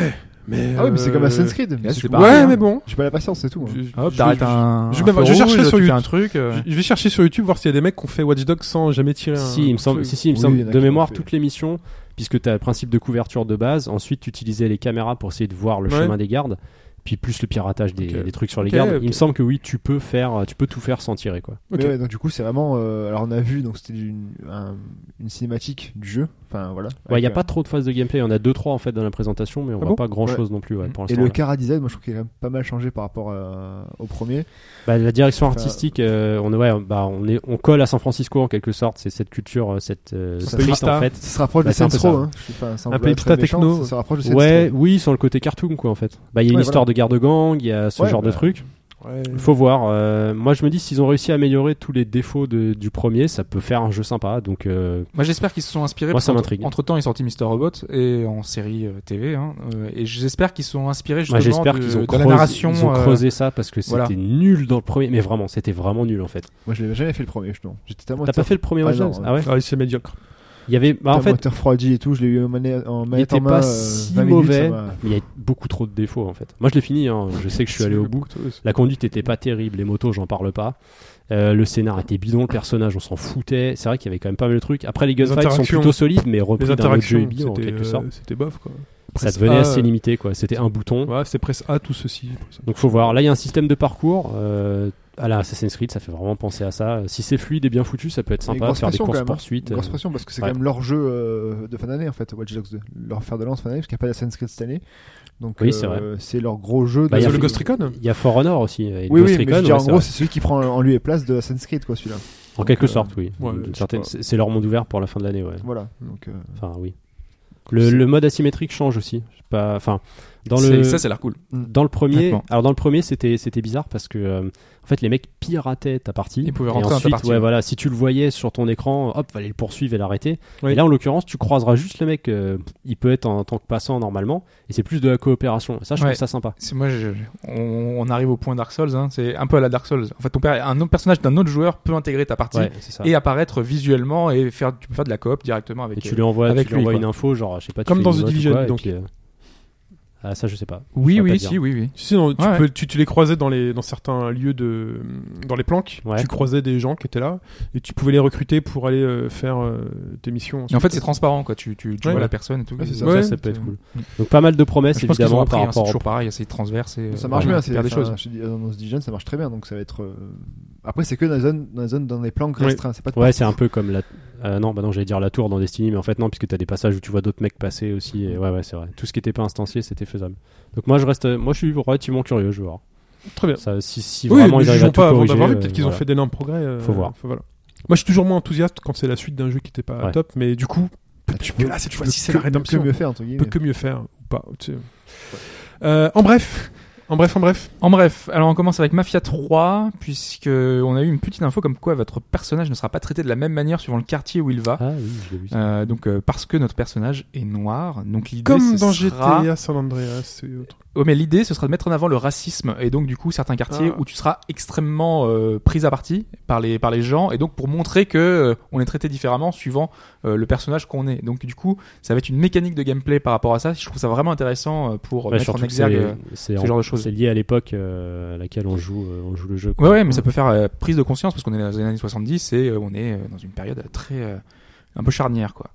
Speaker 3: mais.
Speaker 6: Ah oui, mais c'est
Speaker 3: euh,
Speaker 6: comme Assassin's Creed.
Speaker 4: là, c'est
Speaker 6: Je-
Speaker 4: pas-
Speaker 3: Ouais,
Speaker 4: pareil, hein.
Speaker 3: mais bon.
Speaker 6: J'ai pas la patience, c'est tout. hein. moi.
Speaker 3: Je-
Speaker 5: Ah,
Speaker 4: Hop,
Speaker 3: je-
Speaker 4: t'arrête
Speaker 3: je-
Speaker 4: un.
Speaker 3: je-
Speaker 4: un
Speaker 3: je
Speaker 4: feu
Speaker 3: chercherai
Speaker 4: rouge,
Speaker 3: sur
Speaker 4: tu fais un
Speaker 3: YouTube.
Speaker 4: truc. euh.
Speaker 3: Je je vais chercher sur YouTube voir s'il y a des mecs qui ont fait Watch Dogs sans jamais tirer un.
Speaker 5: Si, il me semble, si, si, il me
Speaker 6: Oui,
Speaker 5: semble
Speaker 6: il y en a
Speaker 5: de
Speaker 6: qui
Speaker 5: mémoire,
Speaker 6: l'ont fait.
Speaker 5: toutes les missions, puisque tu as le principe de couverture de base, ensuite tu utilisais les caméras pour essayer de voir le
Speaker 3: Ouais.
Speaker 5: chemin des gardes, puis plus le piratage des,
Speaker 3: Ok.
Speaker 5: des trucs sur les
Speaker 3: Ok,
Speaker 5: gardes.
Speaker 3: ok.
Speaker 5: Il me semble que oui, tu peux faire, tu peux tout faire sans tirer quoi.
Speaker 3: Ok.
Speaker 6: Mais ouais, donc du coup, c'est vraiment. euh, alors, on a vu, donc c'était une, un- une cinématique du jeu. Enfin, voilà.
Speaker 5: Ouais, il y a
Speaker 6: Avec,
Speaker 5: pas trop de phases de gameplay, on a deux trois en fait dans la présentation, mais on
Speaker 3: Ah
Speaker 5: voit
Speaker 3: bon
Speaker 5: pas grand chose non plus ouais, pour
Speaker 6: euh, Et le
Speaker 5: l'instant.
Speaker 6: cara design, moi je trouve qu'il est quand même pas mal changé par rapport euh, au premier.
Speaker 5: Bah, la direction
Speaker 6: Enfin,
Speaker 5: artistique, euh, on ouais, bah, on est, on colle à San Francisco en quelque sorte, c'est cette culture, euh, cette euh,
Speaker 3: Un peu
Speaker 5: street
Speaker 3: hipster.
Speaker 5: en fait.
Speaker 6: Ça se rapproche
Speaker 5: Bah,
Speaker 6: de
Speaker 5: c'est un
Speaker 6: Saints
Speaker 5: peu
Speaker 6: Row.
Speaker 5: ça.
Speaker 6: Hein. Je sais pas, sans
Speaker 3: Un peu
Speaker 6: vouloir être
Speaker 3: hipster
Speaker 6: méchant,
Speaker 3: techno.
Speaker 6: Ça se rapproche de Saints
Speaker 5: Ouais,
Speaker 6: Row.
Speaker 5: oui, sans le côté cartoon quoi en fait. Bah il y a une
Speaker 6: Ouais,
Speaker 5: histoire de garde gang, il y a ce
Speaker 6: Ouais,
Speaker 5: genre de
Speaker 6: bah,
Speaker 5: truc.
Speaker 3: Ouais.
Speaker 5: Il faut voir. euh, moi, je me dis, s'ils ont réussi à améliorer tous les défauts de- du premier, ça peut faire un jeu sympa. Donc, euh,
Speaker 4: Moi j'espère qu'ils se sont inspirés.
Speaker 5: Moi, ça m'intrigue.
Speaker 4: Entre temps, ils sorti Mr Robot et en série euh, TV. hein, euh, et j'espère qu'ils se sont inspirés
Speaker 5: moi,
Speaker 4: justement
Speaker 5: Bah, j'espère
Speaker 4: de,
Speaker 5: qu'ils ont,
Speaker 4: de la
Speaker 5: creusé-
Speaker 4: narration.
Speaker 5: ils ont
Speaker 4: euh,
Speaker 5: creusé ça parce que c'était
Speaker 4: voilà.
Speaker 5: nul dans le premier. Mais vraiment, c'était vraiment nul en fait.
Speaker 6: Moi, je l'avais jamais fait le premier, je J'étais tellement.
Speaker 5: T'as pas fait le premier
Speaker 6: Ah
Speaker 5: Watch
Speaker 6: non,
Speaker 5: Dogs
Speaker 6: ouais.
Speaker 5: Ah ouais.
Speaker 3: Ah, c'est médiocre.
Speaker 5: Il y avait. bah, en
Speaker 6: En
Speaker 5: fait,
Speaker 6: moteur refroidi et tout, je l'ai eu en manette en,
Speaker 5: il
Speaker 6: manette en
Speaker 5: était
Speaker 6: main.
Speaker 5: pas
Speaker 6: euh,
Speaker 5: si
Speaker 6: 20 minutes,
Speaker 5: mauvais.
Speaker 6: ça m'a-
Speaker 5: mais il y a beaucoup trop de défauts en fait. Moi, je l'ai fini. hein, Je sais que je suis allé au bout. La conduite était pas terrible, les motos, j'en parle pas. Euh, le scénar était bidon, le personnage, on s'en foutait. C'est vrai qu'il y avait quand même pas mal de trucs. Après, les gunfights sont
Speaker 3: interactions.
Speaker 5: plutôt solides, mais repris
Speaker 3: Les
Speaker 5: d'un autre
Speaker 3: interactions,
Speaker 5: jeu EBO, en
Speaker 3: c'était,
Speaker 5: quelque
Speaker 3: euh,
Speaker 5: sorte.
Speaker 3: c'était bof quoi.
Speaker 5: Ça
Speaker 3: presse
Speaker 5: devenait
Speaker 3: A,
Speaker 5: assez
Speaker 3: euh,
Speaker 5: limité, quoi. C'était un bouton.
Speaker 3: Ouais, c'était presse A tout ceci. presse A.
Speaker 5: Donc faut voir. Là, il y a un système de parcours. Euh, à la Assassin's Creed, ça fait vraiment penser à ça. Si c'est fluide et bien foutu, ça peut être
Speaker 6: Mais
Speaker 5: sympa.
Speaker 6: grosse
Speaker 5: Faire des
Speaker 6: pression, quand
Speaker 5: courses
Speaker 6: même, hein.
Speaker 5: poursuites.
Speaker 6: Grosse pression parce que c'est
Speaker 5: euh, ouais.
Speaker 6: quand même leur jeu euh, de fin d'année en fait, Watch Dogs 2. Leur fer de lance fin d'année parce qu'il n'y a pas d'Assassin's Creed cette année. Donc
Speaker 5: Oui,
Speaker 6: euh,
Speaker 5: c'est vrai.
Speaker 6: c'est leur gros jeu.
Speaker 5: Bah, il y a
Speaker 3: le
Speaker 5: fait-
Speaker 3: Ghost Recon
Speaker 5: Il y a For Honor aussi. euh, et
Speaker 6: Oui,
Speaker 5: Ghost
Speaker 6: oui, mais je
Speaker 5: Recon,
Speaker 6: veux
Speaker 5: ouais,
Speaker 6: dire, en
Speaker 5: c'est
Speaker 6: gros,
Speaker 5: vrai.
Speaker 6: c'est celui qui prend en lieu et place de Assassin's Creed, quoi, celui-là.
Speaker 5: en quelque
Speaker 6: euh,
Speaker 5: sorte, oui.
Speaker 3: ouais,
Speaker 5: D'une
Speaker 3: je sais
Speaker 5: certaine-
Speaker 3: pas.
Speaker 5: C'est c'est leur monde ouvert pour la fin de l'année, ouais.
Speaker 6: Voilà. Donc, euh,
Speaker 5: Enfin, oui. Le, le mode asymétrique change aussi. Je sais pas. Enfin, dans
Speaker 4: c'est-
Speaker 5: le
Speaker 4: Ça, ça a l'air cool.
Speaker 5: dans le premier.
Speaker 4: Honnêtement.
Speaker 5: Alors dans le premier, c'était c'était bizarre parce que euh, en fait les mecs pirataient ta partie.
Speaker 4: Ils pouvaient
Speaker 5: et
Speaker 4: rentrer dans ta
Speaker 5: ensuite,
Speaker 4: partie,
Speaker 5: ouais,
Speaker 4: ouais.
Speaker 5: voilà, si tu le voyais sur ton écran, hop, fallait le poursuivre et l'arrêter.
Speaker 3: Oui.
Speaker 5: Et là, en l'occurrence, tu croiseras juste le mec. euh, il peut être en, tant que passant normalement, et c'est plus de la coopération. Ça, je
Speaker 4: Ouais.
Speaker 5: trouve ça sympa.
Speaker 4: C'est moi, je- on, on arrive au point Dark Souls. hein, c'est un peu à la Dark Souls. En fait, ton père, un autre personnage d'un autre joueur peut intégrer ta partie
Speaker 5: Ouais, c'est ça. Et,
Speaker 4: et apparaître visuellement et faire, tu peux faire de la coop directement avec.
Speaker 5: tu
Speaker 4: euh,
Speaker 5: lui envoies,
Speaker 4: avec
Speaker 5: tu lui envoies
Speaker 4: lui,
Speaker 5: une
Speaker 4: quoi.
Speaker 5: info, genre, je sais pas. tu
Speaker 3: Comme
Speaker 5: fais
Speaker 3: dans
Speaker 5: une
Speaker 3: The
Speaker 5: note ou
Speaker 3: Division,
Speaker 5: quoi, et
Speaker 3: donc.
Speaker 5: puis, euh, Ah, ça, je sais pas.
Speaker 4: Oui,
Speaker 5: Je saurais
Speaker 4: oui,
Speaker 5: pas
Speaker 4: si,
Speaker 5: dire.
Speaker 4: oui, oui.
Speaker 3: Tu sais, dans- tu,
Speaker 4: Ouais,
Speaker 3: peux- tu- tu les croisais dans, les, dans certains lieux de. dans les planques.
Speaker 5: Ouais.
Speaker 3: Tu croisais des gens qui étaient là et tu pouvais les recruter pour aller euh, faire euh, tes missions.
Speaker 4: Et en fait, c'est transparent, quoi. Tu, tu, tu
Speaker 3: Ouais.
Speaker 4: vois la personne et tout.
Speaker 6: Ouais, c'est
Speaker 5: Ça,
Speaker 3: Ouais.
Speaker 5: ça peut être cool.
Speaker 4: Mm.
Speaker 5: Donc pas mal de promesses
Speaker 4: Je pense qu'ils ont
Speaker 5: évidemment
Speaker 4: appris,
Speaker 5: par
Speaker 4: hein, c'est
Speaker 5: rapport. au-
Speaker 4: toujours pareil, c'est transverse. Et,
Speaker 6: ça
Speaker 4: euh,
Speaker 6: marche
Speaker 4: voilà,
Speaker 6: bien, c'est
Speaker 4: faire des
Speaker 6: enfin,
Speaker 4: choses.
Speaker 6: je dis, Dans ce Dijon, ça marche très bien, donc ça va être. euh, Après, c'est que dans les zones, dans les zones, dans les plans
Speaker 3: Oui.
Speaker 6: restreints. C'est pas.
Speaker 5: Ouais, c'est un peu comme la. euh, non, bah non, j'allais dire la tour dans Destiny, mais en fait non, puisque t'as des passages où tu vois d'autres mecs passer aussi. Et ouais, ouais, c'est vrai. Tout ce qui était pas instancié, c'était faisable. Donc moi, je reste, moi, je suis relativement curieux, je vais voir.
Speaker 3: Très bien.
Speaker 5: Ça, si, si
Speaker 3: Oui,
Speaker 5: vraiment
Speaker 3: ne
Speaker 5: ils arrivent à
Speaker 3: jugeons
Speaker 5: tout
Speaker 3: pas avant
Speaker 5: corriger,
Speaker 3: d'avoir vu.
Speaker 5: euh,
Speaker 3: Peut-être qu'ils ont
Speaker 5: voilà.
Speaker 3: fait d'énormes progrès. euh,
Speaker 5: Faut voir.
Speaker 3: voilà. Moi, je suis toujours moins enthousiaste quand c'est la suite d'un jeu qui n'était pas
Speaker 5: Ouais.
Speaker 3: top, mais du coup,
Speaker 6: tu
Speaker 3: peut-être que
Speaker 6: peux-
Speaker 3: là, cette
Speaker 6: tu peux
Speaker 3: fois-ci, c'est la
Speaker 6: que- que
Speaker 3: rédemption.
Speaker 6: mieux faire entre
Speaker 3: peut
Speaker 6: guillemets.
Speaker 3: que mieux faire ou pas. tu sais. Euh, en bref, en bref, en bref.
Speaker 4: En bref, alors on commence avec Mafia 3, puisque on a eu une petite info comme quoi votre personnage ne sera pas traité de la même manière suivant le quartier où il va.
Speaker 5: Ah oui, je l'ai vu. ça.
Speaker 4: Euh, donc euh, parce que notre personnage est noir, donc l'idée
Speaker 3: Comme
Speaker 4: ce
Speaker 3: dans
Speaker 4: sera...
Speaker 3: GTA San Andreas et autres.
Speaker 4: Oh, mais l'idée, ce sera de mettre en avant le racisme et donc du coup certains quartiers
Speaker 3: Ah.
Speaker 4: où tu seras extrêmement euh, prise à partie par les par les gens et donc pour montrer que euh, on est traité différemment suivant euh, le personnage qu'on est. Donc du coup, ça va être une mécanique de gameplay par rapport à ça. Je trouve ça vraiment intéressant euh, pour
Speaker 5: Bah,
Speaker 4: mettre en
Speaker 5: surtout que
Speaker 4: exergue. euh,
Speaker 5: c'est- c'est
Speaker 4: ce
Speaker 5: en-
Speaker 4: genre de choses.
Speaker 5: C'est lié à l'époque euh, à laquelle on joue, euh, on joue le jeu. quoi.
Speaker 4: Ouais, ouais, mais ça peut faire euh, prise de conscience parce qu'on est dans les années 70 et euh, on est euh, dans une période euh, très euh, un peu charnière quoi.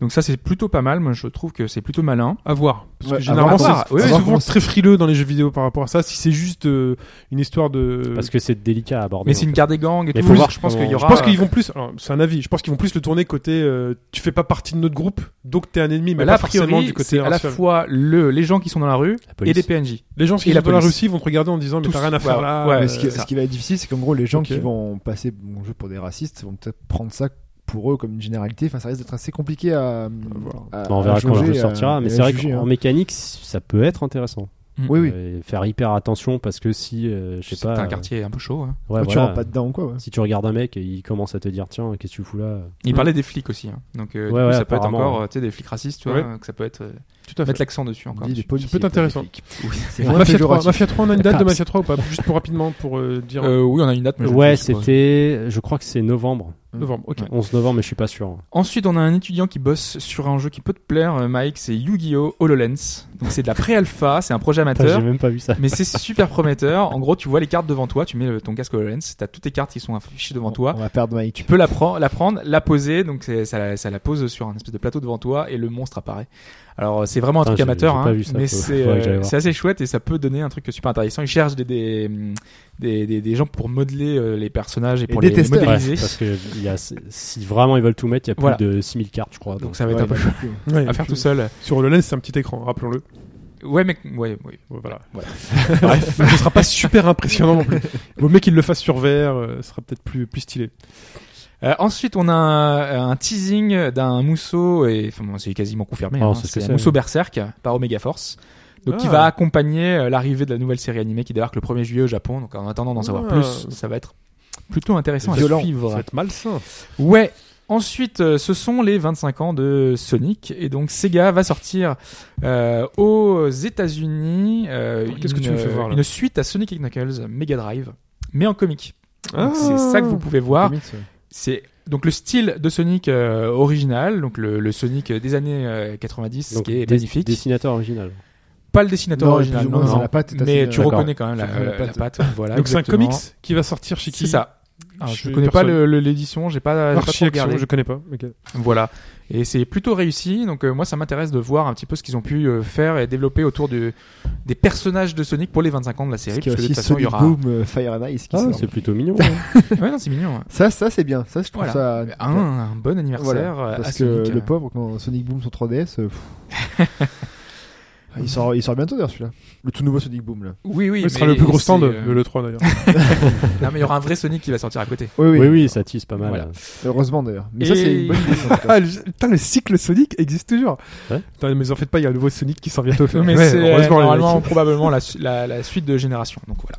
Speaker 4: Donc ça c'est plutôt pas mal, moi je trouve que c'est plutôt malin.
Speaker 3: À voir. Parce
Speaker 6: Ouais,
Speaker 3: que
Speaker 6: à
Speaker 3: généralement,
Speaker 4: voir, Ah, à
Speaker 3: c'est
Speaker 4: voir.
Speaker 3: c'est
Speaker 4: Oui, oui.
Speaker 3: souvent très frileux dans les jeux vidéo par rapport à ça. Si c'est juste euh, une histoire de.
Speaker 5: Parce que c'est délicat à aborder.
Speaker 4: Mais c'est une garde des gangs et
Speaker 5: Mais
Speaker 4: tout.
Speaker 5: faut voir
Speaker 4: je pense
Speaker 5: comment-
Speaker 4: qu'il y
Speaker 5: Je
Speaker 4: aura.
Speaker 3: Je pense qu'ils
Speaker 4: euh,
Speaker 3: vont plus. alors, C'est un avis. Je pense qu'ils vont plus le tourner côté. euh, tu fais pas partie de notre groupe, donc t'es un ennemi. Mais
Speaker 4: là,
Speaker 3: là,
Speaker 4: a
Speaker 3: forcément
Speaker 4: priori,
Speaker 3: du côté
Speaker 4: c'est à la
Speaker 3: racial.
Speaker 4: fois le, les gens qui sont dans la rue
Speaker 5: hein. La police.
Speaker 4: et les PNJ.
Speaker 3: Les gens qui
Speaker 4: et la
Speaker 3: sont dans la
Speaker 4: police.
Speaker 3: Russie vont te regarder en disant mais
Speaker 4: Tous.
Speaker 3: t'as rien à faire
Speaker 4: Ouais,
Speaker 3: là.
Speaker 4: ouais.
Speaker 3: euh,
Speaker 6: Mais ce, qui,
Speaker 4: ça.
Speaker 6: ce qui va être difficile, c'est qu'en gros, les gens
Speaker 3: Ok.
Speaker 6: qui vont passer mon jeu pour des racistes vont peut-être prendre ça pour eux comme une généralité. Enfin, ça risque d'être assez compliqué à. euh,
Speaker 3: voir.
Speaker 6: à-
Speaker 5: Bah, on
Speaker 6: à
Speaker 5: verra quand
Speaker 6: jauger,
Speaker 5: le jeu
Speaker 6: à-
Speaker 5: sortira.
Speaker 6: et
Speaker 5: Mais
Speaker 6: à
Speaker 5: c'est vrai
Speaker 6: juger,
Speaker 5: qu'en
Speaker 6: hein.
Speaker 5: mécanique, ça peut être intéressant.
Speaker 6: Oui, oui.
Speaker 5: Euh, faire hyper attention parce que si, euh, je sais
Speaker 4: C'est
Speaker 5: pas.
Speaker 4: un
Speaker 5: euh,
Speaker 4: quartier un peu chaud. hein.
Speaker 5: ouais,
Speaker 6: Toi, tu
Speaker 5: voilà.
Speaker 6: rentres pas dedans ou quoi ouais.
Speaker 5: Si tu regardes un mec et il commence à te dire tiens qu'est-ce que tu fous là
Speaker 4: Il parlait des flics aussi. hein. Donc euh, du
Speaker 5: Ouais,
Speaker 4: coup,
Speaker 5: ouais,
Speaker 4: ça peut être
Speaker 5: apparemment,
Speaker 4: encore
Speaker 5: ouais.
Speaker 4: euh, tu sais, des flics racistes, tu vois,
Speaker 3: Ouais.
Speaker 4: euh, que ça peut être euh,
Speaker 3: Tout à fait.
Speaker 4: mettre l'accent dessus encore.
Speaker 6: Dis les
Speaker 4: dessus.
Speaker 6: policiers,
Speaker 3: peut être
Speaker 6: pas les
Speaker 3: intéressant.
Speaker 6: flics.
Speaker 4: Oui.
Speaker 6: C'est moins
Speaker 3: Mafia 3,
Speaker 6: péjoratif.
Speaker 3: Mafia 3, on a une date de
Speaker 5: Cops.
Speaker 3: Mafia 3 ou pas Juste pour rapidement pour euh, dire
Speaker 4: Euh, oui, on a une date. Mais je-
Speaker 5: Ouais
Speaker 4: je sais pas.
Speaker 5: c'était, je crois que c'est novembre,
Speaker 3: novembre. Ok.
Speaker 4: ouais.
Speaker 5: 11 novembre mais je suis pas sûr.
Speaker 4: Ensuite, on a un étudiant qui bosse sur un jeu qui peut te plaire, euh, Mike. C'est Yu-Gi-Oh! HoloLens. Donc c'est de la pré-alpha, c'est un projet
Speaker 5: J'ai
Speaker 4: amateur.
Speaker 5: même pas vu ça.
Speaker 4: Mais c'est super prometteur. En gros, tu vois les cartes devant toi, tu mets euh, ton casque HoloLens, t'as toutes tes cartes qui sont affichées devant toi.
Speaker 6: On va perdre Mike.
Speaker 4: Tu peux la, pre- la prendre, la poser, donc c'est- ça, la- ça la pose sur un espèce de plateau devant toi et le monstre apparaît. Alors c'est vraiment un
Speaker 5: Putain,
Speaker 4: truc
Speaker 5: j'ai-
Speaker 4: amateur,
Speaker 5: j'ai pas
Speaker 4: hein,
Speaker 5: vu ça,
Speaker 4: mais
Speaker 5: faut-
Speaker 4: c'est
Speaker 5: faudrait que
Speaker 4: euh,
Speaker 5: j'aille voir.
Speaker 4: c'est assez chouette et ça peut donner un truc super intéressant. Ils cherchent des, des, des, des- des gens pour modeler euh, les personnages et pour
Speaker 6: des
Speaker 4: les, les
Speaker 6: testeurs.
Speaker 5: Ouais,
Speaker 4: modéliser.
Speaker 5: parce que il y a- si vraiment ils veulent tout mettre, il y a plus
Speaker 4: Voilà.
Speaker 5: de 6000 cartes je crois.
Speaker 4: Donc
Speaker 5: Donc,
Speaker 4: ça va être
Speaker 6: Ouais,
Speaker 4: un peu
Speaker 6: bah, oui.
Speaker 3: Ouais,
Speaker 4: à faire tout seul.
Speaker 3: Sur le lens, c'est un petit écran, rappelons-le.
Speaker 4: Ouais, mais ouais, ouais.
Speaker 3: Ouais, Voilà.
Speaker 4: Voilà.
Speaker 3: Bref, ce sera pas super impressionnant non plus. Vaut mieux qu'il le fasse sur verre, euh, ce sera peut-être plus, plus stylé.
Speaker 4: Euh, ensuite, on a un, un teasing d'un mousseau et enfin, bon, c'est quasiment confirmé.
Speaker 3: Oh,
Speaker 5: Ah,
Speaker 4: hein,
Speaker 5: c'est ce que
Speaker 4: c'est un
Speaker 5: c'est,
Speaker 4: mousseau berserk par Omega Force, donc qui
Speaker 3: Ah.
Speaker 4: va accompagner euh, l'arrivée de la nouvelle série animée qui débarque le 1er juillet au Japon. Donc en attendant d'en savoir
Speaker 3: Ah.
Speaker 4: plus, ça va être plutôt intéressant à
Speaker 6: Violent.
Speaker 3: Ça
Speaker 4: suivre.
Speaker 3: va être malsain.
Speaker 4: Ouais. Ensuite, euh, ce sont les 25 ans de Sonic et donc Sega va sortir euh, aux États-Unis euh,
Speaker 3: Alors, qu'est-ce que tu
Speaker 4: une-
Speaker 3: me fais voir, là
Speaker 4: une suite à Sonic Knuckles Mega Drive, mais en comique.
Speaker 3: Ah.
Speaker 4: Donc, C'est ça que vous pouvez voir.
Speaker 6: Comics, ouais.
Speaker 4: C'est donc le style de Sonic euh, original, donc le, le Sonic des années euh, 90,
Speaker 5: donc,
Speaker 4: qui est
Speaker 5: dé-
Speaker 4: magnifique.
Speaker 5: Dessinateur original.
Speaker 4: Pas le dessinateur
Speaker 6: Non,
Speaker 4: original,
Speaker 6: plus ou moins,
Speaker 4: non,
Speaker 6: c'est
Speaker 4: non.
Speaker 6: la patte est assez- euh,
Speaker 4: mais tu
Speaker 6: D'accord.
Speaker 4: reconnais quand même la,
Speaker 6: C'est la
Speaker 4: la- la
Speaker 6: patte.
Speaker 4: patte. Voilà,
Speaker 3: Donc c'est un
Speaker 4: exactement.
Speaker 3: comics Ah, qui va sortir chez qui
Speaker 4: C'est ça. Alors, je
Speaker 3: Chez
Speaker 4: connais pas
Speaker 3: personne.
Speaker 4: le- le- l'édition, j'ai pas, j'ai pas
Speaker 3: Archie
Speaker 4: trop
Speaker 3: Action,
Speaker 4: regardé.
Speaker 3: je connais pas. Ok.
Speaker 4: Voilà. Et c'est plutôt réussi. Donc euh, moi, ça m'intéresse de voir un petit peu ce qu'ils ont pu euh, faire et développer autour de, des personnages de Sonic pour les 25 ans de la série.
Speaker 6: Parce qu'il y a
Speaker 4: Parce que de
Speaker 6: aussi
Speaker 4: toute façon, il y
Speaker 6: Sonic
Speaker 4: aura.
Speaker 6: Boom, euh, Fire and Ice qui
Speaker 5: Ah,
Speaker 6: sort.
Speaker 5: c'est plutôt mignon.
Speaker 4: Ouais, non, c'est mignon. hein.
Speaker 6: Ça, ça c'est bien. Ça, je trouve
Speaker 4: Voilà.
Speaker 6: ça.
Speaker 4: Un, un bon anniversaire.
Speaker 6: Voilà.
Speaker 4: euh, à
Speaker 6: Parce que
Speaker 4: Sonic.
Speaker 6: le pauvre, quand Sonic Boom sur 3DS. euh, pff. Il sort, il sort bientôt d'ailleurs celui-là. Le tout nouveau Sonic Boom là.
Speaker 4: Oui, oui.
Speaker 3: Ce sera
Speaker 4: mais
Speaker 3: le plus gros
Speaker 4: c'est,
Speaker 3: stand,
Speaker 4: euh,
Speaker 3: le 3 d'ailleurs.
Speaker 4: Non, mais il y aura un vrai Sonic qui va sortir à côté.
Speaker 5: oui, oui, ça tease pas mal.
Speaker 4: Voilà.
Speaker 6: Heureusement d'ailleurs. Mais
Speaker 4: Et-
Speaker 6: ça, c'est une bonne idée. ça, en tout cas.
Speaker 3: Ah, le- putain, le cycle Sonic existe toujours.
Speaker 5: Ouais.
Speaker 3: Putain, mais en faites pas, il y a le nouveau Sonic qui sort bientôt.
Speaker 4: Mais
Speaker 3: Ouais,
Speaker 4: c'est euh,
Speaker 3: heureusement, les
Speaker 4: normalement
Speaker 3: mecs.
Speaker 4: probablement la, su- la, la suite de génération. Donc voilà.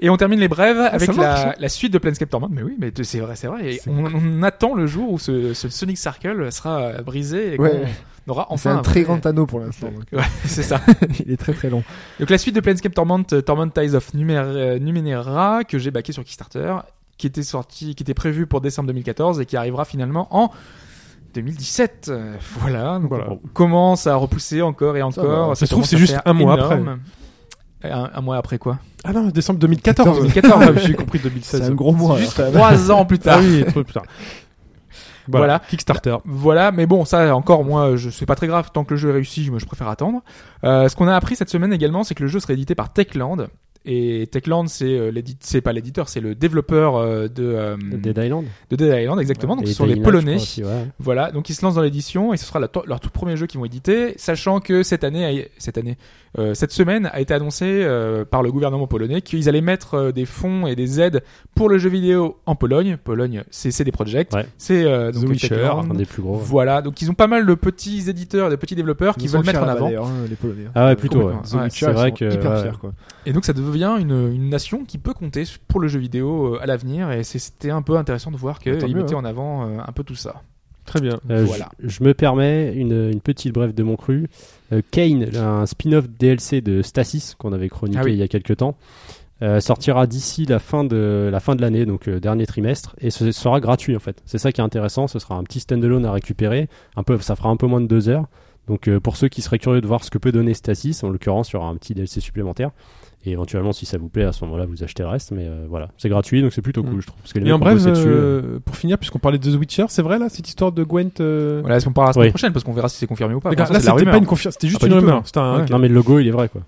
Speaker 4: Et on termine les brèves avec
Speaker 3: ça marche, hein.
Speaker 4: la, la suite de Planescape Torment. Mais oui, mais t- c'est vrai, c'est vrai. Et
Speaker 3: C'est
Speaker 4: on, on attend le jour où ce, ce Sonic Circle sera euh, brisé et
Speaker 6: Ouais.
Speaker 4: qu'on aura
Speaker 6: c'est
Speaker 4: enfin
Speaker 6: un
Speaker 4: vrai-
Speaker 6: très grand anneau pour l'instant. donc.
Speaker 4: Ouais, c'est ça.
Speaker 6: il est très très long.
Speaker 4: Donc la suite de Planescape Torment, euh, Torment Ties of Numer- euh, Numenera, que j'ai baqué sur Kickstarter, qui était sorti, qui était prévu pour décembre 2014 et qui arrivera finalement en 2017. Euh, Voilà, donc
Speaker 3: Voilà.
Speaker 4: on commence à repousser encore et encore.
Speaker 3: Ça se trouve, c'est juste un mois après.
Speaker 4: après. Euh, Un, un mois après quoi
Speaker 3: Ah non, décembre 2014.
Speaker 4: 2014.
Speaker 3: J'ai compris
Speaker 6: C'est
Speaker 3: 2016.
Speaker 6: un gros mois.
Speaker 4: Juste
Speaker 6: alors.
Speaker 4: trois ans plus
Speaker 3: Ah
Speaker 4: tard.
Speaker 3: oui, trop putain. Voilà.
Speaker 4: Voilà.
Speaker 3: Kickstarter.
Speaker 4: Voilà, mais bon, ça encore, moi, je c'est pas très grave. Tant que le jeu est réussi, moi, je préfère attendre. Euh, ce qu'on a appris cette semaine également, c'est que le jeu serait édité par Techland. Et Techland, c'est euh, l'édite- c'est pas l'éditeur, c'est le développeur euh, de, euh,
Speaker 5: Dead Island.
Speaker 4: de Dead Island, exactement. Donc,
Speaker 5: Et
Speaker 4: ce sont les
Speaker 5: Dying Light, je
Speaker 4: Polonais.
Speaker 5: crois aussi, ouais.
Speaker 4: Voilà, donc ils se lancent dans l'édition et ce sera la to- leur tout premier jeu qu'ils vont éditer, sachant que cette année, a- cette année, euh, cette semaine a été annoncé euh, par le gouvernement polonais qu'ils allaient mettre euh, des fonds et des aides pour le jeu vidéo en Pologne. Pologne, c'est c'est des projets,
Speaker 5: Ouais.
Speaker 4: c'est euh, donc
Speaker 3: The
Speaker 4: le
Speaker 3: Witcher,
Speaker 4: Techland.
Speaker 5: Un des plus gros. ouais.
Speaker 4: Voilà, donc ils ont pas mal de petits éditeurs, de petits développeurs qui
Speaker 6: Ils sont
Speaker 4: veulent mettre
Speaker 6: fiers,
Speaker 4: en avant.
Speaker 6: d'ailleurs, hein, les Polonais.
Speaker 5: Ah ouais, plutôt.
Speaker 4: complètement.
Speaker 6: The
Speaker 4: Ouais,
Speaker 6: Witcher,
Speaker 5: c'est
Speaker 6: ils
Speaker 5: vrai
Speaker 6: sont
Speaker 5: que,
Speaker 4: euh,
Speaker 6: hyper
Speaker 5: ouais.
Speaker 6: fiers, quoi.
Speaker 4: Et donc ça devient une, une nation qui peut compter pour le jeu vidéo euh, à l'avenir et c'est- c'était un peu intéressant de voir qu'ils
Speaker 6: Tant mieux,
Speaker 4: mettaient
Speaker 6: hein.
Speaker 4: en avant euh, un peu tout ça.
Speaker 3: Très bien.
Speaker 5: Euh,
Speaker 4: Voilà.
Speaker 5: je, je me permets une, une petite brève de mon cru. Euh, Kane, un spin-off DLC de Stasis qu'on avait chroniqué
Speaker 4: Ah oui.
Speaker 5: il y a quelques temps, euh, sortira d'ici la fin de la fin de l'année, donc euh, dernier trimestre, et ce sera gratuit en fait. C'est ça qui est intéressant. Ce sera un petit standalone à récupérer. Un peu, ça fera un peu moins de deux heures. Donc euh, pour ceux qui seraient curieux de voir ce que peut donner Stasis, en l'occurrence, il y aura un petit DLC supplémentaire. Et éventuellement, si ça vous plaît, à ce moment-là, vous achetez le reste. Mais euh, voilà, c'est gratuit, donc c'est plutôt
Speaker 3: Mm.
Speaker 5: cool, je trouve. Parce que les
Speaker 3: Et
Speaker 5: mecs
Speaker 3: en
Speaker 5: ont
Speaker 3: bref,
Speaker 5: bossé dessus, euh,
Speaker 3: euh, pour finir, puisqu'on parlait de The Witcher, c'est vrai là, cette histoire de Gwent. euh,
Speaker 4: Voilà, est-ce qu'on parlera la semaine
Speaker 5: Oui.
Speaker 4: prochaine parce qu'on verra si c'est confirmé ou pas.
Speaker 3: D'accord,
Speaker 4: Pour
Speaker 3: là,
Speaker 4: l'instant, c'est
Speaker 3: c'était
Speaker 4: de la
Speaker 3: pas une
Speaker 4: rumeur.
Speaker 3: confiance, c'était juste
Speaker 4: Ah, pas
Speaker 3: une
Speaker 4: du tout,
Speaker 3: rumeur.
Speaker 4: hein.
Speaker 3: C'était un.
Speaker 4: Ouais.
Speaker 5: euh. Non, mais le logo, il est vrai quoi.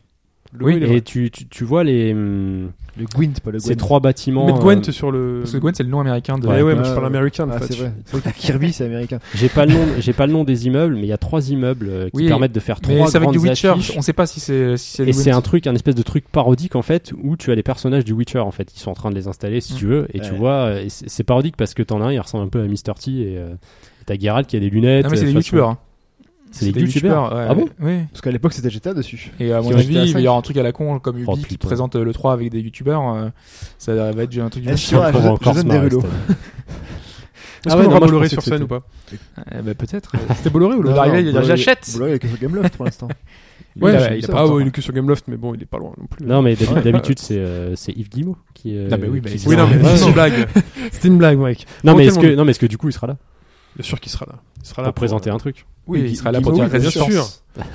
Speaker 3: Le logo, il est vrai.
Speaker 5: Et tu, tu, tu vois les, hum,
Speaker 6: Le Gwent, pas le Gwent.
Speaker 5: ces trois bâtiments.
Speaker 3: Mettre Gwent
Speaker 5: euh,
Speaker 3: sur le.
Speaker 4: Parce que Gwen, c'est le nom américain de.
Speaker 3: Ouais, ouais, moi
Speaker 6: Ouais,
Speaker 3: je parle
Speaker 6: ouais.
Speaker 3: américain. en
Speaker 6: Ah,
Speaker 3: fait.
Speaker 6: c'est vrai. C'est vrai que Kirby, c'est américain.
Speaker 5: j'ai pas le nom, j'ai pas le nom des immeubles, mais il y a trois immeubles euh, qui
Speaker 4: Oui,
Speaker 5: permettent de faire
Speaker 4: Mais
Speaker 5: trois
Speaker 4: c'est avec du
Speaker 5: grandes
Speaker 4: Witcher,
Speaker 5: affiches.
Speaker 4: on sait pas si c'est si
Speaker 5: Et
Speaker 4: du
Speaker 5: c'est
Speaker 4: Witcher.
Speaker 5: un truc, un espèce de truc parodique en fait, où tu as les personnages du Witcher en fait, qui sont en train de les installer si
Speaker 4: Mm.
Speaker 5: tu veux, et tu
Speaker 6: Ouais.
Speaker 5: vois, euh, et c'est c'est parodique parce que t'en as un, il ressemble un peu à Mr. T, et euh, et t'as Geralt qui a des lunettes.
Speaker 4: Non mais c'est
Speaker 5: euh,
Speaker 4: des
Speaker 5: façon-
Speaker 4: youtubeurs.
Speaker 5: C'est des youtubeurs.
Speaker 4: ouais.
Speaker 5: Ah bon
Speaker 4: Oui.
Speaker 6: Parce qu'à l'époque, c'était GTA dessus.
Speaker 4: Et à
Speaker 6: Qui
Speaker 4: mon
Speaker 6: ont
Speaker 4: avis,
Speaker 6: acheté à
Speaker 4: il va y
Speaker 6: cinq.
Speaker 4: avoir un truc à la con comme Ubi
Speaker 5: Oh,
Speaker 4: qui
Speaker 5: putain.
Speaker 4: présente euh, le 3 avec des youtubeurs. euh, Ça va être déjà un truc du
Speaker 6: Est-ce
Speaker 4: genre.
Speaker 6: qu'il y aura
Speaker 5: On va
Speaker 6: Joseph-
Speaker 5: encore se
Speaker 6: Joseph
Speaker 5: marrer,
Speaker 6: Derulo.
Speaker 5: cette année.
Speaker 3: Est-ce
Speaker 5: Ah ouais,
Speaker 3: qu'on
Speaker 5: non,
Speaker 3: aura
Speaker 5: moi, je
Speaker 3: Bolloré
Speaker 5: pensais
Speaker 3: sur
Speaker 5: que
Speaker 3: scène
Speaker 5: c'était-
Speaker 3: ou pas
Speaker 4: Eh ben, peut-être.
Speaker 3: C'était Bolloré ou
Speaker 4: Non,
Speaker 3: le
Speaker 4: Dark Knight, il a dit,
Speaker 6: Bolloré-
Speaker 4: j'achète.
Speaker 6: Bolloré, il est que sur Gameloft pour l'instant.
Speaker 4: Ouais,
Speaker 3: Ouais,
Speaker 4: il a-
Speaker 3: j'ai
Speaker 4: il
Speaker 3: dit
Speaker 4: a
Speaker 3: ça.
Speaker 4: pas
Speaker 3: Ah
Speaker 4: encore.
Speaker 3: ouais, il est que sur Gameloft, mais bon, il est pas loin non plus.
Speaker 5: Non mais d'habi- d'habitude c'est euh, c'est Yves Guillemot qui. euh,
Speaker 4: Non, mais oui,
Speaker 5: qui
Speaker 4: mais-
Speaker 5: dit
Speaker 3: Oui,
Speaker 5: ça.
Speaker 3: non, mais
Speaker 5: Ouais,
Speaker 3: c'est
Speaker 5: ouais.
Speaker 3: une blague. C'était une blague, mec.
Speaker 5: Non, mais
Speaker 3: Dans
Speaker 5: est-ce
Speaker 3: quel
Speaker 5: que non mais est-ce que du coup il sera là
Speaker 3: Je suis sûr qu'il sera là. Il sera là
Speaker 5: pour présenter un truc
Speaker 4: Oui,
Speaker 6: Guy-
Speaker 4: il sera là pour
Speaker 6: Guillaume,
Speaker 4: dire
Speaker 6: oui, bien
Speaker 4: résistance.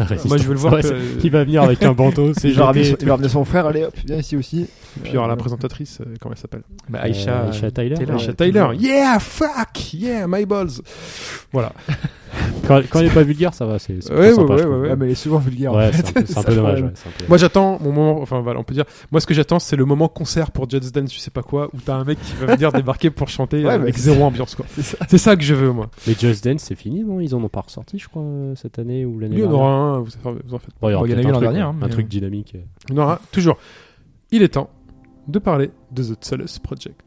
Speaker 3: sûr. Moi, je veux le voir.
Speaker 5: Ouais,
Speaker 3: que-
Speaker 5: c'est- Il va venir avec un bandeau, c'est
Speaker 6: Il va
Speaker 5: genre
Speaker 6: ramener son- il va ramener son frère, allez hop, viens ici aussi.
Speaker 3: Puis il y aura la présentatrice, euh, comment elle s'appelle
Speaker 4: Bah, Aïcha. euh,
Speaker 5: Tyler.
Speaker 4: Taylor.
Speaker 3: Aisha
Speaker 6: ouais,
Speaker 3: Tyler.
Speaker 6: tout le monde.
Speaker 3: Yeah, fuck, yeah, my balls. Voilà.
Speaker 5: Quand, quand il est pas vulgaire, ça va, c'est c'est
Speaker 3: Ouais,
Speaker 5: plutôt
Speaker 3: ouais,
Speaker 5: sympa,
Speaker 3: ouais,
Speaker 5: je trouve.
Speaker 3: ouais,
Speaker 6: Ouais, mais elle est souvent vulgaire.
Speaker 5: Ouais,
Speaker 6: en fait.
Speaker 5: c'est un peu- c'est un
Speaker 6: Ça,
Speaker 5: peu dommage.
Speaker 6: problème.
Speaker 5: ouais, c'est un peu
Speaker 3: Moi, j'attends mon moment. Enfin, voilà, on peut dire. Moi, ce que j'attends, c'est le moment concert pour Just Dance, je sais pas quoi, où t'as un mec qui va venir débarquer pour chanter
Speaker 6: Ouais,
Speaker 3: euh,
Speaker 6: mais
Speaker 3: avec
Speaker 6: c'est-
Speaker 3: zéro ambiance, quoi.
Speaker 6: C'est ça.
Speaker 3: C'est ça que je veux, moi.
Speaker 5: dommage. Mais Just Dance, c'est fini, non Ils en ont pas ressorti, je crois, euh, cette année ou l'année
Speaker 3: Lui, on
Speaker 5: dernière.
Speaker 3: aura un. Vous vous en faites.
Speaker 5: Bon, il y aura
Speaker 4: Bon, il y en a
Speaker 5: peut-être
Speaker 4: eu
Speaker 5: un
Speaker 4: l'an
Speaker 5: truc,
Speaker 4: dernier,
Speaker 5: ouais,
Speaker 4: hein,
Speaker 5: un
Speaker 4: mais-
Speaker 5: truc dynamique. euh.
Speaker 3: Il y en aura toujours. Il est temps de parler de The Solus Project.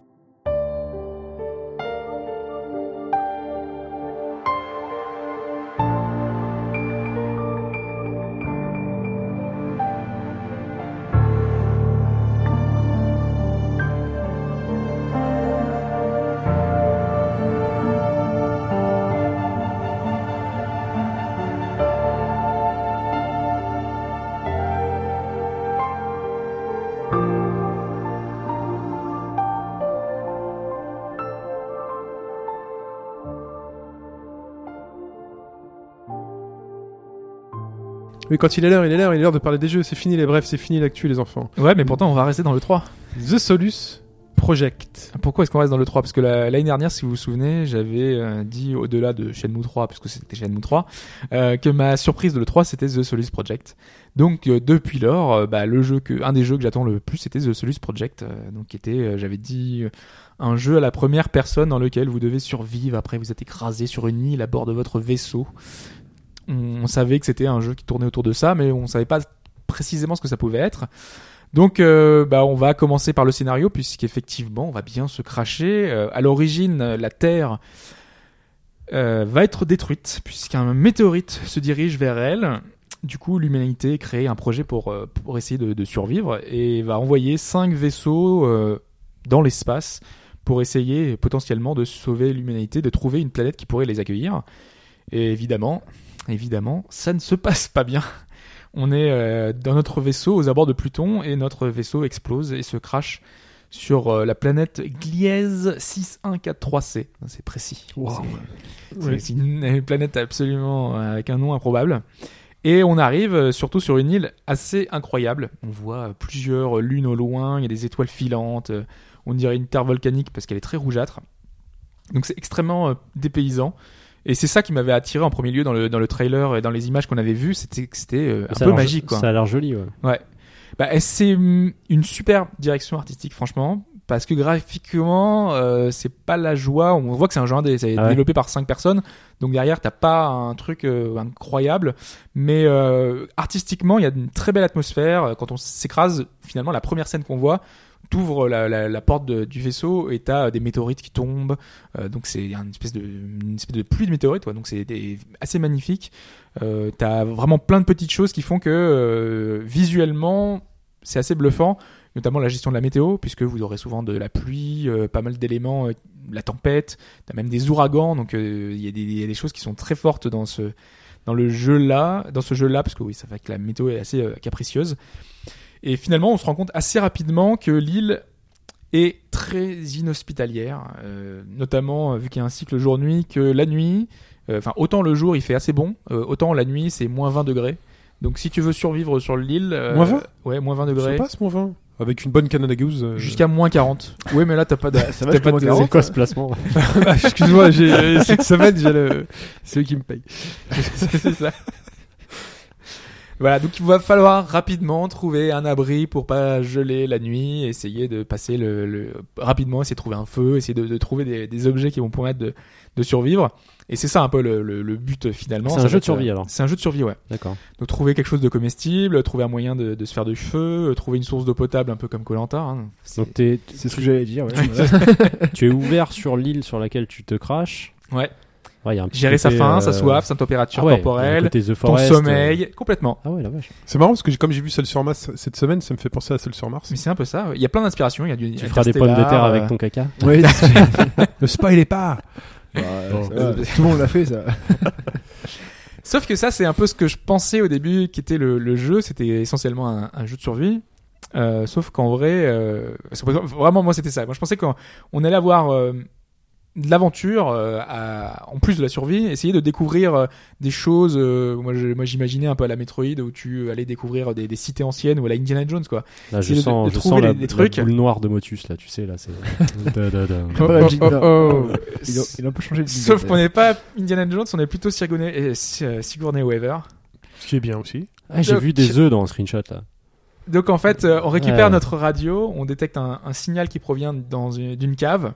Speaker 3: Oui, quand il est l'heure, il est l'heure, il est l'heure de parler des jeux. C'est fini les brefs, c'est fini l'actu, les enfants.
Speaker 4: Ouais, mais pourtant, on va rester dans le 3.
Speaker 3: The Solus Project.
Speaker 4: Pourquoi est-ce qu'on reste dans le 3 Parce que la- l'année dernière, si vous vous souvenez, j'avais euh, dit au-delà de Shenmue 3, puisque c'était Shenmue 3, euh, que ma surprise de le 3 c'était The Solus Project. Donc euh, depuis lors, euh, bah, le jeu que, un des jeux que j'attends le plus c'était The Solus Project, euh, donc qui était, euh, j'avais dit, euh, un jeu à la première personne dans lequel vous devez survivre. Après, vous êtes écrasé sur une île à bord de votre vaisseau. On, on savait que c'était un jeu qui tournait autour de ça, mais on savait pas précisément ce que ça pouvait être. Donc, euh, bah, on va commencer par le scénario, puisqu'effectivement, on va bien se cracher. Euh, à l'origine, euh, la Terre euh, va être détruite, puisqu'un météorite se dirige vers elle. Du coup, l'humanité crée un projet pour, euh, pour essayer de, de survivre et va envoyer cinq vaisseaux euh, dans l'espace pour essayer potentiellement de sauver l'humanité, de trouver une planète qui pourrait les accueillir. Et évidemment, évidemment, ça ne se passe pas bien. On est euh, dans notre vaisseau aux abords de Pluton et notre vaisseau explose et se crache sur euh, la planète Gliese 6143c. C'est précis. C'est
Speaker 3: Ouais.
Speaker 4: c'est une, une planète absolument euh, avec un nom improbable. Et on arrive euh, surtout sur une île assez incroyable. On voit euh, plusieurs lunes au loin, il y a des étoiles filantes, euh, on dirait une terre volcanique parce qu'elle est très rougeâtre. Donc c'est extrêmement euh, dépaysant. Et c'est ça qui m'avait attiré en premier lieu dans le, dans le trailer et dans les images qu'on avait vues, c'était que c'était euh, un
Speaker 5: Ça a
Speaker 4: peu
Speaker 5: l'air-
Speaker 4: magique. Quoi.
Speaker 5: Ça a l'air joli, ouais.
Speaker 4: Ouais. Bah, c'est hum, une super direction artistique, franchement. Parce que graphiquement, euh, c'est pas la joie. On voit que c'est un jeu indé, c'est
Speaker 5: Ah ouais.
Speaker 4: développé par cinq personnes. Donc derrière, t'as pas un truc euh, incroyable. Mais euh, artistiquement, il y a une très belle atmosphère. Quand on s'écrase, finalement, la première scène qu'on voit, t'ouvres la, la, la porte de- du vaisseau et t'as euh, des météorites qui tombent. Euh, donc c'est une espèce de une espèce de pluie de météorites, quoi. donc c'est des- assez magnifique. Euh, T'as vraiment plein de petites choses qui font que euh, visuellement c'est assez bluffant, notamment la gestion de la météo, puisque vous aurez souvent de la pluie, euh, pas mal d'éléments, euh, la tempête, t'as même des ouragans, donc euh, il y, a des- il y a des choses qui sont très fortes dans ce dans le jeu là, dans ce jeu là, parce que oui, ça fait que la météo est assez euh, capricieuse. Et finalement, on se rend compte assez rapidement que l'île est très inhospitalière, euh, notamment euh, vu qu'il y a un cycle jour-nuit, que la nuit, euh, enfin autant le jour il fait assez bon, euh, autant la nuit c'est moins 20 degrés. Donc si tu veux survivre sur l'île... euh,
Speaker 3: Moins 20?
Speaker 4: Ouais, moins 20
Speaker 3: Ça
Speaker 4: degrés.
Speaker 3: passe, mon vin. Avec une bonne canne à goose. euh,
Speaker 4: Jusqu'à moins 40. Oui, mais là t'as pas de...
Speaker 6: Bah, Ça
Speaker 4: t'as pas de-
Speaker 5: C'est quoi ce placement
Speaker 3: Ah, Excuse-moi, j'ai, euh, cette semaine, j'ai le... c'est eux qui me payent.
Speaker 4: c'est ça. Voilà, donc il va falloir rapidement trouver un abri pour pas geler la nuit, essayer de passer le, le- rapidement, essayer de trouver un feu, essayer de, de trouver des, des objets qui vont permettre de, de survivre. Et c'est ça un peu le, le- le but finalement.
Speaker 5: C'est un
Speaker 4: Ça
Speaker 5: jeu
Speaker 4: va être,
Speaker 5: de
Speaker 4: euh,
Speaker 5: survie, alors.
Speaker 4: C'est un jeu de survie, ouais.
Speaker 5: D'accord.
Speaker 4: Donc trouver quelque chose de comestible, trouver un moyen de, de se faire du feu, euh, trouver une source d'eau potable, un peu comme Colanta. hein.
Speaker 5: Donc t'es-
Speaker 6: hein. C'est ce que j'allais dire. ouais. Voilà.
Speaker 5: tu es ouvert sur l'île sur laquelle tu te craches.
Speaker 4: Ouais.
Speaker 5: Ouais, il y a un petit
Speaker 4: Gérer sa
Speaker 5: côté,
Speaker 4: faim,
Speaker 5: euh,
Speaker 4: sa soif, sa
Speaker 5: ah
Speaker 4: température
Speaker 5: ouais, il y a un
Speaker 4: corporelle,
Speaker 5: côté The
Speaker 4: ton
Speaker 5: Forest, euh,
Speaker 4: sommeil, complètement.
Speaker 5: Ah ouais, la vache.
Speaker 3: C'est marrant parce que j'ai- comme j'ai vu Seul sur Mars cette semaine, ça me fait penser à Seul sur Mars.
Speaker 4: Mais c'est un peu ça. ouais. Il y a plein d'inspirations. Il y a du.
Speaker 5: Tu feras des pommes de terre avec ton caca.
Speaker 6: Ouais,
Speaker 3: Ne spoilez pas
Speaker 6: bah,
Speaker 5: Bon.
Speaker 6: ça va, Tout le monde l'a fait, ça.
Speaker 4: Sauf que ça, c'est un peu ce que je pensais au début qu'était le, le jeu. C'était essentiellement un, un jeu de survie. Euh, sauf qu'en vrai, euh, parce que, par exemple, vraiment, moi, c'était ça. Moi, je pensais qu'on on allait avoir euh, de l'aventure, euh, à- en plus de la survie, essayer de découvrir euh, des choses. euh, moi, je- moi, j'imaginais un peu à la Metroid où tu allais découvrir des, des cités anciennes ou à la Indiana Jones, quoi.
Speaker 5: Là, je
Speaker 4: C'est de-
Speaker 5: sens,
Speaker 4: de
Speaker 5: je
Speaker 4: trouver
Speaker 5: sens
Speaker 4: les-
Speaker 5: la,
Speaker 4: les
Speaker 5: la
Speaker 4: trucs.
Speaker 5: boule noire de Motus, là, tu sais, là, c'est. Da, da, da.
Speaker 6: Oh, oh, oh, oh. Il a,
Speaker 4: S-
Speaker 6: il a un peu changé de
Speaker 4: Sauf qu'on
Speaker 6: est.
Speaker 4: n'est pas Indiana Jones, on est plutôt Sigourney, euh, Si- euh, Sigourney Weaver.
Speaker 3: Ce qui est bien aussi.
Speaker 5: Ah, j'ai vu des œufs dans un screenshot, là.
Speaker 4: Donc en fait, euh, on récupère
Speaker 5: Ouais.
Speaker 4: notre radio, on détecte un, un signal qui provient dans une- d'une cave.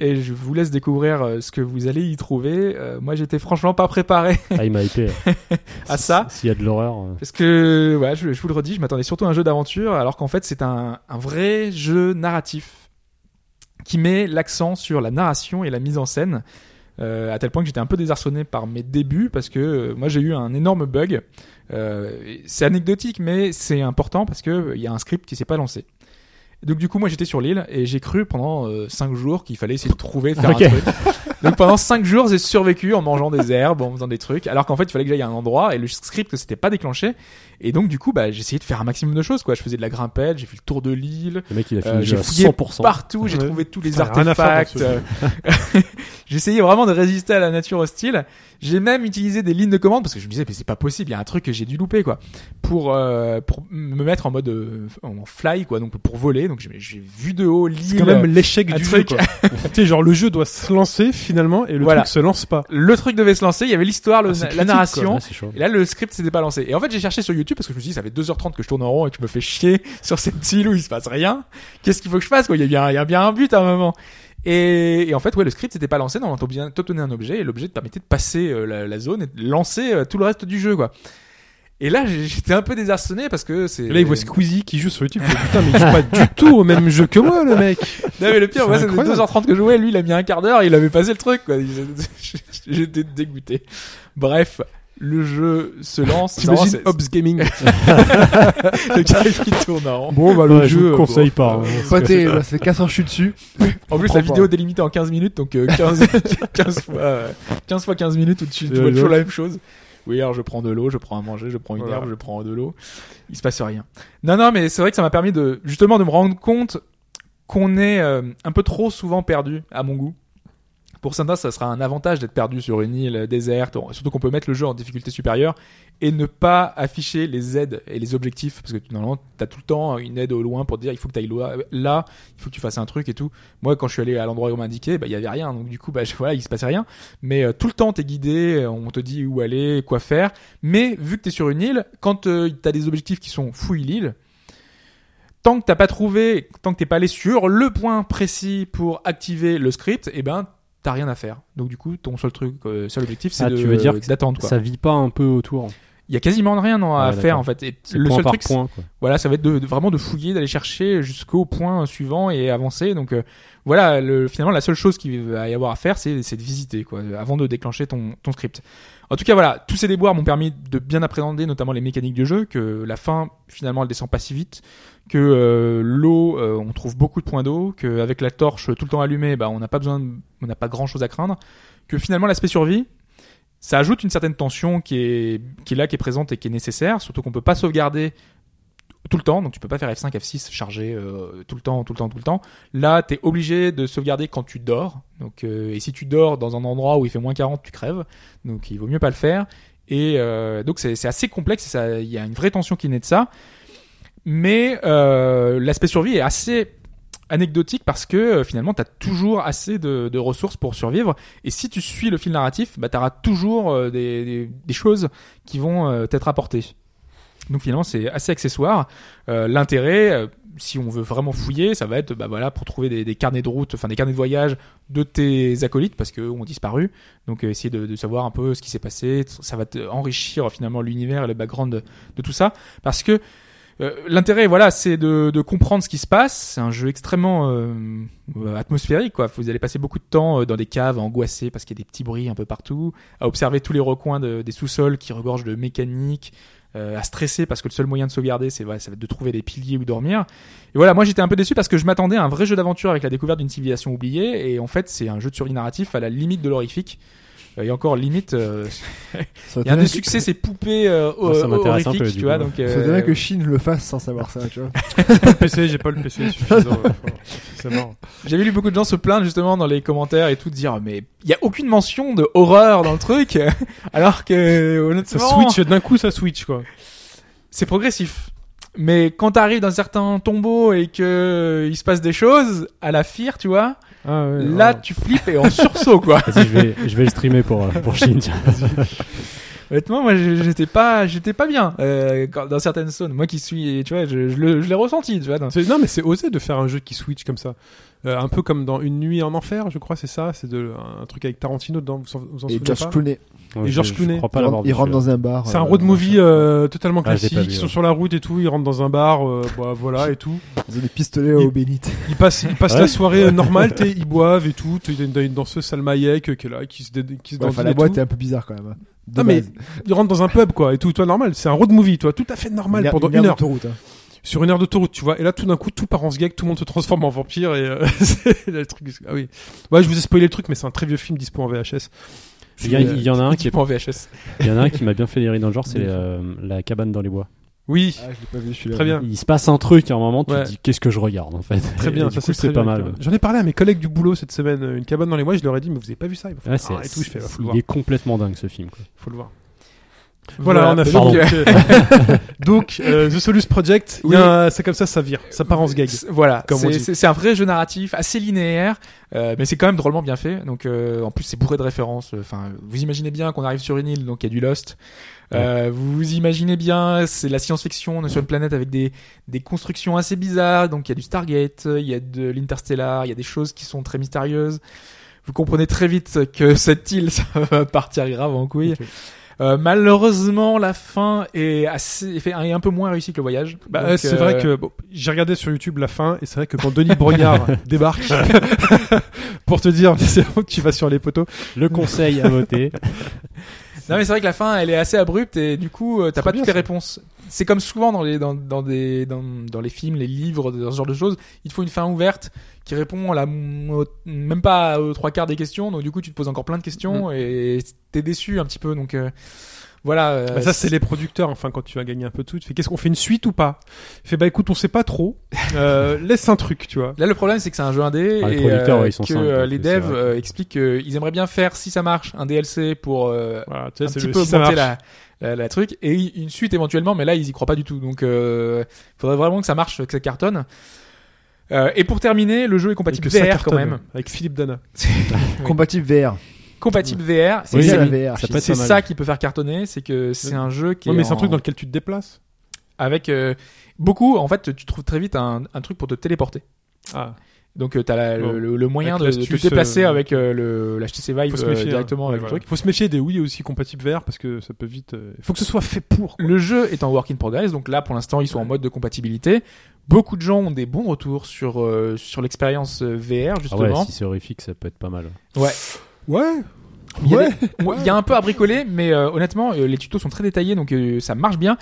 Speaker 4: Et je vous laisse découvrir euh, ce que vous allez y trouver. Euh, moi, j'étais franchement pas préparé
Speaker 5: Ah, il m'a hypé. Ah,
Speaker 4: à ça.
Speaker 5: S'il y a de l'horreur. euh.
Speaker 4: Parce que, ouais, je, je vous le redis, je m'attendais surtout à un jeu d'aventure, alors qu'en fait, c'est un, un vrai jeu narratif qui met l'accent sur la narration et la mise en scène, euh, à tel point que j'étais un peu désarçonné par mes débuts, parce que euh, moi, j'ai eu un énorme bug. Euh, et c'est anecdotique, mais c'est important parce que euh, il y a un script qui s'est pas lancé. Donc du coup, moi, j'étais sur l'île et j'ai cru pendant 5 jours qu'il fallait essayer de trouver, faire
Speaker 5: Ok.
Speaker 4: un truc. Donc pendant 5 jours, j'ai survécu en mangeant des herbes, en faisant des trucs, alors qu'en fait, il fallait que j'aille à un endroit et le script s'était pas déclenché. Et donc du coup, bah, j'essayais de faire un maximum de choses. Quoi. Je faisais de la grimpette, j'ai fait le tour de l'île,
Speaker 5: Le mec, il a
Speaker 4: euh,
Speaker 5: fini le
Speaker 4: j'ai
Speaker 5: jeu à
Speaker 4: fouillé
Speaker 5: 100%.
Speaker 4: partout, j'ai
Speaker 3: Ouais.
Speaker 4: trouvé tous les
Speaker 3: Putain, rien à faire dans ce
Speaker 4: artefacts.
Speaker 3: jeu.
Speaker 4: euh, J'essayais vraiment de résister à la nature hostile. J'ai même utilisé des lignes de commande parce que je me disais mais c'est pas possible, il y a un truc que j'ai dû louper quoi. Pour euh, pour me mettre en mode euh, en fly quoi, donc pour voler. Donc j'ai j'ai vu de haut l'île.
Speaker 3: C'est quand même l'échec
Speaker 4: un
Speaker 3: du
Speaker 4: truc.
Speaker 3: jeu. quoi. tu sais, genre le jeu doit se lancer finalement et le
Speaker 4: Voilà.
Speaker 3: truc se lance pas.
Speaker 4: Le truc devait se lancer, il y avait l'histoire, le-
Speaker 3: Ah, c'est
Speaker 4: la
Speaker 3: critique,
Speaker 4: narration.
Speaker 5: Ah, c'est chaud.
Speaker 4: Et là, le script s'était pas lancé. Et en fait, j'ai cherché sur YouTube parce que je me suis dit, ça fait 2h30 que je tourne en rond et que je me fais chier sur cette île où il se passe rien. Qu'est-ce qu'il faut que je fasse, quoi? Il y a bien, il y a bien un but à un moment. Et, et en fait, ouais, le script s'était pas lancé. Normalement, t'obtenais- t'obtenais un objet et l'objet te permettait de passer euh, la, la zone et de lancer euh, tout le reste du jeu, quoi. Et là, j'ai- j'étais un peu désarçonné parce que c'est.
Speaker 3: Et là, il voit Squeezie qui joue sur YouTube. il fait, Putain, mais il joue pas du tout au même jeu que moi, le mec.
Speaker 4: Non, mais le pire,
Speaker 3: C'est
Speaker 4: moi, c'était
Speaker 3: incroyable.
Speaker 4: 2h30 que je jouais. Lui, il a mis un quart d'heure et il avait passé le truc, quoi. J'étais dégoûté. Bref. Le jeu se lance.
Speaker 3: T'imagines
Speaker 4: Vraiment,
Speaker 3: Hobbs Gaming.
Speaker 4: c'est- le gars qui tourne en rond.
Speaker 3: Bon, bah, le
Speaker 5: Ouais, je vous
Speaker 3: jeu.
Speaker 5: le
Speaker 3: euh,
Speaker 5: conseille pas. hein.
Speaker 6: Pas terrible, ça fait 4 heures que je suis dessus.
Speaker 4: En plus,
Speaker 6: Comprends
Speaker 4: la vidéo
Speaker 6: pas.
Speaker 4: est délimitée en 15 minutes, donc euh, 15, 15 fois, euh, 15 fois 15 minutes où tu, tu
Speaker 3: C'est
Speaker 4: vois toujours
Speaker 3: rigolo.
Speaker 4: la même chose. Oui, alors je prends de l'eau, je prends à manger, je prends une
Speaker 3: Voilà.
Speaker 4: herbe, je prends de l'eau. Il se passe rien. Non, non, mais c'est vrai que ça m'a permis de, justement, de me rendre compte qu'on est euh, un peu trop souvent perdu, à mon goût. Pour certains, ça sera un avantage d'être perdu sur une île déserte, surtout qu'on peut mettre le jeu en difficulté supérieure et ne pas afficher les aides et les objectifs, parce que normalement, t'as tout le temps une aide au loin pour te dire il faut que t'ailles loin- là, il faut que tu fasses un truc et tout. Moi, quand je suis allé à l'endroit où on m'a indiqué, bah, il y avait rien, donc du coup, bah, je- voilà, il se passait rien. Mais euh, tout le temps, t'es guidé, euh, on te dit où aller, quoi faire. Mais vu que t'es sur une île, quand euh, t'as des objectifs qui sont fouille l'île, tant que t'as pas trouvé, tant que t'es pas allé sur le point précis pour activer le script, eh ben t'as rien à faire. Donc du coup, ton seul truc, euh, seul objectif, c'est
Speaker 5: Ah,
Speaker 4: de-
Speaker 5: tu veux dire que
Speaker 4: d'attendre quoi.
Speaker 5: Ça vit pas un peu autour.
Speaker 4: Il y a quasiment rien non, à
Speaker 5: Ouais,
Speaker 4: faire
Speaker 5: d'accord.
Speaker 4: en fait. Et
Speaker 5: C'est
Speaker 4: le
Speaker 5: point
Speaker 4: seul
Speaker 5: par
Speaker 4: truc,
Speaker 5: point. quoi.
Speaker 4: voilà, ça va être de, de- vraiment de fouiller, d'aller chercher jusqu'au point suivant et avancer. Donc euh, voilà, le, finalement, la seule chose qu'il va y avoir à faire, c'est c'est de visiter, quoi, avant de déclencher ton, ton script. En tout cas, voilà, tous ces déboires m'ont permis de bien appréhender notamment les mécaniques du jeu, que la fin, finalement, elle descend pas si vite, que euh, l'eau, euh, on trouve beaucoup de points d'eau, qu'avec la torche tout le temps allumée, bah, on n'a pas besoin, de- on n'a pas grand chose à craindre, que finalement, l'aspect survie, ça ajoute une certaine tension qui est, qui est là, qui est présente et qui est nécessaire, surtout qu'on peut pas sauvegarder tout le temps, donc tu peux pas faire F5, F6 chargé euh, tout le temps, tout le temps, tout le temps. Là, t'es obligé de sauvegarder quand tu dors. Donc, euh, et si tu dors dans un endroit où il fait moins 40, tu crèves. Donc, il vaut mieux pas le faire. Et euh, donc, c'est c'est assez complexe. et ça- Il y a une vraie tension qui naît de ça. Mais euh, l'aspect survie est assez anecdotique parce que euh, finalement, t'as toujours assez de, de ressources pour survivre. Et si tu suis le fil narratif, bah, t'auras toujours euh, des, des- des choses qui vont euh, t'être apportées. Donc finalement, c'est assez accessoire. Euh, L'intérêt, euh, si on veut vraiment fouiller, ça va être bah voilà pour trouver des, des carnets de route, enfin des carnets de voyage de tes acolytes parce qu'eux ont disparu. Donc euh, essayer de, de savoir un peu ce qui s'est passé, ça va te enrichir finalement l'univers et le background de, de tout ça parce que euh, L'intérêt, voilà, c'est de, de comprendre ce qui se passe. C'est un jeu extrêmement euh, euh, atmosphérique, quoi. Vous allez passer beaucoup de temps euh, dans des caves, à angoisser parce qu'il y a des petits bruits un peu partout, à observer tous les recoins de- des sous-sols qui regorgent de mécanique, euh, à stresser parce que le seul moyen de sauvegarder, c'est voilà, ça va être de trouver des piliers ou dormir. Et voilà, moi j'étais un peu déçu parce que je m'attendais à un vrai jeu d'aventure avec la découverte d'une civilisation oubliée, et en fait c'est un jeu de survie narratif à la limite de l'horrifique. Euh, Et encore limite, euh, il y a un des succès, c'est poupée euh,
Speaker 5: Moi, ça m'intéresse un peu,
Speaker 4: horrifique,
Speaker 5: du
Speaker 4: tu vois.
Speaker 5: coup.
Speaker 4: Donc,
Speaker 6: Ça
Speaker 4: euh,
Speaker 6: donnerait que Chine le fasse sans savoir ça, tu vois.
Speaker 3: Pas le PC, j'ai pas le PC suffisant. euh, pour- C'est marrant.
Speaker 4: J'avais lu beaucoup de gens se plaindre justement dans les commentaires et tout dire mais il y a aucune mention de horreur dans le truc alors que
Speaker 3: Ça
Speaker 4: honnêtement
Speaker 3: switch, d'un coup ça switch quoi.
Speaker 4: c'est progressif. Mais quand t'arrives dans certains tombeaux et que euh, il se passe des choses à la fire, tu vois,
Speaker 3: Ah, ouais,
Speaker 4: là tu flippes et en sursaut quoi.
Speaker 5: Vas-y, je vais, je vais le streamer pour, euh, pour Chine. tiens.
Speaker 4: Honnêtement, moi j'ai- j'étais pas j'étais pas bien euh, quand- dans certaines zones. Moi qui suis, tu vois, je, je le- je l'ai ressenti, tu vois. dans-
Speaker 3: C'est- Non, mais c'est osé de faire un jeu qui switch comme ça. Euh, un peu comme dans Une nuit en enfer, je crois, c'est ça. C'est de- un truc avec Tarantino dedans, vous en- vous en
Speaker 6: Et
Speaker 3: souvenez
Speaker 6: George
Speaker 3: pas
Speaker 6: Clooney,
Speaker 5: Non,
Speaker 3: Georges
Speaker 5: je- je
Speaker 3: Clooney.
Speaker 5: crois pas
Speaker 6: il
Speaker 5: l'avoir
Speaker 6: rentre, il
Speaker 5: vu,
Speaker 6: rentre
Speaker 5: celui-là.
Speaker 6: dans un bar.
Speaker 3: C'est un
Speaker 6: euh,
Speaker 3: road movie euh, totalement
Speaker 5: Ah, je l'ai
Speaker 3: classique.
Speaker 5: pas vu,
Speaker 3: ils sont
Speaker 5: ouais.
Speaker 3: sur la route et tout, ils rentrent dans un bar, euh, bah, voilà et tout.
Speaker 6: Ils ont des pistolets aux bénites.
Speaker 3: Ils passent, ils passent
Speaker 5: Ah Ouais.
Speaker 3: la soirée euh, normale, t'es- ils boivent et tout. T'as une, t'as une danseuse Salmayek euh, qui est là, qui se, dé- qui se
Speaker 6: Ouais,
Speaker 3: dandine
Speaker 6: Enfin, la
Speaker 3: et
Speaker 6: boîte
Speaker 3: tout.
Speaker 6: est un peu bizarre quand même. hein. De
Speaker 3: Non, mais-
Speaker 6: base.
Speaker 3: Ils rentrent dans un pub quoi et tout, toi normal. C'est un road movie, toi, tout à fait normal
Speaker 6: Une aire-
Speaker 3: pendant
Speaker 6: une aire
Speaker 3: une heure.
Speaker 6: d'autoroute, hein.
Speaker 3: sur une aire d'autoroute, tu vois. Et là, tout d'un coup, tout part en sgeg, tout le monde se transforme en vampire et euh, c'est le truc. Ah oui. Ouais, je vous ai spoilé le truc, mais c'est un très vieux film dispo en VHS.
Speaker 5: Il y, a- il y en a un qui est-
Speaker 4: Typiquement VHS.
Speaker 5: il y en a un qui m'a bien fait les rires dans le genre, c'est euh, la cabane dans les bois.
Speaker 3: Oui,
Speaker 6: Ah, je l'ai pas vu celui-là.
Speaker 3: très bien.
Speaker 5: Il se passe un truc à un moment, tu
Speaker 3: Ouais.
Speaker 5: te dis qu'est-ce que je regarde en fait.
Speaker 3: Très
Speaker 5: Et
Speaker 3: bien,
Speaker 5: Ah, du
Speaker 3: ça
Speaker 5: coup,
Speaker 3: c'est
Speaker 5: c'est
Speaker 3: très
Speaker 5: pas
Speaker 3: bien,
Speaker 5: mal.
Speaker 3: très bien. J'en ai parlé à mes collègues du boulot cette semaine, euh, une cabane dans les mois, je leur ai dit mais vous avez pas vu ça, ils m'ont fait,
Speaker 5: Ouais, c'est-
Speaker 3: ah, et tout, je fais, Ah, faut le voir,
Speaker 5: il est complètement dingue ce film. quoi.
Speaker 3: faut le voir. Voilà, on a fait
Speaker 5: pardon.
Speaker 3: donc, euh, donc, euh, The Solus Project, il y a
Speaker 4: Oui.
Speaker 3: un- c'est comme ça ça vire, ça part en sgeg.
Speaker 4: C'est- Voilà,
Speaker 3: Comme on
Speaker 4: c'est-
Speaker 3: dit.
Speaker 4: c'est c'est un vrai jeu narratif, assez linéaire, euh, mais c'est quand même drôlement bien fait. Donc euh, en plus c'est bourré de références. Enfin, vous imaginez bien qu'on arrive sur une île, donc il y a du Lost. Euh, vous imaginez bien, c'est de la science-fiction, on est sur une planète avec des, des constructions assez bizarres, donc il y a du Stargate, il y a de l'Interstellar, il y a des choses qui sont très mystérieuses. Vous comprenez très vite que cette île, ça va partir grave en couille. Euh, malheureusement, la fin est assez, est un peu moins réussie que le voyage.
Speaker 3: Bah,
Speaker 4: Donc,
Speaker 3: euh, c'est
Speaker 4: euh,
Speaker 3: vrai que bon, j'ai regardé sur YouTube la fin et c'est vrai que quand Denis Brognard débarque pour te dire c'est bon, tu vas sur les poteaux,
Speaker 5: Le conseil à voter.
Speaker 4: Non mais c'est vrai que la fin elle est assez abrupte et du coup euh, t'as
Speaker 3: Trop
Speaker 4: pas
Speaker 3: bien,
Speaker 4: toutes les
Speaker 3: ça.
Speaker 4: réponses. C'est comme souvent dans les dans, dans des dans, dans les films, les livres, dans ce genre de choses, il te faut une fin ouverte qui répond à la mo- même pas aux trois quarts des questions. Donc du coup tu te poses encore plein de questions et t'es déçu un petit peu. Donc euh, voilà. euh,
Speaker 3: Bah, ça c'est les producteurs enfin quand tu vas gagner un peu de tout tu fais qu'est-ce qu'on fait une suite ou pas il fait bah écoute on sait pas trop Euh, laisse un truc tu vois
Speaker 4: Là, le problème, c'est que c'est un jeu indé
Speaker 5: Ah, les
Speaker 4: et
Speaker 5: producteurs,
Speaker 4: euh,
Speaker 5: ouais, ils sont
Speaker 4: que
Speaker 5: simples,
Speaker 4: euh,
Speaker 5: donc
Speaker 4: les
Speaker 5: c'est
Speaker 4: devs
Speaker 5: vrai.
Speaker 4: euh, expliquent qu'ils aimeraient bien faire, si ça marche, un DLC pour euh,
Speaker 3: voilà tu sais,
Speaker 4: un
Speaker 3: c'est
Speaker 4: petit
Speaker 3: le-
Speaker 4: peu
Speaker 3: si ça
Speaker 4: augmenter
Speaker 3: marche.
Speaker 4: la, la, la truc et une suite éventuellement mais là ils y croient pas du tout donc euh, faudrait vraiment que ça marche que ça cartonne Euh, et pour terminer le jeu est
Speaker 3: Et
Speaker 4: compatible
Speaker 3: que ça
Speaker 4: VR quand
Speaker 3: cartonne,
Speaker 4: même
Speaker 3: avec Philippe Dana
Speaker 4: Oui.
Speaker 6: Compatible VR.
Speaker 4: compatible VR c'est
Speaker 5: Oui,
Speaker 4: ça,
Speaker 6: la
Speaker 5: oui,
Speaker 6: VR.
Speaker 5: ça peut être
Speaker 4: c'est
Speaker 5: pas mal.
Speaker 4: ça qui peut faire cartonner c'est que c'est un jeu qui
Speaker 3: ouais,
Speaker 4: est
Speaker 3: mais c'est un
Speaker 4: en-
Speaker 3: truc dans lequel tu te déplaces
Speaker 4: avec euh, beaucoup, en fait, tu trouves très vite un, un truc pour te téléporter.
Speaker 3: Ah,
Speaker 4: Donc, tu as
Speaker 3: Bon.
Speaker 4: le, le moyen de,
Speaker 3: Oh. Avec
Speaker 4: de te
Speaker 3: l'astuce,
Speaker 4: déplacer
Speaker 3: euh,
Speaker 4: avec euh, le l'HTC Vive
Speaker 3: faut se
Speaker 4: euh,
Speaker 3: méfier hein.
Speaker 4: directement
Speaker 3: Ouais,
Speaker 4: avec le
Speaker 3: voilà.
Speaker 4: truc.
Speaker 3: Faut se méfier des Wii aussi compatibles VR parce que ça peut vite. euh, Faut que ce soit fait pour. quoi.
Speaker 4: Le jeu est en work in progress, donc là pour l'instant ils sont en mode de compatibilité. Beaucoup de gens ont des bons retours sur euh, sur l'expérience euh, VR
Speaker 5: Ah ouais,
Speaker 4: justement.
Speaker 5: si c'est horrifique, ça peut être pas mal.
Speaker 4: ouais.
Speaker 3: Ouais.
Speaker 4: Il y a
Speaker 3: Ouais.
Speaker 4: des- Moi, il y a un peu à bricoler, mais euh, honnêtement euh, les tutos sont très détaillés, donc euh, ça marche bien.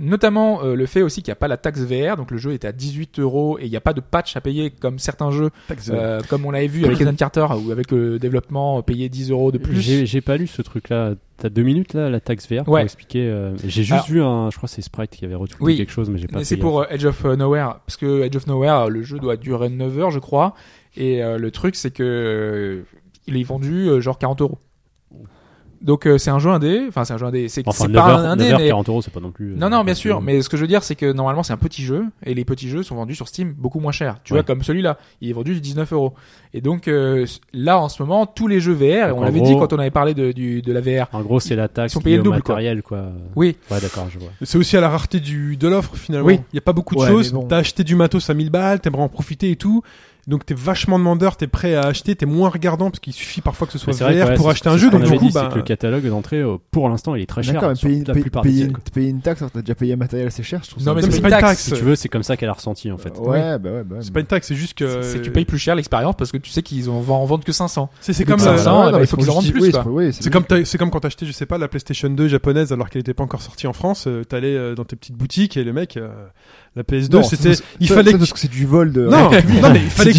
Speaker 4: Notamment euh, le fait aussi qu'il n'y a pas la taxe VR, donc le jeu est à 18 euros et il n'y a pas de patch à payer comme certains jeux, euh, comme on l'avait vu avec Ethan Carter ou avec le développement euh, payé 10 euros de plus.
Speaker 5: Oh, J'ai j'ai pas lu ce truc-là. T'as deux minutes là, la taxe VR pour
Speaker 4: Ouais.
Speaker 5: expliquer. euh, J'ai juste
Speaker 4: Alors-
Speaker 5: vu un, je crois que c'est Sprite qui avait retweeté
Speaker 4: Oui.
Speaker 5: quelque chose, mais j'ai pas.
Speaker 4: Mais c'est
Speaker 5: payé.
Speaker 4: pour euh, Edge of euh, Nowhere, parce que Edge of Nowhere, euh, le jeu doit durer 9 heures, je crois, et euh, le truc, c'est que euh, il est vendu euh, genre 40 euros. Donc euh, c'est un jeu indé, enfin c'est un jeu indé, c'est
Speaker 5: Enfin,
Speaker 4: c'est
Speaker 5: 9
Speaker 4: pas
Speaker 5: heures,
Speaker 4: un indé,
Speaker 5: 9 heures,
Speaker 4: mais
Speaker 5: 40 euros, c'est pas non plus. euh,
Speaker 4: non non bien
Speaker 5: pas
Speaker 4: sûr,
Speaker 5: plus-
Speaker 4: mais ce que je veux dire c'est que normalement c'est un petit jeu et les petits jeux sont vendus sur Steam beaucoup moins cher. Tu
Speaker 5: Ouais.
Speaker 4: vois comme celui-là, il est vendu 19 euros. Et donc euh, là en ce moment tous les jeux VR, et
Speaker 5: Donc,
Speaker 4: on
Speaker 5: en
Speaker 4: l'avait
Speaker 5: gros-
Speaker 4: dit quand on avait parlé de, du- de la VR.
Speaker 5: En gros, c'est la taxe
Speaker 4: sont payés
Speaker 5: liée
Speaker 4: le
Speaker 5: au
Speaker 4: double, quoi.
Speaker 5: matériel, quoi.
Speaker 4: Oui,
Speaker 5: Ouais, d'accord, je vois.
Speaker 3: C'est aussi à la rareté du, de l'offre finalement.
Speaker 4: Oui.
Speaker 3: Il n'y a pas beaucoup de
Speaker 6: Ouais,
Speaker 3: choses.
Speaker 6: mais bon.
Speaker 3: T'as acheté du matos à 1000 balles, t'aimerais en profiter et tout. Donc t'es vachement demandeur, t'es prêt à acheter, t'es moins regardant parce qu'il suffit parfois que ce soit VR
Speaker 5: Mais c'est vrai que, ouais,
Speaker 3: pour
Speaker 5: c'est-
Speaker 3: acheter
Speaker 5: c'est
Speaker 3: un
Speaker 5: ce
Speaker 3: jeu.
Speaker 5: qu'on
Speaker 3: Donc du
Speaker 5: avait
Speaker 3: coup,
Speaker 5: dit,
Speaker 3: bah,
Speaker 5: c'est que le catalogue d'entrée, euh, pour l'instant, il est très cher.
Speaker 6: D'accord, mais
Speaker 5: sur
Speaker 6: payer,
Speaker 5: la
Speaker 6: payer-
Speaker 5: plupart
Speaker 6: payer
Speaker 5: des
Speaker 6: une,
Speaker 5: sites,
Speaker 6: payer une taxe, alors t'as déjà payé un matériel assez cher, je trouve
Speaker 4: Non,
Speaker 6: ça.
Speaker 4: mais
Speaker 3: non,
Speaker 6: un
Speaker 3: mais
Speaker 6: peu-
Speaker 3: c'est pas une taxe.
Speaker 5: Si tu veux, c'est comme ça qu'elle a ressenti, en fait.
Speaker 6: Ouais, bah ouais, bah ouais.
Speaker 3: C'est pas une taxe, c'est juste que.
Speaker 4: c'est- c'est- tu payes plus cher l'expérience parce que tu sais qu'ils en- vont en vendre que 500.
Speaker 3: C'est c'est comme.
Speaker 4: ça,
Speaker 3: euh,
Speaker 4: ça,
Speaker 6: ouais,
Speaker 4: bah,
Speaker 6: non,
Speaker 4: il
Speaker 6: mais
Speaker 4: faut qu'ils en vendent
Speaker 6: justifier-
Speaker 4: plus,
Speaker 6: oui,
Speaker 4: quoi.
Speaker 6: c'est- oui,
Speaker 3: C'est comme t'as- c'est comme quand t'achetais, je sais pas, la PlayStation 2 japonaise alors qu'elle était pas encore sortie en France. euh, T'allais euh, dans tes petites boutiques et les mecs, euh, la PS2,
Speaker 6: Non,
Speaker 3: c'était,
Speaker 6: ça,
Speaker 3: il
Speaker 6: ça,
Speaker 3: fallait que
Speaker 6: ça, parce que c'est du vol de.
Speaker 3: Non, non, mais il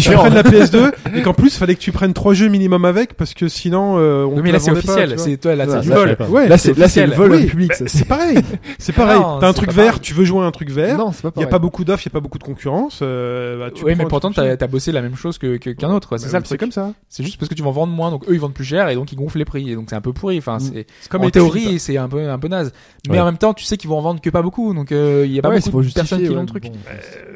Speaker 6: Euh, C'est
Speaker 3: fallait que tu
Speaker 6: différent.
Speaker 3: prennes la PS2 et qu'en plus, fallait que tu prennes trois jeux minimum avec parce que sinon, euh, on
Speaker 4: Oui, mais
Speaker 3: te
Speaker 4: là
Speaker 3: la
Speaker 4: c'est
Speaker 3: vendait pas,
Speaker 4: officiel,
Speaker 3: tu vois.
Speaker 4: c'est toi là
Speaker 6: Ouais,
Speaker 4: c'est du
Speaker 5: ça, je
Speaker 4: vol.
Speaker 5: sais pas.
Speaker 3: Ouais,
Speaker 6: Là, c'est là, c'est le
Speaker 4: officiel.
Speaker 6: vol
Speaker 3: Oui,
Speaker 6: au public. ça,
Speaker 3: c'est pareil. C'est pareil.
Speaker 4: Non,
Speaker 3: T'as un
Speaker 4: c'est
Speaker 3: truc
Speaker 4: pas
Speaker 3: vert,
Speaker 4: pareil.
Speaker 3: tu veux jouer à un truc vert.
Speaker 6: Non, c'est pas
Speaker 3: Il y a
Speaker 6: pareil.
Speaker 3: pas beaucoup d'offres, il y a pas beaucoup de concurrence. euh, bah, tu
Speaker 4: Oui, mais
Speaker 3: prends-
Speaker 4: pourtant
Speaker 3: tu-
Speaker 4: t'as as bossé la même chose que que- qu'un autre, quoi. C'est
Speaker 3: Bah
Speaker 4: ça
Speaker 3: oui,
Speaker 4: le truc.
Speaker 3: comme ça.
Speaker 4: C'est juste parce que tu vas en vendre moins, donc eux ils vendent plus cher et donc ils gonflent les prix. Et donc c'est un peu pourri. Enfin, c'est
Speaker 3: C'est comme
Speaker 4: Mm. en
Speaker 3: les
Speaker 4: théorie
Speaker 3: films.
Speaker 4: c'est un peu un peu naze. Mais
Speaker 5: Ouais.
Speaker 4: en même temps tu sais qu'ils vont en vendre que pas beaucoup, donc euh, il y a pas
Speaker 6: Ouais, c'est
Speaker 4: beaucoup
Speaker 6: pour
Speaker 4: de personnes
Speaker 6: justifier.
Speaker 4: qui
Speaker 6: ouais,
Speaker 4: l'ont le truc.
Speaker 6: bon.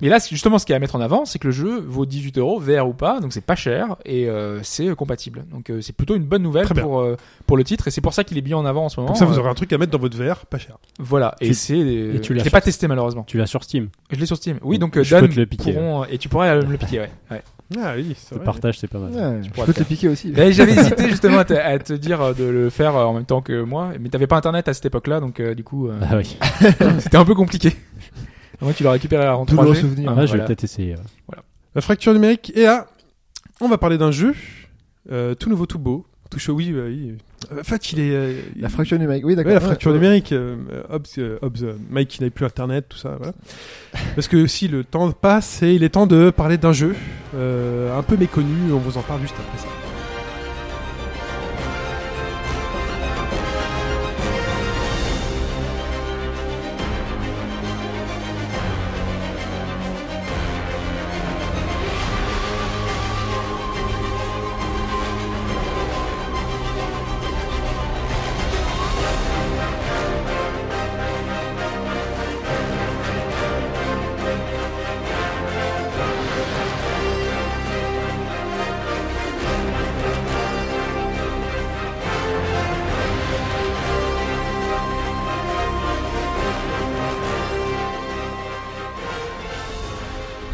Speaker 4: Mais là c'est justement ce qui est à mettre en avant, c'est que le jeu vaut 18 euros VR ou pas, donc c'est pas cher et euh, c'est euh, compatible. Donc euh, c'est plutôt une bonne nouvelle
Speaker 3: Très bien.
Speaker 4: pour euh, pour le titre et c'est pour ça qu'il est bien en avant en ce moment.
Speaker 3: Comme ça, vous
Speaker 4: Euh,
Speaker 3: aurez un truc à mettre dans votre VR, pas cher.
Speaker 4: Voilà. Et
Speaker 5: Tu-
Speaker 4: c'est
Speaker 5: et tu l'as
Speaker 4: je l'ai pas testé malheureusement.
Speaker 5: Tu l'as sur Steam.
Speaker 4: Je l'ai sur Steam. Oui,
Speaker 5: Mm.
Speaker 4: donc euh,
Speaker 5: Je peux
Speaker 4: Dan
Speaker 5: te le piquer,
Speaker 4: pourront- et tu pourrais euh, me le piquer, ouais. ouais.
Speaker 3: Ah oui, c'est
Speaker 5: Le
Speaker 3: vrai.
Speaker 5: partage, c'est pas mal.
Speaker 6: Ouais, Je
Speaker 4: pourras
Speaker 6: peux
Speaker 4: le
Speaker 6: te les piquer aussi.
Speaker 4: Mais J'avais hésité justement à te, à te dire euh, de le faire euh, en même temps que moi, mais t'avais pas internet à cette époque-là, donc euh, du coup euh,
Speaker 5: Ah oui.
Speaker 4: c'était un peu compliqué. Moi, tu l'as récupéré en
Speaker 6: Douloureux
Speaker 4: 3G.
Speaker 6: souvenir.
Speaker 4: Ah,
Speaker 5: Là, je vais
Speaker 4: voilà.
Speaker 5: peut-être essayer. euh, ouais.
Speaker 3: La fracture numérique. Et là, on va parler d'un jeu, euh, tout nouveau, tout beau, tout chaud. Oui, bah oui. Euh, En fait, il est. euh,
Speaker 6: La
Speaker 3: il-
Speaker 6: fracture numérique. Oui, d'accord.
Speaker 3: Ouais, la
Speaker 6: ouais,
Speaker 3: fracture
Speaker 6: ouais.
Speaker 3: numérique, euh, euh, Hobbes, euh, Hobbes, euh, Mike qui n'avait plus internet, tout ça, voilà. Parce que aussi le temps passe et il est temps de parler d'un jeu euh, un peu méconnu, on vous en parle juste après ça.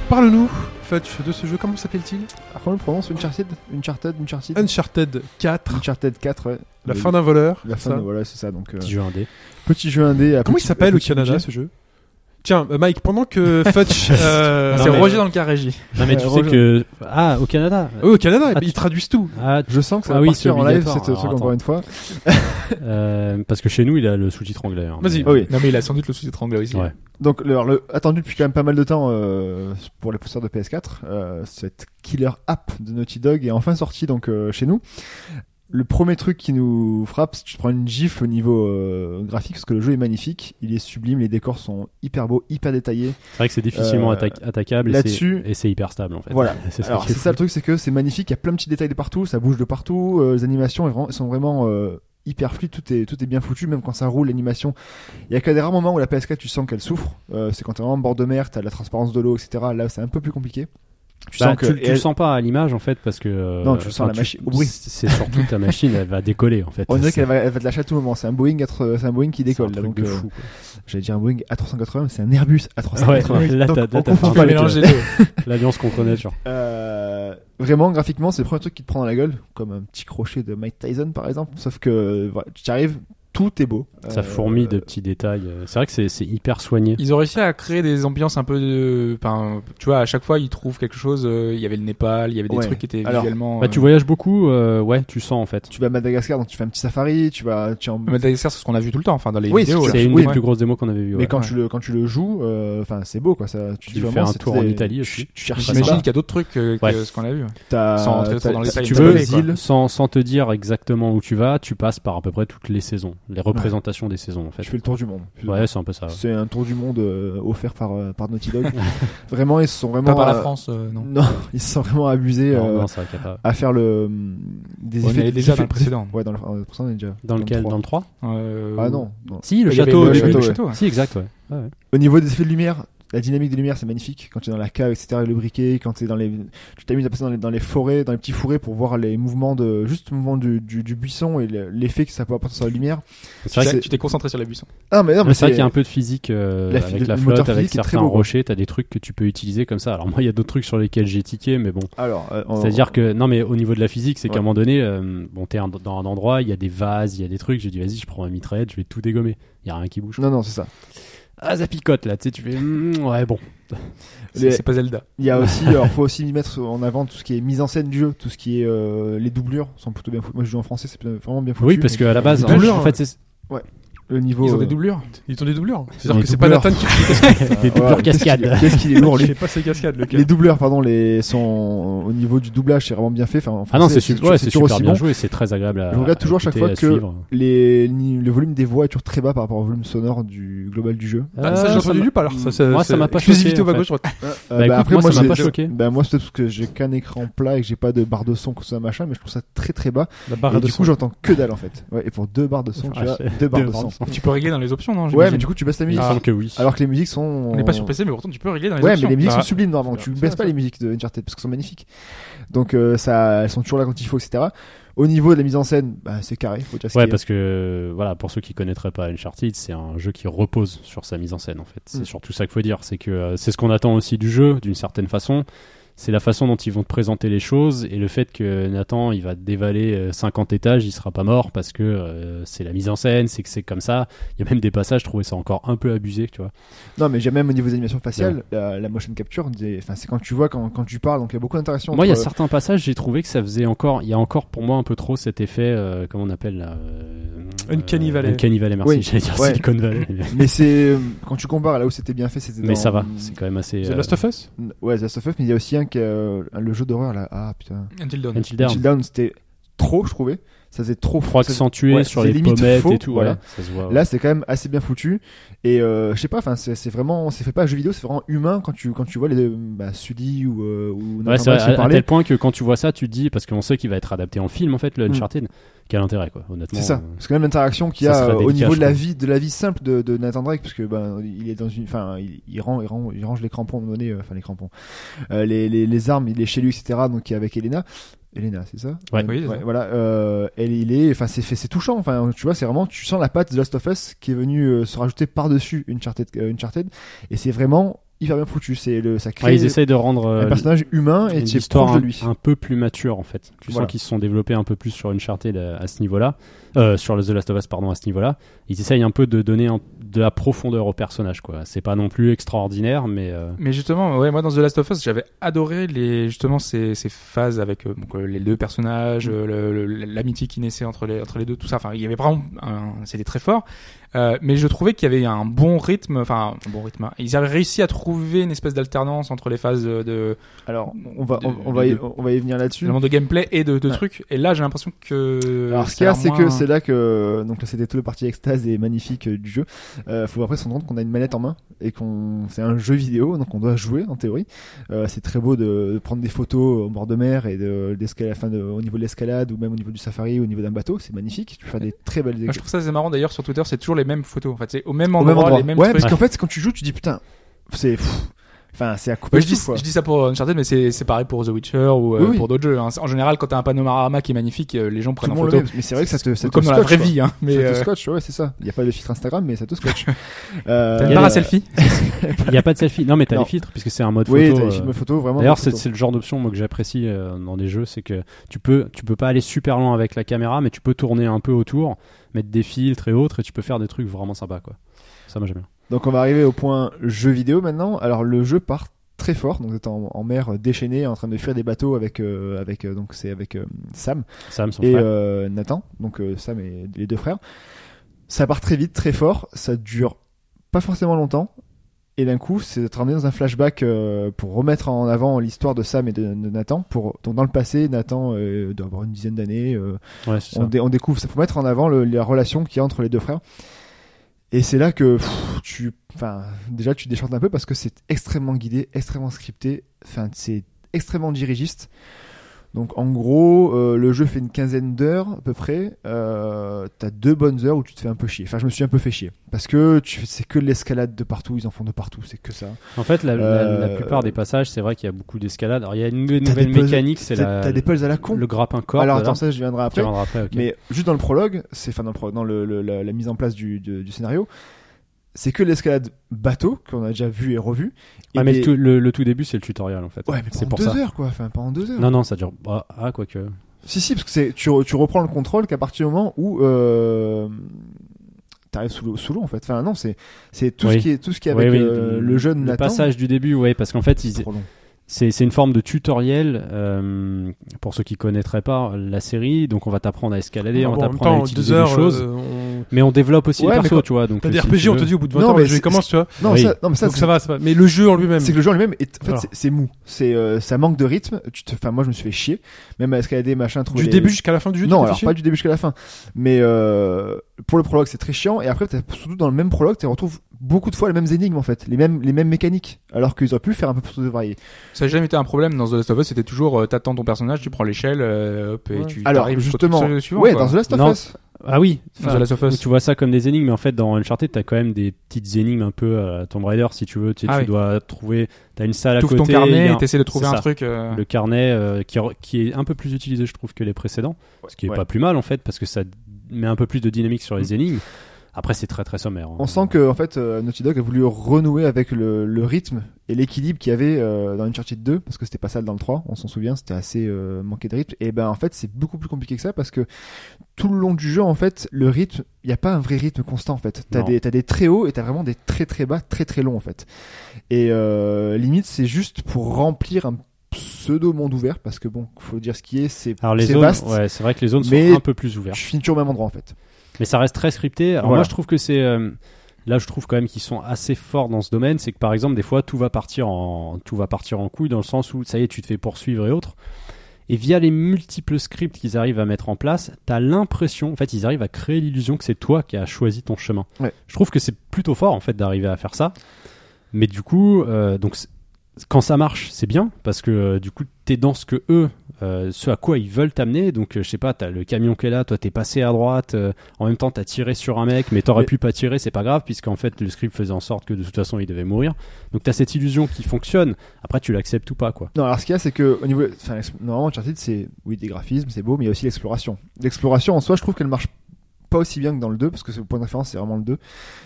Speaker 3: Parle-nous, Fudge, de ce jeu, comment s'appelle-t-il
Speaker 6: Ah, Comment on le prononce Uncharted Uncharted Uncharted
Speaker 3: Uncharted 4,
Speaker 6: Uncharted 4, ouais.
Speaker 3: Ah, la
Speaker 6: Oui,
Speaker 3: fin d'un voleur.
Speaker 6: La
Speaker 3: ça.
Speaker 6: fin, voilà, c'est ça. Donc, euh,
Speaker 5: Petit jeu indé.
Speaker 6: petit jeu indé. à
Speaker 3: Comment il
Speaker 6: petit-
Speaker 3: s'appelle
Speaker 6: à
Speaker 3: au
Speaker 6: petit
Speaker 3: Canada
Speaker 6: budget.
Speaker 3: ce jeu Tiens, euh, Mike, pendant que Fudge. euh,
Speaker 4: Ah, C'est
Speaker 3: non, mais-
Speaker 4: Roger dans le cas régie.
Speaker 5: Non, mais
Speaker 6: Ouais,
Speaker 5: tu sais
Speaker 6: Roger.
Speaker 5: que. Ah, au Canada.
Speaker 3: Oui, au Canada,
Speaker 5: Ah,
Speaker 3: ils
Speaker 5: tu-
Speaker 3: traduisent tout.
Speaker 5: Ah,
Speaker 6: Je sens que ça
Speaker 5: Ah
Speaker 6: va
Speaker 5: oui, c'est
Speaker 6: partir en live,
Speaker 5: obligatoire.
Speaker 6: cette truc,
Speaker 5: Alors,
Speaker 6: encore
Speaker 5: attends.
Speaker 6: une fois.
Speaker 5: euh, parce que chez nous, il a le sous-titre anglais. hein,
Speaker 3: Vas-y.
Speaker 5: mais-
Speaker 6: Ah oui.
Speaker 4: Non, mais il a sans doute le sous-titre anglais aussi.
Speaker 5: Ouais.
Speaker 6: Donc, le, alors, le- attendu depuis quand même pas mal de temps euh, pour les possesseurs de PS4, euh, cette killer app de Naughty Dog est enfin sortie donc euh, chez nous. Le premier truc qui nous frappe, c'est que tu prends une gifle au niveau euh, graphique parce que le jeu est magnifique, il est sublime, les décors sont hyper beaux, hyper détaillés.
Speaker 5: C'est vrai que c'est difficilement
Speaker 6: Euh,
Speaker 5: atta- attaquable. et
Speaker 6: là-dessus-
Speaker 5: c'est- Et c'est hyper stable, en fait.
Speaker 6: Voilà.
Speaker 5: C'est ça
Speaker 6: Alors
Speaker 5: qui est
Speaker 6: c'est
Speaker 5: fou.
Speaker 6: ça le truc, c'est que c'est magnifique, il y a plein de petits détails de partout, ça bouge de partout, euh, les animations elles vra- sont vraiment euh, hyper fluides, tout est, tout est bien foutu, même quand ça roule l'animation. Il y a qu'à des rares moments où la PS4 tu sens qu'elle souffre, euh, c'est quand t'es vraiment en bord de mer, t'as de la transparence de l'eau, etc. Là c'est un peu plus compliqué. Tu
Speaker 5: Bah,
Speaker 6: sens que.
Speaker 5: tu, tu
Speaker 6: et-
Speaker 5: le sens pas à l'image en fait parce que
Speaker 6: Non,
Speaker 5: euh,
Speaker 6: tu le sens
Speaker 5: enfin,
Speaker 6: la machine- au bruit.
Speaker 5: C'est surtout ta machine, elle va décoller en fait.
Speaker 6: On dirait
Speaker 5: C'est-
Speaker 6: qu'elle va, elle va te lâcher à tout moment. C'est un Boeing, A3- c'est un Boeing qui
Speaker 5: c'est un
Speaker 6: décolle. là,
Speaker 5: truc
Speaker 6: donc,
Speaker 5: de
Speaker 6: euh,
Speaker 5: fou, quoi.
Speaker 6: J'allais dire un Boeing A380, mais c'est un Airbus
Speaker 5: Ouais,
Speaker 6: A380.
Speaker 5: là,
Speaker 6: Donc,
Speaker 5: t'as-
Speaker 6: on
Speaker 5: là, t'as
Speaker 6: confond
Speaker 5: fait
Speaker 4: Pas
Speaker 5: un
Speaker 6: pas les
Speaker 5: truc, euh,
Speaker 4: mélanger
Speaker 6: deux.
Speaker 4: les deux.
Speaker 5: l'alliance contre nature.
Speaker 6: Euh, vraiment, graphiquement, c'est le premier truc qui te prend dans la gueule, comme un petit crochet de Mike Tyson par exemple. Sauf que voilà, tu arrives, tout est beau.
Speaker 5: Ça
Speaker 6: Euh,
Speaker 5: fourmille de petits détails. euh, C'est vrai que c'est c'est hyper soigné.
Speaker 4: Ils ont réussi à créer des ambiances un peu de. Enfin, tu vois, à chaque fois, ils trouvent quelque chose. euh, Il y avait le Népal, il y avait des
Speaker 6: Ouais.
Speaker 4: trucs qui étaient
Speaker 6: Alors,
Speaker 4: visuellement.
Speaker 5: Bah, tu
Speaker 4: euh,
Speaker 5: voyages beaucoup, euh, ouais, tu sens en fait.
Speaker 6: Tu vas à Madagascar, donc tu fais un petit safari, tu vas, tu es en-
Speaker 4: Madagascar, c'est ce qu'on a vu tout le temps, enfin, dans les
Speaker 6: Oui,
Speaker 4: vidéos.
Speaker 6: c'est
Speaker 4: là.
Speaker 5: C'est une
Speaker 6: oui,
Speaker 5: des
Speaker 4: ouais.
Speaker 5: plus grosses démos qu'on avait vues.
Speaker 6: Mais
Speaker 5: ouais.
Speaker 6: quand
Speaker 4: ouais.
Speaker 6: tu le quand tu le joues, euh, enfin c'est beau quoi. Ça, tu
Speaker 5: Tu
Speaker 6: dis
Speaker 5: fais
Speaker 6: vraiment,
Speaker 5: un
Speaker 6: c'est-
Speaker 5: tour en
Speaker 6: c'est-
Speaker 5: Italie
Speaker 6: Tu,
Speaker 5: aussi.
Speaker 6: tu cherches
Speaker 5: J'imagine
Speaker 4: J'imagine
Speaker 6: pas.
Speaker 4: qu'il y a d'autres trucs euh, que
Speaker 5: Ouais.
Speaker 4: ce qu'on a vu.
Speaker 6: T'as-
Speaker 4: sans rentrer trop
Speaker 6: t'as-
Speaker 4: dans les
Speaker 6: t'as-
Speaker 4: détails,
Speaker 5: tu
Speaker 6: t'as
Speaker 5: veux,
Speaker 6: les îles.
Speaker 5: sans, sans te dire exactement où tu vas, tu passes par à peu près toutes les saisons, les représentations des saisons en fait.
Speaker 6: Je fais le tour du monde.
Speaker 5: Ouais, c'est un peu ça. ouais.
Speaker 6: C'est un tour du monde euh, offert par euh, par Naughty Dog. vraiment, ils se sont vraiment
Speaker 4: Pas par la
Speaker 6: euh,
Speaker 4: France, euh, non.
Speaker 6: Non, ils se sont vraiment abusés
Speaker 5: Non,
Speaker 6: euh,
Speaker 5: non, c'est vrai qu'il y a pas-
Speaker 6: à faire le hum, des
Speaker 4: On
Speaker 6: effets
Speaker 4: est déjà
Speaker 6: des
Speaker 4: dans le
Speaker 6: effets-
Speaker 4: précédent.
Speaker 6: Ouais, dans le, dans le présent, on est déjà.
Speaker 5: Dans lequel
Speaker 6: le
Speaker 5: Dans le 3
Speaker 4: Euh,
Speaker 6: trois. Ah non. non.
Speaker 5: Si, le
Speaker 4: Il y avait
Speaker 5: château au
Speaker 4: le
Speaker 5: début.
Speaker 4: château,
Speaker 6: ouais.
Speaker 4: château, ouais.
Speaker 5: Si, exact, ouais. Ouais, ouais.
Speaker 6: Au niveau des effets de lumière, la dynamique des lumières, c'est magnifique. Quand tu es dans la cave, etc., et le briquet, quand tu es dans les, tu t'amuses à passer dans les, dans les forêts, dans les petits fourrés pour voir les mouvements de, juste le mouvement du, du, du buisson et le- l'effet que ça peut apporter sur la lumière.
Speaker 5: C'est
Speaker 4: Tu
Speaker 5: vrai
Speaker 4: t'es-
Speaker 5: que
Speaker 6: c'est-
Speaker 4: tu t'es concentré sur les buissons.
Speaker 6: Ah, mais non, mais
Speaker 5: Mais c'est vrai
Speaker 6: c'est,
Speaker 5: qu'il y a un peu de physique euh,
Speaker 6: La-
Speaker 5: avec
Speaker 6: le-
Speaker 5: la
Speaker 6: le moteur
Speaker 5: flotte, avec
Speaker 6: physique est très
Speaker 5: certains
Speaker 6: beau, quoi.
Speaker 5: rochers, t'as des trucs que tu peux utiliser comme ça. Alors moi, il y a d'autres trucs sur lesquels j'ai tiqué, mais bon.
Speaker 6: alors, euh, on-
Speaker 5: C'est-à-dire que, non, mais au niveau de la physique, c'est qu'à
Speaker 6: Ouais.
Speaker 5: un moment donné, euh, bon, t'es un- dans un endroit, il y a des vases, il y a des trucs, j'ai dit, vas-y, je prends ma mitraillette, je vais tout dégommer. Il y a rien qui bouge.
Speaker 6: Non, non, c'est ça.
Speaker 5: Ah, ça picote là, tu sais, tu fais, hmm, ouais, bon.
Speaker 4: C'est
Speaker 6: Les-
Speaker 4: c'est pas Zelda.
Speaker 6: Il y a aussi, alors, faut aussi mettre en avant tout ce qui est mise en scène du jeu, tout ce qui est, euh, les doublures sont plutôt bien foutues. Moi, je joue en français, c'est vraiment bien foutu.
Speaker 5: Oui, parce qu'à la base, hein,
Speaker 3: Des
Speaker 5: en,
Speaker 3: douleurs,
Speaker 6: hein.
Speaker 5: en fait, c'est
Speaker 6: Le niveau.
Speaker 4: Ils ont des
Speaker 6: euh,
Speaker 4: doublures.
Speaker 3: Ils ont des doubleurs. C'est-à-dire
Speaker 5: Des
Speaker 3: que c'est pas
Speaker 6: doubleurs.
Speaker 3: Nathan qui
Speaker 5: des
Speaker 6: Ouais,
Speaker 5: doublures
Speaker 6: qu'est-ce qu'il-
Speaker 5: cascades.
Speaker 6: Qu'est-ce qu'il est lourd, lui.
Speaker 3: fait pas ses cascades, le gars.
Speaker 6: Les doubleurs, pardon, les sont au niveau du doublage, c'est vraiment bien fait. Enfin, en
Speaker 5: Ah non,
Speaker 6: français,
Speaker 5: c'est super, ouais, c'est
Speaker 6: toujours
Speaker 5: super
Speaker 6: aussi
Speaker 5: bien
Speaker 6: bon.
Speaker 5: joué, c'est très agréable à.
Speaker 6: Je regarde toujours à chaque
Speaker 5: écouter,
Speaker 6: fois
Speaker 5: à
Speaker 6: que-
Speaker 5: suivre.
Speaker 6: Les, ni- le volume des voix est toujours très bas par rapport au volume sonore du global du jeu.
Speaker 3: Ah,
Speaker 5: Ah,
Speaker 3: ça, j'ai
Speaker 5: ça
Speaker 3: entendu
Speaker 5: m'a-
Speaker 3: du pas alors. Ça, ça,
Speaker 5: Moi, ça
Speaker 3: c'est
Speaker 5: m'a pas
Speaker 3: exclusivité
Speaker 5: choqué,
Speaker 3: au bas
Speaker 5: en fait.
Speaker 3: gauche, droite.
Speaker 6: Euh,
Speaker 5: Bah, écoute, moi, ça m'a
Speaker 6: j'ai-
Speaker 5: pas choqué.
Speaker 6: Bah, moi, c'est peut-être parce que j'ai qu'un écran plat et que j'ai pas de barre de son, que ça machin, mais je trouve ça très très bas.
Speaker 4: La
Speaker 6: et du coup, j'entends que dalle en fait. Ouais, et pour deux barres de son,
Speaker 5: Ah,
Speaker 6: tu as
Speaker 5: c'est-
Speaker 6: deux barres
Speaker 5: deux
Speaker 6: de
Speaker 5: barres
Speaker 6: son.
Speaker 5: de son. Ah.
Speaker 4: Tu peux régler dans les options, non
Speaker 6: Ouais,
Speaker 4: j'imagine
Speaker 6: mais du coup, tu baisses la
Speaker 5: Il me
Speaker 6: musique.
Speaker 5: semble que oui.
Speaker 6: Ah, Alors que les musiques sont. On
Speaker 4: On n'est pas sur PC, mais pourtant tu peux régler dans Ah, les
Speaker 6: Ouais, mais
Speaker 4: options.
Speaker 6: les musiques
Speaker 3: Bah,
Speaker 6: sont sublimes normalement. Tu
Speaker 3: c'est
Speaker 6: baisses
Speaker 3: ça,
Speaker 6: pas
Speaker 3: ça.
Speaker 6: les musiques de Uncharted parce qu'elles sont magnifiques. Donc euh, ça, elles sont toujours là quand il faut, etc. Au niveau de la mise en scène, bah, c'est carré. Faut dire ce
Speaker 5: Ouais,
Speaker 6: qu'il y a.
Speaker 5: parce que euh, voilà, pour ceux qui connaîtraient pas Uncharted, c'est un jeu qui repose sur sa mise en scène en fait. C'est
Speaker 6: Mm.
Speaker 5: surtout ça qu'il faut dire, c'est que euh, c'est ce qu'on attend aussi du jeu d'une certaine façon. C'est la façon dont ils vont te présenter les choses et le fait que Nathan il va dévaler euh, 50 étages, il sera pas mort parce que euh, c'est la mise en scène, c'est que c'est comme ça. Il y a même des passages, je trouvais ça encore un peu abusé, tu vois.
Speaker 6: Non, mais j'ai même au niveau des animations faciales, la, la motion capture, des- enfin, c'est quand tu vois, quand, quand tu parles, donc il y a beaucoup d'interactions.
Speaker 5: Moi, il y a
Speaker 6: entre-
Speaker 5: certains passages, j'ai trouvé que ça faisait encore, il y a encore pour moi un peu trop cet effet, euh, comment on appelle là euh,
Speaker 3: Uncanny Valley.
Speaker 5: Uncanny Valley, merci,
Speaker 6: Oui.
Speaker 5: j'allais dire
Speaker 6: Ouais.
Speaker 5: Silicon Valley. mais-
Speaker 6: Mais c'est euh, quand tu compares à là où c'était bien fait, c'était.
Speaker 5: Mais
Speaker 6: dans-
Speaker 5: ça va, c'est quand même assez.
Speaker 3: The
Speaker 5: euh,
Speaker 3: Last of Us
Speaker 6: Ouais, The Last of Us, mais il y a aussi un qui est, euh, le jeu d'horreur là. Ah putain.
Speaker 4: Until Dawn.
Speaker 5: Until Dawn.
Speaker 6: Until Dawn, c'était trop, je trouvais. Ça faisait trop.
Speaker 5: trop
Speaker 6: ça-
Speaker 5: accentué
Speaker 6: ouais,
Speaker 5: sur
Speaker 6: c'est
Speaker 5: les
Speaker 6: limite
Speaker 5: pommettes
Speaker 6: faux,
Speaker 5: et tout.
Speaker 6: voilà.
Speaker 5: ouais, ça se voit. ouais.
Speaker 6: Là, c'est quand même assez bien foutu. Et euh, je sais pas, enfin, c'est c'est vraiment, c'est fait pas jeu vidéo, c'est vraiment humain quand tu quand tu vois les deux, bah, Sully ou euh, ou
Speaker 5: Ouais,
Speaker 6: Nathan
Speaker 5: c'est vrai,
Speaker 6: Drake se
Speaker 5: à, à
Speaker 6: parler.
Speaker 5: tel point que quand tu vois ça, tu te dis, parce qu'on sait qu'il va être adapté en film en fait, le
Speaker 6: Mm.
Speaker 5: Uncharted, quel intérêt quoi, honnêtement.
Speaker 6: C'est ça.
Speaker 5: euh,
Speaker 6: Parce que même l'interaction qu'il y
Speaker 5: ça
Speaker 6: a
Speaker 5: serait
Speaker 6: euh, au
Speaker 5: délicat,
Speaker 6: niveau
Speaker 5: je
Speaker 6: de la
Speaker 5: trouve.
Speaker 6: vie, de la vie simple de, de Nathan Drake, parce que ben il est dans une, enfin, il, il rend, il rend, il range les crampons à un moment donné, euh, enfin les crampons, Euh, les, les les armes, il est chez lui, etc. Donc il est avec Elena. Elena, c'est ça
Speaker 5: Ouais.
Speaker 4: Oui, c'est ça.
Speaker 6: voilà. euh, elle, il est, enfin, c'est fait, c'est touchant. Enfin, tu vois, c'est vraiment, tu sens la patte de Last of Us qui est venue euh, se rajouter par-dessus une euh, Uncharted, et c'est vraiment hyper bien foutu. C'est le, ça crée
Speaker 5: ouais, ils essayent de rendre
Speaker 6: un
Speaker 5: euh,
Speaker 6: personnage humain et
Speaker 5: une
Speaker 6: tu es proche
Speaker 5: histoire
Speaker 6: de
Speaker 5: un,
Speaker 6: lui.
Speaker 5: un peu hein, plus mature en fait. Tu
Speaker 6: Voilà.
Speaker 5: sens qu'ils se sont développés un peu plus sur Uncharted à, à ce niveau-là, euh, sur The Last of Us pardon à ce niveau-là. Ils essayent un peu de donner un- de la profondeur au personnage quoi. C'est pas non plus extraordinaire, mais euh,
Speaker 4: Mais justement, ouais, moi dans The Last of Us, j'avais adoré les justement ces, ces phases avec euh, donc, euh, les deux
Speaker 6: Mm.
Speaker 4: personnages, euh, le- le- l'amitié qui naissait entre les entre les deux, tout ça. Enfin, il y avait vraiment, un- c'était très fort. Euh, mais je trouvais qu'il y avait un bon rythme, enfin un bon rythme. hein. Ils avaient réussi à trouver une espèce d'alternance entre les phases de, de
Speaker 6: Alors, on va, on,
Speaker 4: de-
Speaker 6: on va, y,
Speaker 4: de-
Speaker 6: on va y venir là-dessus.
Speaker 4: finalement, de gameplay et de, de
Speaker 6: Ouais.
Speaker 4: trucs. Et là, j'ai l'impression que
Speaker 6: Alors,
Speaker 4: ça
Speaker 6: ce qu'il y a,
Speaker 4: a
Speaker 6: c'est
Speaker 4: moins- hein.
Speaker 6: que c'est là que donc là, c'était tout le parti extase et magnifique euh, du jeu. Euh, faut après se rendre compte qu'on a une manette en main et qu'on c'est un jeu vidéo, donc on doit jouer en théorie. Euh, c'est très beau de, de prendre des photos au bord de mer et de d'escalade, enfin, de- au niveau de l'escalade ou même au niveau du safari, au niveau d'un bateau, c'est magnifique. Tu peux faire des très belles
Speaker 4: Moi, je trouve ça c'est marrant d'ailleurs sur Twitter, c'est toujours les mêmes photos. En fait, c'est au même endroit, les mêmes
Speaker 6: ouais,
Speaker 4: trucs.
Speaker 6: parce qu'en fait, quand tu joues, tu dis putain, c'est pff, Enfin, c'est à couper
Speaker 4: Ouais,
Speaker 6: le
Speaker 4: je, dis,
Speaker 6: souffle, quoi.
Speaker 4: je dis ça pour Uncharted, mais c'est c'est pareil pour The Witcher ou euh,
Speaker 6: Oui, oui.
Speaker 4: pour d'autres jeux. hein. En général, quand t'as un panorama qui est magnifique, euh, les gens
Speaker 6: Tout
Speaker 4: prennent
Speaker 6: le
Speaker 4: en
Speaker 6: monde
Speaker 4: photo.
Speaker 6: le met, mais c'est vrai que ça te, ça te
Speaker 4: comme dans la
Speaker 6: scotche,
Speaker 4: vraie
Speaker 6: quoi.
Speaker 4: vie, hein. Mais
Speaker 6: ça te
Speaker 4: euh,
Speaker 6: scotche, ouais, c'est ça. Il n'y a pas de filtre Instagram, mais ça te scotche.
Speaker 4: t'aimes
Speaker 6: euh,
Speaker 5: Il y a
Speaker 4: pas la
Speaker 5: des-
Speaker 4: selfie
Speaker 5: Il n'y a pas de selfie. Non, mais t'as
Speaker 6: Non.
Speaker 5: les filtres, puisque c'est un mode
Speaker 6: Oui,
Speaker 5: photo.
Speaker 6: t'as
Speaker 5: euh,
Speaker 6: les films photo, vraiment.
Speaker 5: D'ailleurs,
Speaker 6: des
Speaker 5: c'est
Speaker 6: photos.
Speaker 5: c'est le genre d'option moi, que j'apprécie euh, dans des jeux, c'est que tu peux, tu peux pas aller super loin avec la caméra, mais tu peux tourner un peu autour, mettre des filtres et autres, et tu peux faire des trucs vraiment sympas, quoi. Ça, moi, j'aime bien.
Speaker 6: Donc on va arriver au point jeu vidéo maintenant. Alors le jeu part très fort, donc vous êtes en, en mer euh, déchaînée, en train de fuir des bateaux avec euh, avec euh, donc c'est avec euh, Sam
Speaker 5: Sam, son
Speaker 6: et
Speaker 5: frère.
Speaker 6: euh, Nathan, donc euh, Sam et les deux frères. Ça part très vite, très fort, ça dure pas forcément longtemps. Et d'un coup, c'est d'être ramené dans un flashback euh, pour remettre en avant l'histoire de Sam et de, de Nathan. Pour, donc dans le passé, Nathan euh, doit avoir une dizaine d'années, euh,
Speaker 5: Ouais, c'est
Speaker 6: on,
Speaker 5: ça.
Speaker 6: dé- on découvre ça pour mettre en avant le- la relation qu'il y a entre les deux frères et c'est là que pff, tu enfin déjà tu déchantes un peu parce que c'est extrêmement guidé extrêmement scripté enfin c'est extrêmement dirigiste donc en gros euh, le jeu fait une quinzaine d'heures à peu près euh, t'as deux bonnes heures où tu te fais un peu chier enfin je me suis un peu fait chier parce que tu c'est que de l'escalade de partout ils en font de partout c'est que ça
Speaker 5: En fait, la, la- la
Speaker 6: euh,
Speaker 5: plupart des passages, c'est vrai qu'il y a beaucoup d'escalade. Alors, il y a une
Speaker 6: T'as
Speaker 5: nouvelle
Speaker 6: des puzzles-
Speaker 5: mécanique, c'est
Speaker 6: t'as
Speaker 5: la,
Speaker 6: t'as des puzzles à la con
Speaker 5: le grappin corps.
Speaker 6: alors attends ça je viendrai après
Speaker 5: après, ok.
Speaker 6: Mais juste dans le prologue, c'est enfin dans, le, pro- dans le- le- la, la mise en place du, du- du scénario, c'est que l'escalade bateau qu'on a déjà vu et revu. Et
Speaker 5: Ah, mais
Speaker 6: des-
Speaker 5: le tout, le- le tout début, c'est le tutoriel, en fait.
Speaker 6: ouais, mais
Speaker 5: c'est
Speaker 6: pendant
Speaker 5: pour
Speaker 6: deux
Speaker 5: ça.
Speaker 6: heures quoi, enfin pendant deux heures.
Speaker 5: Non, non, ça dure. Ah, ah, quoique.
Speaker 6: Si si, parce que c'est tu, re- tu reprends le contrôle qu'à partir du moment où euh, t'arrives sous l'eau, sous l'eau en fait. Enfin non, c'est c'est tout
Speaker 5: Oui.
Speaker 6: ce qui est tout ce qui est avec
Speaker 5: Ouais, oui,
Speaker 6: euh, le jeune
Speaker 5: Le
Speaker 6: Nathan.
Speaker 5: passage du début, ouais, parce qu'en fait,
Speaker 6: c'est
Speaker 5: ils,
Speaker 6: trop long.
Speaker 5: C'est c'est une forme de tutoriel euh, pour ceux qui connaîtraient pas la série. Donc on va t'apprendre à escalader,
Speaker 3: Ah
Speaker 5: on
Speaker 3: bon,
Speaker 5: va
Speaker 3: en même temps,
Speaker 5: t'apprendre à
Speaker 3: en
Speaker 5: utiliser
Speaker 3: deux
Speaker 5: des
Speaker 3: heures,
Speaker 5: choses.
Speaker 3: euh, on-
Speaker 5: Mais on développe aussi
Speaker 6: Ouais,
Speaker 5: les
Speaker 6: mais
Speaker 5: persos, tu vois. Donc euh,
Speaker 3: T'as des
Speaker 5: si
Speaker 3: RPG,
Speaker 5: tu
Speaker 3: on
Speaker 5: veux-
Speaker 3: te dit au bout de 20
Speaker 6: Non,
Speaker 3: heures,
Speaker 6: mais
Speaker 3: le jeu
Speaker 6: c'est-
Speaker 3: commence, tu vois.
Speaker 6: Non,
Speaker 5: Oui.
Speaker 6: ça, non mais ça
Speaker 3: Donc
Speaker 6: c'est-
Speaker 3: ça va, ça va. Mais le jeu en lui-même.
Speaker 6: C'est que le jeu en lui-même, est, en fait,
Speaker 3: Voilà.
Speaker 6: c'est- c'est mou. C'est, euh, ça manque de rythme. Tu te, enfin, moi, je me suis fait chier. Même à escalader, machin, trouver
Speaker 3: Du
Speaker 6: les-
Speaker 3: début jusqu'à la fin du jeu, tu
Speaker 6: non,
Speaker 3: t'es
Speaker 6: alors
Speaker 3: fiché
Speaker 6: pas du début jusqu'à la fin. Mais euh, pour le prologue, c'est très chiant. Et après, t'as- surtout dans le même prologue, tu retrouves beaucoup de fois les mêmes énigmes en fait, les mêmes, les mêmes mécaniques. Alors qu'ils auraient pu faire un peu plus de varié.
Speaker 4: Ça n'a jamais été un problème dans The Last of Us, c'était toujours euh, t'attends ton personnage, tu prends l'échelle, euh, hop, et
Speaker 3: Ouais.
Speaker 4: tu
Speaker 6: Alors
Speaker 4: t'arrives jusqu'au
Speaker 6: justement,
Speaker 4: truc suivant,
Speaker 6: ouais,
Speaker 4: quoi.
Speaker 6: dans The Last of
Speaker 5: Non.
Speaker 6: Us,
Speaker 5: Ah oui.
Speaker 4: Dans The Last of
Speaker 5: Donc
Speaker 4: Us.
Speaker 5: tu vois ça comme des énigmes, mais en fait dans Uncharted t'as quand même des petites énigmes un peu euh, Tomb Raider si tu veux. Tu, sais,
Speaker 4: Ah
Speaker 5: tu
Speaker 4: oui.
Speaker 5: dois trouver, t'as une salle à
Speaker 4: T'ouvres
Speaker 5: côté.
Speaker 4: ton
Speaker 5: il y a
Speaker 4: carnet
Speaker 5: un-
Speaker 4: et t'essaies de trouver
Speaker 5: c'est
Speaker 4: un
Speaker 5: ça.
Speaker 4: truc. euh,
Speaker 5: Le carnet euh, qui, re- qui est un peu plus utilisé je trouve que les précédents, ce qui est
Speaker 6: Ouais.
Speaker 5: pas plus mal en fait parce que ça met un peu plus de dynamique sur
Speaker 4: Mm.
Speaker 5: les énigmes. Après c'est très très sommaire. hein.
Speaker 6: on sent que en fait, euh, Naughty Dog a voulu renouer avec le, le rythme et l'équilibre qu'il y avait euh, dans Uncharted 2, parce que c'était pas ça dans le 3. On s'en souvient, c'était assez euh, manqué de rythme. Et ben en fait, c'est beaucoup plus compliqué que ça parce que tout le long du jeu, en fait, le rythme, il n'y a pas un vrai rythme constant, en fait. T'as
Speaker 5: Non.
Speaker 6: des, t'as des très hauts et t'as vraiment des très très bas, très très longs, en fait. Et euh, limite, c'est juste pour remplir un pseudo monde ouvert, parce que bon, faut dire ce qui est, c'est
Speaker 5: Alors les
Speaker 6: c'est
Speaker 5: zones,
Speaker 6: vaste.
Speaker 5: ouais, c'est vrai que les zones
Speaker 6: mais
Speaker 5: sont un peu plus ouvertes.
Speaker 6: Je finis toujours au même endroit, en fait.
Speaker 5: Mais ça reste très scripté. Alors
Speaker 6: Voilà.
Speaker 5: moi, je trouve que c'est euh, là, je trouve quand même qu'ils sont assez forts dans ce domaine. C'est que par exemple, des fois, tout va partir en tout va partir en couille dans le sens où ça y est, tu te fais poursuivre et autres. Et via les multiples scripts qu'ils arrivent à mettre en place, t'as l'impression, en fait, ils arrivent à créer l'illusion que c'est toi qui as choisi ton chemin.
Speaker 6: Ouais.
Speaker 5: Je trouve que c'est plutôt fort en fait d'arriver à faire ça. Mais du coup, euh, donc c'est- quand ça marche, c'est bien parce que euh, du coup, t'es dans ce que eux, euh, ce à quoi ils veulent t'amener. Donc, euh, je sais pas, t'as le camion qui est là, toi t'es passé à droite, euh, en même temps t'as tiré sur un mec, mais t'aurais
Speaker 6: Mais-
Speaker 5: pu pas tirer, c'est pas grave, puisqu'en fait le script faisait en sorte que de toute façon il devait mourir. Donc t'as cette illusion qui fonctionne. Après, tu l'acceptes ou pas, quoi.
Speaker 6: Non, alors ce qu'il y a, c'est que au niveau, enfin, l'ex- normalement, Uncharted, c'est oui des graphismes, c'est beau, mais il y a aussi l'exploration. L'exploration en soi, je trouve qu'elle marche pas aussi bien que dans le 2, parce que c'est- le point de référence, c'est vraiment le 2.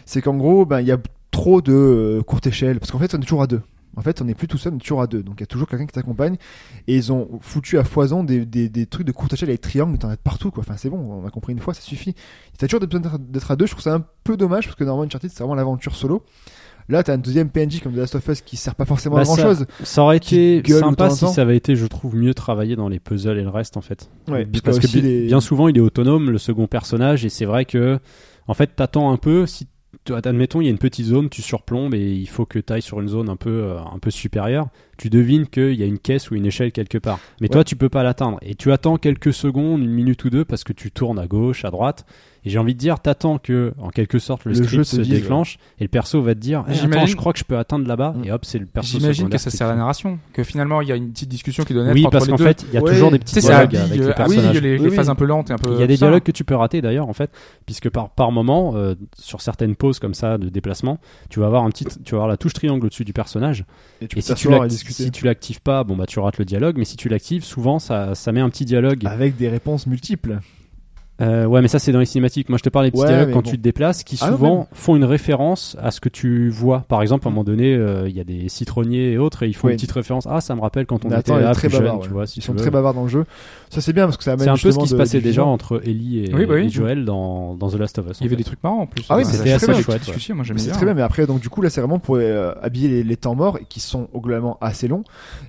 Speaker 6: C'est qu'en gros, ben il y a trop de euh, courte échelle, parce qu'en fait, on est toujours à deux. En fait, on n'est plus tout seul, on est toujours à deux. Donc, il y a toujours quelqu'un qui t'accompagne. Et ils ont foutu à foison des, des, des trucs de courte échelle avec triangle, t'en as de partout, quoi. Enfin, c'est bon, on a compris une fois, ça suffit. T'as toujours besoin d'être- d'être à deux. Je trouve ça un peu dommage, parce que normalement, Uncharted, c'est vraiment l'aventure solo. Là, t'as un deuxième PNJ comme The Last of Us qui sert pas forcément à
Speaker 5: Bah,
Speaker 6: grand
Speaker 5: ça-
Speaker 6: chose.
Speaker 5: Ça aurait
Speaker 6: Qui
Speaker 5: été
Speaker 6: gueule de temps en
Speaker 5: sympa si
Speaker 6: temps.
Speaker 5: ça avait été, je trouve, mieux travaillé dans les puzzles et le reste, en fait.
Speaker 6: Ouais, bah
Speaker 5: Parce, que
Speaker 6: parce qu'il
Speaker 5: bi-
Speaker 6: est-
Speaker 5: bien souvent, il est autonome, le second personnage, et c'est vrai que, en fait, t'attends un peu. Si, t- admettons, il y a une petite zone, tu surplombes et il faut que t'ailles sur une zone un peu, euh, un peu supérieure. tu devines qu'il y a une caisse ou une échelle quelque part. Mais
Speaker 6: Ouais.
Speaker 5: toi, tu peux pas l'atteindre. Et tu attends quelques secondes, une minute ou deux, parce que tu tournes à gauche, à droite. Et j'ai envie de dire, t'attends que, en quelque sorte, le,
Speaker 6: Le
Speaker 5: script
Speaker 6: jeu te
Speaker 5: se
Speaker 6: dise,
Speaker 5: déclenche et le perso va te dire, Eh,
Speaker 4: J'imagine-
Speaker 5: attends, je crois que je peux atteindre là-bas.
Speaker 6: Mm.
Speaker 5: Et hop, c'est le perso.
Speaker 4: J'imagine que
Speaker 5: secondaire
Speaker 4: ça
Speaker 5: qui
Speaker 4: sert à la
Speaker 5: te-
Speaker 4: narration. Que finalement, il y a une petite discussion qui doit naître
Speaker 5: Oui,
Speaker 4: entre
Speaker 5: parce
Speaker 4: les
Speaker 5: qu'en
Speaker 4: deux.
Speaker 5: fait, il y a
Speaker 6: Ouais.
Speaker 5: toujours des
Speaker 4: tu
Speaker 5: petits
Speaker 4: sais, ça
Speaker 5: dialogues
Speaker 4: habille,
Speaker 5: avec les
Speaker 4: euh,
Speaker 5: personnages.
Speaker 4: habille les,
Speaker 6: Oui,
Speaker 4: les
Speaker 6: oui.
Speaker 4: phases un peu lentes et un peu.
Speaker 5: Il y a des
Speaker 4: ça.
Speaker 5: dialogues que tu peux rater d'ailleurs en fait, puisque par, par moment, euh, sur certaines pauses comme ça de déplacement, tu vas avoir un petit, tu vas avoir la touche triangle au-dessus du personnage.
Speaker 6: Et
Speaker 5: Et
Speaker 6: tu peux
Speaker 5: si tu,
Speaker 6: t'asseoir et
Speaker 5: l'acti-
Speaker 6: discuter.
Speaker 5: si tu l'actives pas, bon bah tu rates le dialogue, mais si tu l'actives, souvent ça, ça met un petit dialogue.
Speaker 6: Avec des réponses multiples.
Speaker 5: Euh, ouais, mais ça c'est dans les cinématiques. Moi je te parle des petits
Speaker 6: Ouais,
Speaker 5: dialogues
Speaker 6: mais
Speaker 5: quand
Speaker 6: bon.
Speaker 5: tu te déplaces, qui
Speaker 6: Ah, non,
Speaker 5: souvent
Speaker 6: même.
Speaker 5: font une référence à ce que tu vois. Par exemple, à un moment donné, euh, il y a des citronniers et autres, et ils font
Speaker 6: Oui.
Speaker 5: une petite référence. Ah, ça me rappelle quand on
Speaker 6: Mais attends,
Speaker 5: était
Speaker 6: elle est
Speaker 5: là
Speaker 6: très
Speaker 5: plus
Speaker 6: bavard,
Speaker 5: jeune, tu
Speaker 6: ouais.
Speaker 5: vois. si
Speaker 6: Ils
Speaker 5: tu
Speaker 6: sont
Speaker 5: veux.
Speaker 6: très bavards dans le jeu. Ça c'est bien parce que ça amène
Speaker 5: C'est un peu ce
Speaker 6: justement
Speaker 5: qui se
Speaker 6: de-
Speaker 5: passait
Speaker 6: du
Speaker 5: déjà
Speaker 6: vivant.
Speaker 5: entre Ellie et,
Speaker 4: Oui, bah oui.
Speaker 5: et Joel dans, dans The Last of Us. en
Speaker 4: Il y avait
Speaker 5: fait.
Speaker 4: des trucs marrants en plus.
Speaker 6: Ah oui, mais
Speaker 4: Enfin,
Speaker 6: c'est
Speaker 4: des
Speaker 6: très
Speaker 4: petites
Speaker 6: bien.
Speaker 4: chouettes,
Speaker 5: Ouais.
Speaker 4: discussions, moi j'aimais
Speaker 6: Mais c'est
Speaker 4: bien.
Speaker 6: très bien, mais après, donc du coup, là, c'est vraiment pour euh, habiller les, les temps morts et qui sont globalement assez longs.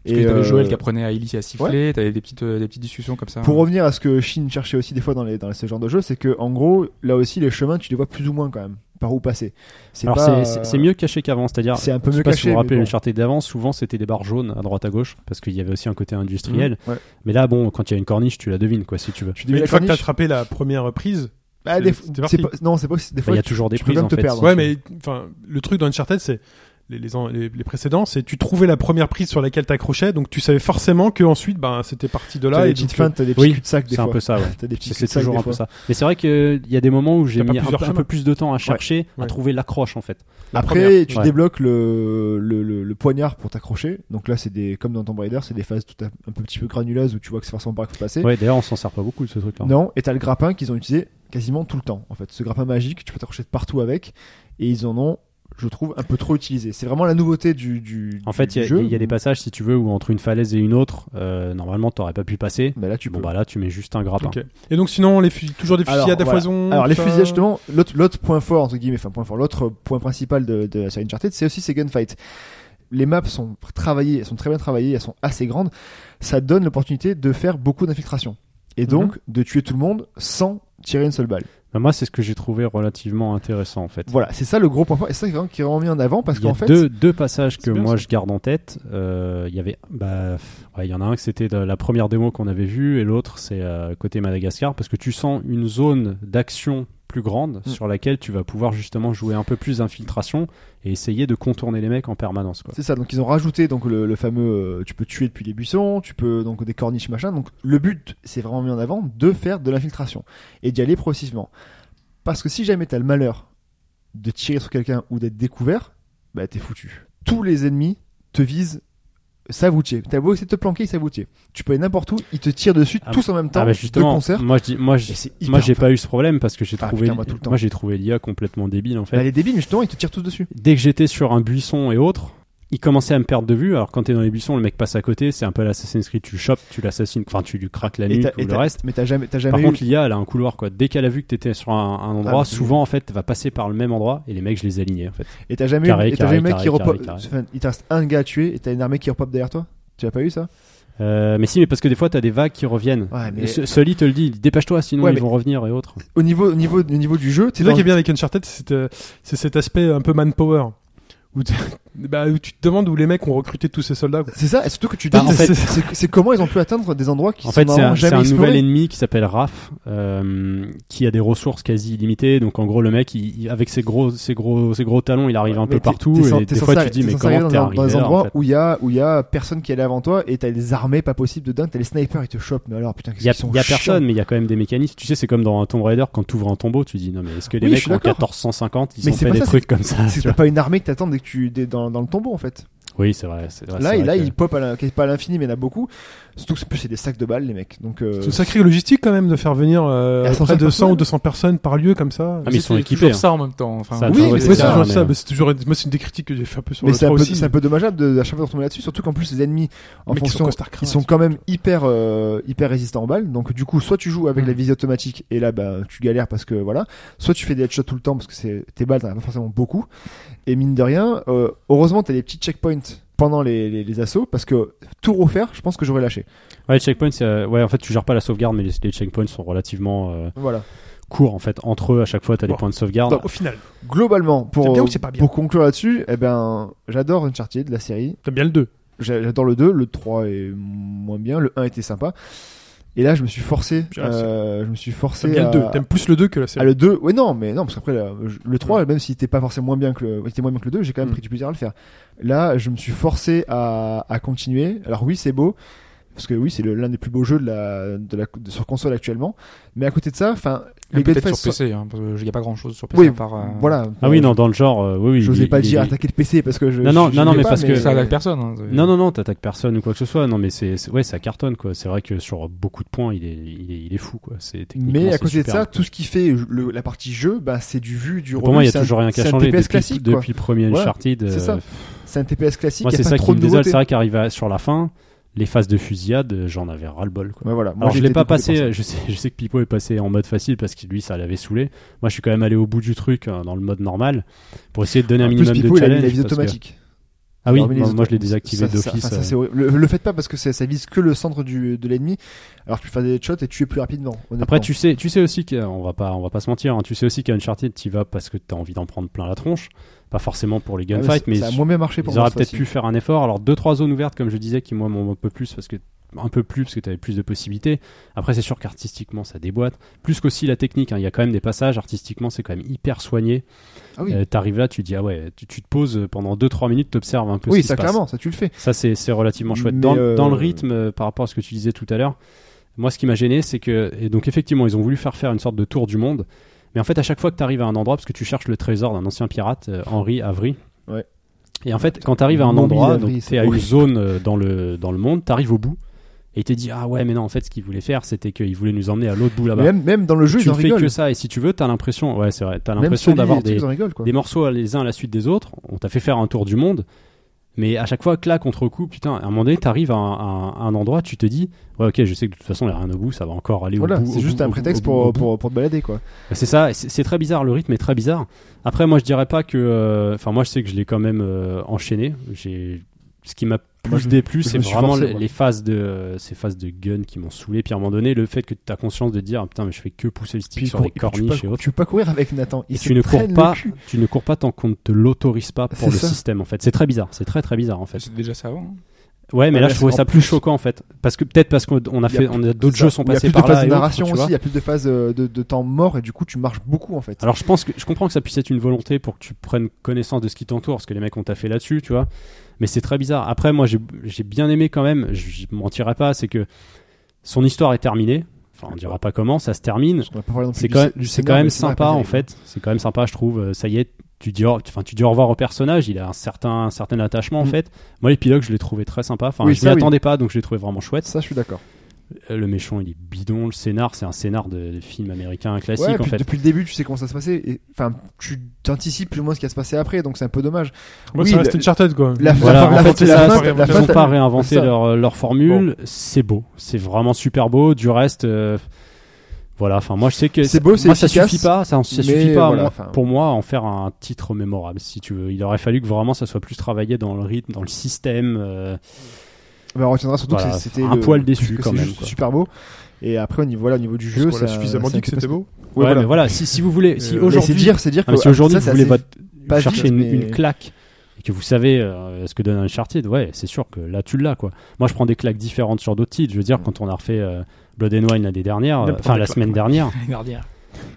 Speaker 4: Parce que
Speaker 6: Et
Speaker 4: t'avais
Speaker 6: euh,
Speaker 4: Joël qui apprenait à Ellie à siffler, t'avais des petites, euh, des petites discussions comme ça.
Speaker 6: Pour revenir à ce que Shin cherchait aussi des fois dans, les, dans ce genre de jeu, c'est que en gros, là aussi, les chemins, tu les vois plus ou moins quand même, par où passer. C'est
Speaker 5: Alors
Speaker 6: pas,
Speaker 5: c'est- c'est
Speaker 6: euh,
Speaker 5: c'est mieux caché qu'avant, c'est-à-dire.
Speaker 6: C'est un peu
Speaker 5: je sais
Speaker 6: mieux
Speaker 5: pas si
Speaker 6: caché.
Speaker 5: vous vous
Speaker 6: mais
Speaker 5: rappelez
Speaker 6: bon.
Speaker 5: les chartes d'avant, souvent c'était des barres jaunes à droite à gauche parce qu'il y avait aussi un côté industriel.
Speaker 6: Mmh, ouais.
Speaker 5: Mais là, bon, quand il y a une corniche, tu la devines quoi, si tu veux.
Speaker 6: Tu
Speaker 3: Mais
Speaker 6: devines
Speaker 3: une fois que t'as
Speaker 6: corniche.
Speaker 3: attrapé la première reprise,
Speaker 6: Bah, des
Speaker 3: c'est-
Speaker 6: fois-
Speaker 3: c'est parti.
Speaker 6: c'est pas- Non, c'est pas aussi- des
Speaker 5: Enfin, Il
Speaker 6: fois.
Speaker 5: y a toujours des
Speaker 6: tu peux
Speaker 5: prises
Speaker 6: même
Speaker 5: en
Speaker 6: te
Speaker 5: fait.
Speaker 6: perdre. hein,
Speaker 3: ouais, mais enfin, le truc d'Uncharted, c'est les, les, en- les, les précédents, c'est tu trouvais la première prise sur laquelle t'accrochais, donc tu savais forcément que ensuite, ben, c'était parti de
Speaker 6: T'as
Speaker 3: là.
Speaker 6: des
Speaker 3: Et
Speaker 6: petites
Speaker 3: donc, euh,
Speaker 6: feintes, t'as des petits
Speaker 5: Oui,
Speaker 6: cul-de-sac des
Speaker 5: c'est un
Speaker 6: fois.
Speaker 5: peu ça. Ouais.
Speaker 6: T'as des petits
Speaker 5: C'est
Speaker 6: cul-de-sac
Speaker 5: toujours
Speaker 6: des
Speaker 5: un peu
Speaker 6: fois.
Speaker 5: ça. Mais c'est vrai qu'il y a des moments où j'ai
Speaker 3: T'as pas
Speaker 5: mis un,
Speaker 3: plusieurs
Speaker 5: un
Speaker 3: chemins.
Speaker 5: peu plus de temps à chercher, à
Speaker 3: Ouais.
Speaker 5: trouver l'accroche en fait.
Speaker 3: la première.
Speaker 6: Après, tu
Speaker 5: Ouais.
Speaker 6: débloques le, le, le, le poignard pour t'accrocher. Donc là, c'est des comme dans Tomb Raider, c'est des phases tout à- un peu petit peu granuleuses où tu vois que c'est forcément pas passer.
Speaker 5: Ouais, d'ailleurs, on s'en sert pas beaucoup de ce truc-là.
Speaker 6: Non, et t'as le grappin qu'ils ont utilisé quasiment tout le temps. En fait, ce grappin magique, tu peux t'accrocher de partout avec, et ils en ont, je trouve, un peu trop utilisé. C'est vraiment la nouveauté du, du
Speaker 5: En fait,
Speaker 6: du
Speaker 5: il y a-
Speaker 6: jeu.
Speaker 5: il y, a des passages, si tu veux, où entre une falaise et une autre, euh, normalement, t'aurais pas pu passer.
Speaker 6: Mais là, tu
Speaker 5: Bon,
Speaker 6: peux.
Speaker 5: bah là, tu mets juste un grappin.
Speaker 3: Ok. Et donc sinon, les fusils- toujours des fusils
Speaker 6: Alors,
Speaker 3: à
Speaker 6: voilà.
Speaker 3: foison.
Speaker 6: Alors les
Speaker 3: ça
Speaker 6: fusillades justement, l'autre l'autre point fort entre guillemets, enfin point fort, l'autre point principal de, de la série Uncharted, c'est aussi ces gunfights. Les maps sont travaillées, elles sont très bien travaillées, elles sont assez grandes. Ça donne l'opportunité de faire beaucoup d'infiltration et donc
Speaker 5: Mhm.
Speaker 6: de tuer tout le monde sans tirer une seule balle.
Speaker 5: Bah, moi, c'est ce que j'ai trouvé relativement intéressant en fait.
Speaker 6: Voilà, c'est ça le gros point fort et c'est ça qui est vraiment- qui est vraiment mis en avant parce
Speaker 5: Il y a
Speaker 6: qu'en fait,
Speaker 5: deux, deux passages que
Speaker 3: C'est bien,
Speaker 5: moi
Speaker 3: ça.
Speaker 5: je garde en tête. Euh, Il y avait, bah, pff, ouais, il y en a un que c'était de- la première démo qu'on avait vue et l'autre c'est euh, côté Madagascar parce que tu sens une zone d'action plus grande
Speaker 6: Mm.
Speaker 5: sur laquelle tu vas pouvoir justement jouer un peu plus d'infiltration et essayer de contourner les mecs en permanence. Quoi.
Speaker 6: C'est ça, donc ils ont rajouté donc le, le fameux euh, tu peux tuer depuis les buissons, tu peux donc des corniches machin. Donc le but, c'est vraiment mis en avant de faire de l'infiltration et d'y aller progressivement. Parce que si jamais t'as le malheur de tirer sur quelqu'un ou d'être découvert, bah t'es foutu. Tous les ennemis te visent saboutier. T'as beau essayer de te planquer, ils saboutier. Tu peux aller n'importe où, ils te tirent dessus
Speaker 5: Ah,
Speaker 6: tous en même temps,
Speaker 5: Ah bah
Speaker 6: de
Speaker 5: justement,
Speaker 6: concert.
Speaker 5: moi je dis, moi je-
Speaker 6: Et c'est
Speaker 5: moi
Speaker 6: hyper
Speaker 5: j'ai
Speaker 6: fun.
Speaker 5: pas eu ce problème parce que j'ai
Speaker 6: Ah,
Speaker 5: trouvé,
Speaker 6: putain, moi, tout le temps.
Speaker 5: moi, j'ai trouvé l'IA complètement débile en fait.
Speaker 6: Bah, les débiles, mais justement, ils te tirent tous dessus.
Speaker 5: dès que j'étais sur un buisson et autres, il commençait à me perdre de vue. Alors quand t'es dans les buissons, le mec passe à côté, c'est un peu l'Assassin's Creed, tu le chopes, tu l'assassines, enfin tu lui craques la
Speaker 6: et
Speaker 5: nuque
Speaker 6: t'as-
Speaker 5: ou
Speaker 6: et
Speaker 5: le
Speaker 6: t'as-
Speaker 5: reste.
Speaker 6: Mais t'as jamais, t'as jamais
Speaker 5: Par
Speaker 6: eu- Ah, bah,
Speaker 5: contre, l'IA, elle a un couloir quoi. Dès qu'elle a vu que t'étais sur un, un endroit,
Speaker 6: mais c'est
Speaker 5: souvent en fait, va passer par le même endroit et les mecs, je les alignais en fait.
Speaker 6: Et t'as jamais,
Speaker 5: Carré,
Speaker 6: et t'as
Speaker 5: carré,
Speaker 6: jamais
Speaker 5: carré,
Speaker 6: qui repop.
Speaker 5: carré, carré.
Speaker 6: enfin, il te reste un gars à tuer et t'as une armée qui repop derrière toi. Tu as pas eu ça
Speaker 5: Euh, mais si, mais parce que des fois, t'as des vagues qui reviennent.
Speaker 6: Ouais, mais-
Speaker 5: Ce- Sully te le dit, il dit, dépêche-toi, sinon
Speaker 6: Ouais,
Speaker 5: ils
Speaker 6: mais-
Speaker 5: vont revenir et autres.
Speaker 6: Au niveau, au niveau, au niveau du jeu,
Speaker 3: C'est
Speaker 6: t'es
Speaker 3: ça
Speaker 6: dans...
Speaker 3: qui est bien avec Uncharted, c'est euh, c'est cet aspect un peu manpower. Où, tu- bah, où tu te demandes où les mecs ont recruté tous ces soldats. quoi.
Speaker 6: C'est ça, et surtout que tu te
Speaker 5: Bah,
Speaker 6: dis,
Speaker 5: en fait-
Speaker 6: c'est- c'est- c'est comment ils ont pu atteindre des endroits qui
Speaker 5: En
Speaker 6: sont
Speaker 5: fait, c'est
Speaker 6: normalement
Speaker 5: un, c'est
Speaker 6: jamais
Speaker 5: un nouvel
Speaker 6: explorés.
Speaker 5: ennemi qui s'appelle Raph, euh, qui a des ressources quasi illimitées. Donc, en gros, le mec, il- il- avec ses gros, ses gros, ses gros talons, il arrive un
Speaker 6: Mais
Speaker 5: peu
Speaker 6: t'es-
Speaker 5: partout.
Speaker 6: t'es sans-
Speaker 5: et
Speaker 6: t'es
Speaker 5: des
Speaker 6: sans
Speaker 5: fois, tu
Speaker 6: arrêt-
Speaker 5: te dis,
Speaker 6: t'es
Speaker 5: mais
Speaker 6: sans
Speaker 5: comment
Speaker 6: arrêt
Speaker 5: t'es
Speaker 6: dans, dans
Speaker 5: arrivé
Speaker 6: des
Speaker 5: là, en
Speaker 6: endroits
Speaker 5: fait
Speaker 6: où il y a, où il y a personne qui est là avant toi et t'as des armées pas possibles de dingue, t'as les snipers, ils te chopent, mais alors putain,
Speaker 5: Il y a,
Speaker 6: qu'est-ce qu'ils sont
Speaker 5: y a
Speaker 6: chiants.
Speaker 5: personne, mais il y a quand même des mécanismes. Tu sais, c'est comme dans un Tomb Raider, quand tu ouvres un tombeau, tu dis non, mais est-ce que les
Speaker 6: Oui, je
Speaker 5: mecs
Speaker 6: suis
Speaker 5: en
Speaker 6: d'accord.
Speaker 5: 1450, ils
Speaker 6: Mais
Speaker 5: ont
Speaker 6: c'est
Speaker 5: fait
Speaker 6: pas
Speaker 5: des
Speaker 6: ça,
Speaker 5: trucs comme ça
Speaker 6: C'est
Speaker 5: tu
Speaker 6: que t'as
Speaker 5: vois
Speaker 6: pas une armée que t'attends dès que tu dès- dans, dans le tombeau en fait.
Speaker 5: Oui, c'est vrai. c'est vrai,
Speaker 6: là,
Speaker 5: Bah, c'est
Speaker 6: il-
Speaker 5: vrai
Speaker 6: là,
Speaker 5: que-
Speaker 6: il pop à la- pas à l'infini, mais il y en a beaucoup. Surtout que c'est plus c'est des sacs de balles les mecs. Donc euh,
Speaker 3: C'est une sacrée logistique quand même de faire venir euh,
Speaker 6: Et à
Speaker 3: à peu
Speaker 6: 100
Speaker 3: près 200 ou
Speaker 6: personnes.
Speaker 3: 200 personnes par lieu comme ça.
Speaker 5: Ah, mais ils sont
Speaker 4: C'était
Speaker 5: équipés,
Speaker 4: toujours
Speaker 5: hein.
Speaker 4: ça en même temps. Enfin,
Speaker 5: Ça a
Speaker 3: oui,
Speaker 5: toujours
Speaker 3: mais
Speaker 5: été
Speaker 3: c'est
Speaker 5: ça,
Speaker 3: toujours
Speaker 5: mais-
Speaker 3: ça. mais c'est toujours... Moi, c'est une des critiques que j'ai fait un peu sur
Speaker 6: euh, mais
Speaker 3: le
Speaker 6: c'est un,
Speaker 3: 3
Speaker 6: peu,
Speaker 3: aussi.
Speaker 6: c'est un peu dommageable de, à chaque fois de tomber là-dessus, surtout qu'en plus les ennemis en
Speaker 3: Mais qui sont hein,
Speaker 6: fonction,
Speaker 3: costards
Speaker 6: ils sont
Speaker 3: cravates,
Speaker 6: quand même hyper euh, hyper résistants aux balles. Donc du coup, soit tu joues avec
Speaker 4: Mm.
Speaker 6: la visée automatique et là bah tu galères parce que voilà, soit tu fais des headshots tout le temps parce que c'est tes balles t'en as pas forcément beaucoup. Et mine de rien, euh, heureusement t'as des petits checkpoints pendant les, les, les assauts parce que tout refaire, je pense que j'aurais lâché.
Speaker 5: Ouais, les checkpoints, c'est, euh, ouais, en fait, tu gères pas la sauvegarde, mais les, les checkpoints sont relativement euh,
Speaker 6: Voilà.
Speaker 5: courts. En fait, entre eux, à chaque fois, t'as
Speaker 3: Bon.
Speaker 5: des points de sauvegarde.
Speaker 3: Bah, au final,
Speaker 6: Globalement,
Speaker 3: C'est
Speaker 6: pour
Speaker 3: bien ou c'est pas bien
Speaker 6: pour conclure là-dessus, eh ben j'adore Uncharted, la série.
Speaker 3: t'as bien le 2.
Speaker 6: j'a- j'adore le 2, le 3 est moins bien, le 1 était sympa. Et là, je me suis forcé.
Speaker 3: Puis, ah,
Speaker 6: euh, je me suis forcé.
Speaker 3: T'aimes bien
Speaker 6: à-
Speaker 3: le 2. T'aimes plus le 2 que la
Speaker 6: ah,
Speaker 3: série.
Speaker 6: le 2, ouais, non, mais non, parce qu'après, là, je- le 3, même s'il était pas forcément moins bien que le, il était moins bien que le 2, j'ai quand même
Speaker 3: Mm.
Speaker 6: pris du plaisir à le faire. Là, je me suis forcé à, à continuer. Alors oui, c'est beau. Parce que oui, c'est le- l'un des plus beaux jeux de la, de la, de- sur console actuellement. Mais à côté de ça, enfin,
Speaker 4: Mais
Speaker 6: les
Speaker 4: Peut-être
Speaker 6: Bedfest
Speaker 4: sur PC, hein, parce qu'il n'y a pas grand chose sur PC
Speaker 6: Oui,
Speaker 4: à part. euh,
Speaker 6: voilà.
Speaker 5: Ah oui, non, dans le genre, euh, oui, oui.
Speaker 6: J'osais
Speaker 5: il-
Speaker 6: pas
Speaker 5: il-
Speaker 6: dire
Speaker 5: il-
Speaker 6: attaquer le PC parce que je.
Speaker 5: Non, non,
Speaker 6: je- je
Speaker 5: non, non,
Speaker 6: l'ai
Speaker 5: mais
Speaker 6: pas,
Speaker 5: parce que-
Speaker 4: Ça attaque personne. hein, c'est-
Speaker 5: Non, non, non, t'attaques personne ou quoi que ce soit. Non, mais c'est, c'est- ouais, ça cartonne, quoi. C'est vrai que sur beaucoup de points, il est, il est, il est fou, quoi. C'est techniquement,
Speaker 6: Mais à
Speaker 5: c'est
Speaker 6: côté de
Speaker 5: superbe,
Speaker 6: ça,
Speaker 5: quoi.
Speaker 6: tout ce qui fait le- la partie jeu, bah, c'est du vu, du
Speaker 5: Pour moi, il y a
Speaker 6: c'est un-
Speaker 5: toujours rien qui a
Speaker 6: c'est un
Speaker 5: changé
Speaker 6: TPS
Speaker 5: depuis,
Speaker 6: classique, quoi.
Speaker 5: depuis le premier
Speaker 6: Voilà,
Speaker 5: Uncharted.
Speaker 6: c'est ça.
Speaker 5: euh,
Speaker 6: C'est un TPS classique.
Speaker 5: Moi,
Speaker 6: y a
Speaker 5: c'est
Speaker 6: pas
Speaker 5: ça qui
Speaker 6: trop
Speaker 5: me
Speaker 6: de
Speaker 5: désole.
Speaker 6: nouveautés.
Speaker 5: C'est vrai qu'arrivé à- sur la fin, les phases de fusillade, euh, j'en avais ras-le-bol, quoi.
Speaker 6: Ouais, voilà. Moi,
Speaker 5: Alors, je
Speaker 6: j'ai
Speaker 5: l'ai
Speaker 6: été
Speaker 5: pas
Speaker 6: dégoûté par ça.
Speaker 5: passé, euh, je sais, je sais que Pipo est passé en mode facile parce que lui, ça l'avait saoulé. Moi, je suis quand même allé au bout du truc hein, dans le mode normal pour essayer de donner un
Speaker 6: En
Speaker 5: minimum
Speaker 6: plus,
Speaker 5: de
Speaker 6: Pipo, il a mis
Speaker 5: challenge.
Speaker 6: la vis
Speaker 5: parce que-
Speaker 6: automatique.
Speaker 5: Ah oui,
Speaker 6: Alors, mais les
Speaker 5: moi, moi, je l'ai
Speaker 6: autres-
Speaker 5: désactivé
Speaker 6: ça- ça-
Speaker 5: d'office.
Speaker 6: enfin, ça,
Speaker 5: euh,
Speaker 6: c'est horrible. le, le faites pas parce que ça, ça vise que le centre du, de l'ennemi. Alors tu fais des shots et tu es plus rapidement. honnêtement.
Speaker 5: Après, tu sais, tu sais aussi qu'on va pas, on va pas se mentir. hein, tu sais aussi qu'à Uncharted, tu vas parce que t'as envie d'en prendre plein la tronche, pas forcément pour les
Speaker 6: Ah, mais
Speaker 5: gunfights,
Speaker 6: ça-
Speaker 5: mais,
Speaker 6: ça a moins bien marché pour
Speaker 5: ils
Speaker 6: moi.
Speaker 5: auraient
Speaker 6: cette
Speaker 5: peut-être
Speaker 6: fois-ci.
Speaker 5: pu faire un effort. Alors deux trois zones ouvertes, comme je disais, qui moi m'ont un peu plus parce que un peu plus parce que t'avais plus de possibilités. Après, c'est sûr qu'artistiquement, ça déboîte. Plus qu'aussi la technique. hein, Il y a quand même des passages artistiquement, c'est quand même hyper soigné.
Speaker 6: Ah oui.
Speaker 5: Euh, T'arrives là, tu dis ah ouais, tu, tu te poses pendant 2-3 minutes, t'observes un peu ce
Speaker 6: Oui,
Speaker 5: qui
Speaker 6: ça
Speaker 5: se passe.
Speaker 6: clairement, ça tu le fais.
Speaker 5: Ça, c'est c'est relativement chouette.
Speaker 6: Mais,
Speaker 5: Dans,
Speaker 6: euh,
Speaker 5: dans le rythme, euh, par rapport à ce que tu disais tout à l'heure, moi, ce qui m'a gêné, c'est que. Et donc, effectivement, ils ont voulu faire faire une sorte de tour du monde. Mais en fait, à chaque fois que tu arrives à un endroit, parce que tu cherches le trésor d'un ancien pirate, euh, Henri Avry.
Speaker 6: Ouais.
Speaker 5: Et en fait, quand tu arrives à un
Speaker 6: Mommy
Speaker 5: endroit,
Speaker 6: Avery,
Speaker 5: donc
Speaker 6: c'est
Speaker 5: tu à une
Speaker 6: horrible.
Speaker 5: zone euh, dans le, dans le monde, tu arrives au bout. Et il te dit, ah ouais, mais non, en fait, ce qu'ils voulaient faire, c'était qu'ils voulaient nous emmener à l'autre bout là-bas.
Speaker 6: Même, même dans le jeu,
Speaker 5: tu
Speaker 6: ils en
Speaker 5: ne fais que
Speaker 6: rigolent.
Speaker 5: ça. Et si tu veux, tu as l'impression. Ouais, c'est vrai. Tu as
Speaker 6: Même
Speaker 5: l'impression
Speaker 6: celui,
Speaker 5: d'avoir
Speaker 6: les types,
Speaker 5: des,
Speaker 6: ils en rigolent quoi.
Speaker 5: des morceaux hein, les uns à la suite des autres. On t'a fait faire un tour du monde. Mais à chaque fois, claque contre coup, putain, à un moment donné, t'arrives à, un- à un endroit, tu te dis, ouais, ok, je sais que de toute façon, il n'y a rien au bout, ça va encore aller au
Speaker 6: Voilà,
Speaker 5: bout. au
Speaker 6: c'est juste
Speaker 5: bout, au
Speaker 6: un
Speaker 5: bout,
Speaker 6: prétexte
Speaker 5: au bout, au
Speaker 6: pour
Speaker 5: bout.
Speaker 6: pour pour te balader quoi.
Speaker 5: C'est ça, et c'est c'est très bizarre, le rythme est très bizarre. Après, moi, je dirais pas que. euh, Enfin, moi, je sais que je l'ai quand même euh, enchaîné. J'ai- Ce qui m'a plus
Speaker 6: Moi, je-
Speaker 5: déplu,
Speaker 6: je
Speaker 5: c'est
Speaker 6: me suis
Speaker 5: vraiment
Speaker 6: forcé,
Speaker 5: les,
Speaker 6: moi.
Speaker 5: les phases de, euh, ces phases de gun qui m'ont saoulé. Puis à un moment donné, le fait que tu as conscience de dire, ah, putain, mais je fais que pousser le stick
Speaker 6: Puis
Speaker 5: sur
Speaker 6: cou-
Speaker 5: les
Speaker 6: puis tu peux
Speaker 5: corniches et
Speaker 6: pas-
Speaker 5: autres.
Speaker 6: tu peux pas courir avec Nathan.
Speaker 5: Et
Speaker 6: Il
Speaker 5: tu ne cours pas, tu ne cours pas tant qu'on ne te l'autorise pas pour
Speaker 6: C'est
Speaker 5: le
Speaker 6: ça.
Speaker 5: système en fait. C'est très bizarre, c'est très très bizarre en fait.
Speaker 4: C'est déjà ça avant. hein.
Speaker 5: Ouais, mais
Speaker 6: Ah,
Speaker 5: là
Speaker 6: mais
Speaker 5: je trouvais
Speaker 6: en
Speaker 5: ça plus choquant en fait, parce que peut-être parce qu'on on a
Speaker 6: Il y a
Speaker 5: fait,
Speaker 6: plus-
Speaker 5: on a d'autres jeux sont passés
Speaker 6: Il y a
Speaker 5: par
Speaker 6: plus de
Speaker 5: là.
Speaker 6: phases
Speaker 5: et
Speaker 6: de
Speaker 5: autres,
Speaker 6: narration
Speaker 5: tu
Speaker 6: aussi.
Speaker 5: vois.
Speaker 6: Il y a plus de phases euh, de de temps mort et du coup tu marches beaucoup en fait.
Speaker 5: Alors je pense que je comprends que ça puisse être une volonté pour que tu prennes connaissance de ce qui t'entoure, parce que les mecs ont taffé là-dessus, tu vois. Mais c'est très bizarre. Après, moi j'ai j'ai bien aimé quand même. Je je mentirais pas, c'est que son histoire est terminée. Enfin, on dira pas comment, ça se termine.
Speaker 6: Parce qu'on va pas parler non plus
Speaker 5: C'est
Speaker 6: du
Speaker 5: quand,
Speaker 6: sc-
Speaker 5: même-
Speaker 6: du
Speaker 5: c'est
Speaker 6: scénar,
Speaker 5: quand
Speaker 6: mais
Speaker 5: même
Speaker 6: c'est pas
Speaker 5: sympa en
Speaker 6: terrible.
Speaker 5: fait. C'est quand même sympa, je trouve. Euh, Ça y est, tu dis, au- enfin, tu dis au revoir au personnage. Il a un certain, un certain attachement en
Speaker 6: Mm.
Speaker 5: fait. Moi, l'épilogue, je l'ai trouvé très sympa. Enfin,
Speaker 6: Oui,
Speaker 5: je m'y
Speaker 6: ça, oui.
Speaker 5: attendais pas, donc je l'ai trouvé vraiment chouette.
Speaker 6: Ça je suis d'accord.
Speaker 5: Euh, Le méchant, il est bidon. Le scénar, c'est un scénar de, de film américain classique
Speaker 6: Ouais,
Speaker 5: en
Speaker 6: puis
Speaker 5: fait.
Speaker 6: depuis le début, tu sais comment ça se passait. et- Enfin, tu t'anticipes plus ou moins ce qui va se passer après, donc c'est un peu dommage.
Speaker 3: Moi,
Speaker 6: oui,
Speaker 3: ça reste
Speaker 6: le-
Speaker 3: une chartette, quoi.
Speaker 6: La,
Speaker 5: Voilà,
Speaker 6: la,
Speaker 5: en
Speaker 6: la,
Speaker 5: fait, c'est
Speaker 6: la
Speaker 5: ça,
Speaker 6: fin-
Speaker 3: c'est-
Speaker 6: la
Speaker 5: Ils
Speaker 6: fin,
Speaker 5: ont
Speaker 6: t'as-
Speaker 5: pas réinventé
Speaker 6: ça.
Speaker 5: leur, leur formule. C'est beau. C'est vraiment super beau. Du reste. euh, voilà, enfin moi je sais que
Speaker 6: C'est
Speaker 5: ça-
Speaker 6: beau, c'est
Speaker 5: moi, ça
Speaker 6: efficace,
Speaker 5: suffit pas, ça, ça
Speaker 6: mais
Speaker 5: suffit pas
Speaker 6: voilà,
Speaker 5: moi,
Speaker 6: enfin.
Speaker 5: pour moi à en faire un titre mémorable si tu veux. Il aurait fallu que vraiment ça soit plus travaillé dans le rythme, dans le système. euh,
Speaker 6: Bah, on retiendra surtout
Speaker 5: Voilà,
Speaker 6: que c'était
Speaker 5: un
Speaker 6: le-
Speaker 5: poil déçu,
Speaker 6: que
Speaker 5: quand
Speaker 6: c'est
Speaker 5: même,
Speaker 6: juste
Speaker 5: quoi.
Speaker 6: super beau. Et après, au niveau, voilà, au niveau du
Speaker 3: Parce
Speaker 6: jeu,
Speaker 3: qu'on l'a
Speaker 6: ça
Speaker 3: suffisamment
Speaker 6: ça
Speaker 3: dit que c'était
Speaker 6: dépasse-
Speaker 3: beau.
Speaker 6: Ouais,
Speaker 5: Ouais,
Speaker 6: voilà.
Speaker 5: mais voilà, si, si vous voulez, si
Speaker 3: Euh,
Speaker 6: Mais c'est
Speaker 5: aujourd'hui,
Speaker 6: dire, c'est dire
Speaker 5: Ah,
Speaker 6: que
Speaker 5: mais si aujourd'hui
Speaker 6: ça,
Speaker 5: vous
Speaker 6: ça
Speaker 5: voulez
Speaker 6: s'est-
Speaker 5: votre-
Speaker 6: pas
Speaker 5: chercher
Speaker 6: vite,
Speaker 5: une,
Speaker 6: mais-
Speaker 5: une claque et que vous savez euh, ce que donne Uncharted, ouais, c'est sûr que là tu l'as quoi. Moi je prends des claques différentes sur d'autres titres. Je veux dire, quand on a refait euh, Blood and Wine l'année dernière, euh,
Speaker 4: N'importe
Speaker 5: enfin la
Speaker 4: quoi.
Speaker 5: semaine dernière,
Speaker 4: Gardière.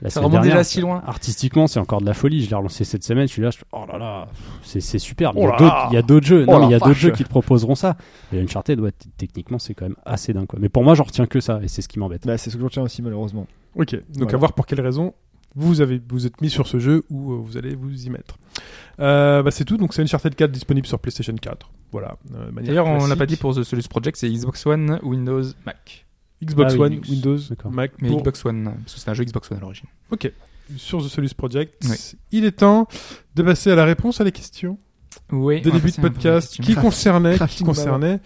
Speaker 5: la
Speaker 4: Ça
Speaker 5: semaine
Speaker 4: remonte
Speaker 5: dernière,
Speaker 4: déjà si loin.
Speaker 5: Artistiquement, c'est encore de la folie. Je l'ai relancé cette semaine. Je suis là, je fais, oh là là, c'est, c'est superbe. Il y
Speaker 6: Oh
Speaker 5: a
Speaker 6: là
Speaker 5: d'autres-
Speaker 6: là.
Speaker 5: il y a d'autres jeux.
Speaker 6: Oh
Speaker 5: Non, mais
Speaker 6: la
Speaker 5: il y a d'autres
Speaker 6: vache.
Speaker 5: jeux qui te proposeront ça. Mais Uncharted, ouais, t- techniquement, c'est quand même assez dingue. Quoi. Mais pour moi, j'en retiens que ça et c'est ce qui m'embête.
Speaker 6: Bah, c'est ce que je retiens aussi, malheureusement.
Speaker 3: Ok, donc
Speaker 6: Voilà.
Speaker 3: à voir pour quelles raisons vous avez vous êtes mis sur ce jeu ou euh, vous allez vous y mettre. Euh, bah, c'est tout, donc c'est Uncharted 4 disponible sur PlayStation 4. Voilà. euh, de manière
Speaker 4: D'ailleurs, on l'a
Speaker 3: classique.
Speaker 4: pas dit pour The Solus Project, c'est Xbox One, Windows, Mac.
Speaker 3: Xbox
Speaker 5: Ah oui,
Speaker 3: One,
Speaker 5: Linux.
Speaker 3: Windows,
Speaker 5: D'accord.
Speaker 3: Mac.
Speaker 4: Mais
Speaker 3: pour-
Speaker 4: Xbox One, parce que c'est un jeu Xbox One à l'origine.
Speaker 3: Sur The Solus Project,
Speaker 4: Oui.
Speaker 3: il est temps de passer à la réponse à les questions
Speaker 4: Oui.
Speaker 3: des
Speaker 4: on va
Speaker 3: débuts de
Speaker 4: passer à la première
Speaker 3: podcast
Speaker 4: question.
Speaker 3: qui
Speaker 6: Craft-
Speaker 3: concernaient, qui
Speaker 6: Crafting Mama.
Speaker 3: concernaient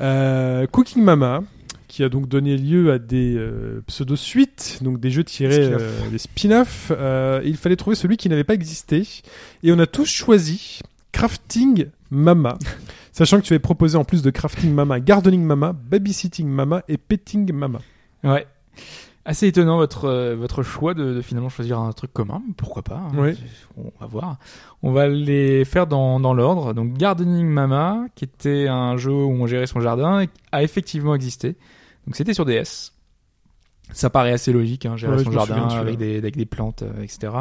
Speaker 3: euh, Cooking Mama, qui a donc donné lieu à des euh, pseudo-suites, donc des jeux tirés
Speaker 4: Spin-off.
Speaker 3: euh, des spin-offs. Euh, et il fallait trouver celui qui n'avait pas existé. Et on a tous choisi Crafting Mama. Sachant que tu avais proposé en plus de Crafting Mama, Gardening Mama, Babysitting Mama et Petting Mama.
Speaker 4: Ouais. Assez étonnant votre, euh, votre choix de, de finalement choisir un truc commun. Pourquoi pas hein.
Speaker 3: Oui.
Speaker 4: On va voir. On va les faire dans, dans l'ordre. Donc Gardening Mama, qui était un jeu où on gérait son jardin, et qui a effectivement existé. Donc c'était sur DS. Ça paraît assez logique, hein, gérer
Speaker 3: Ouais, je
Speaker 4: son
Speaker 3: me souviens
Speaker 4: jardin
Speaker 3: de celui-là.
Speaker 4: avec des, avec des plantes, euh, etc.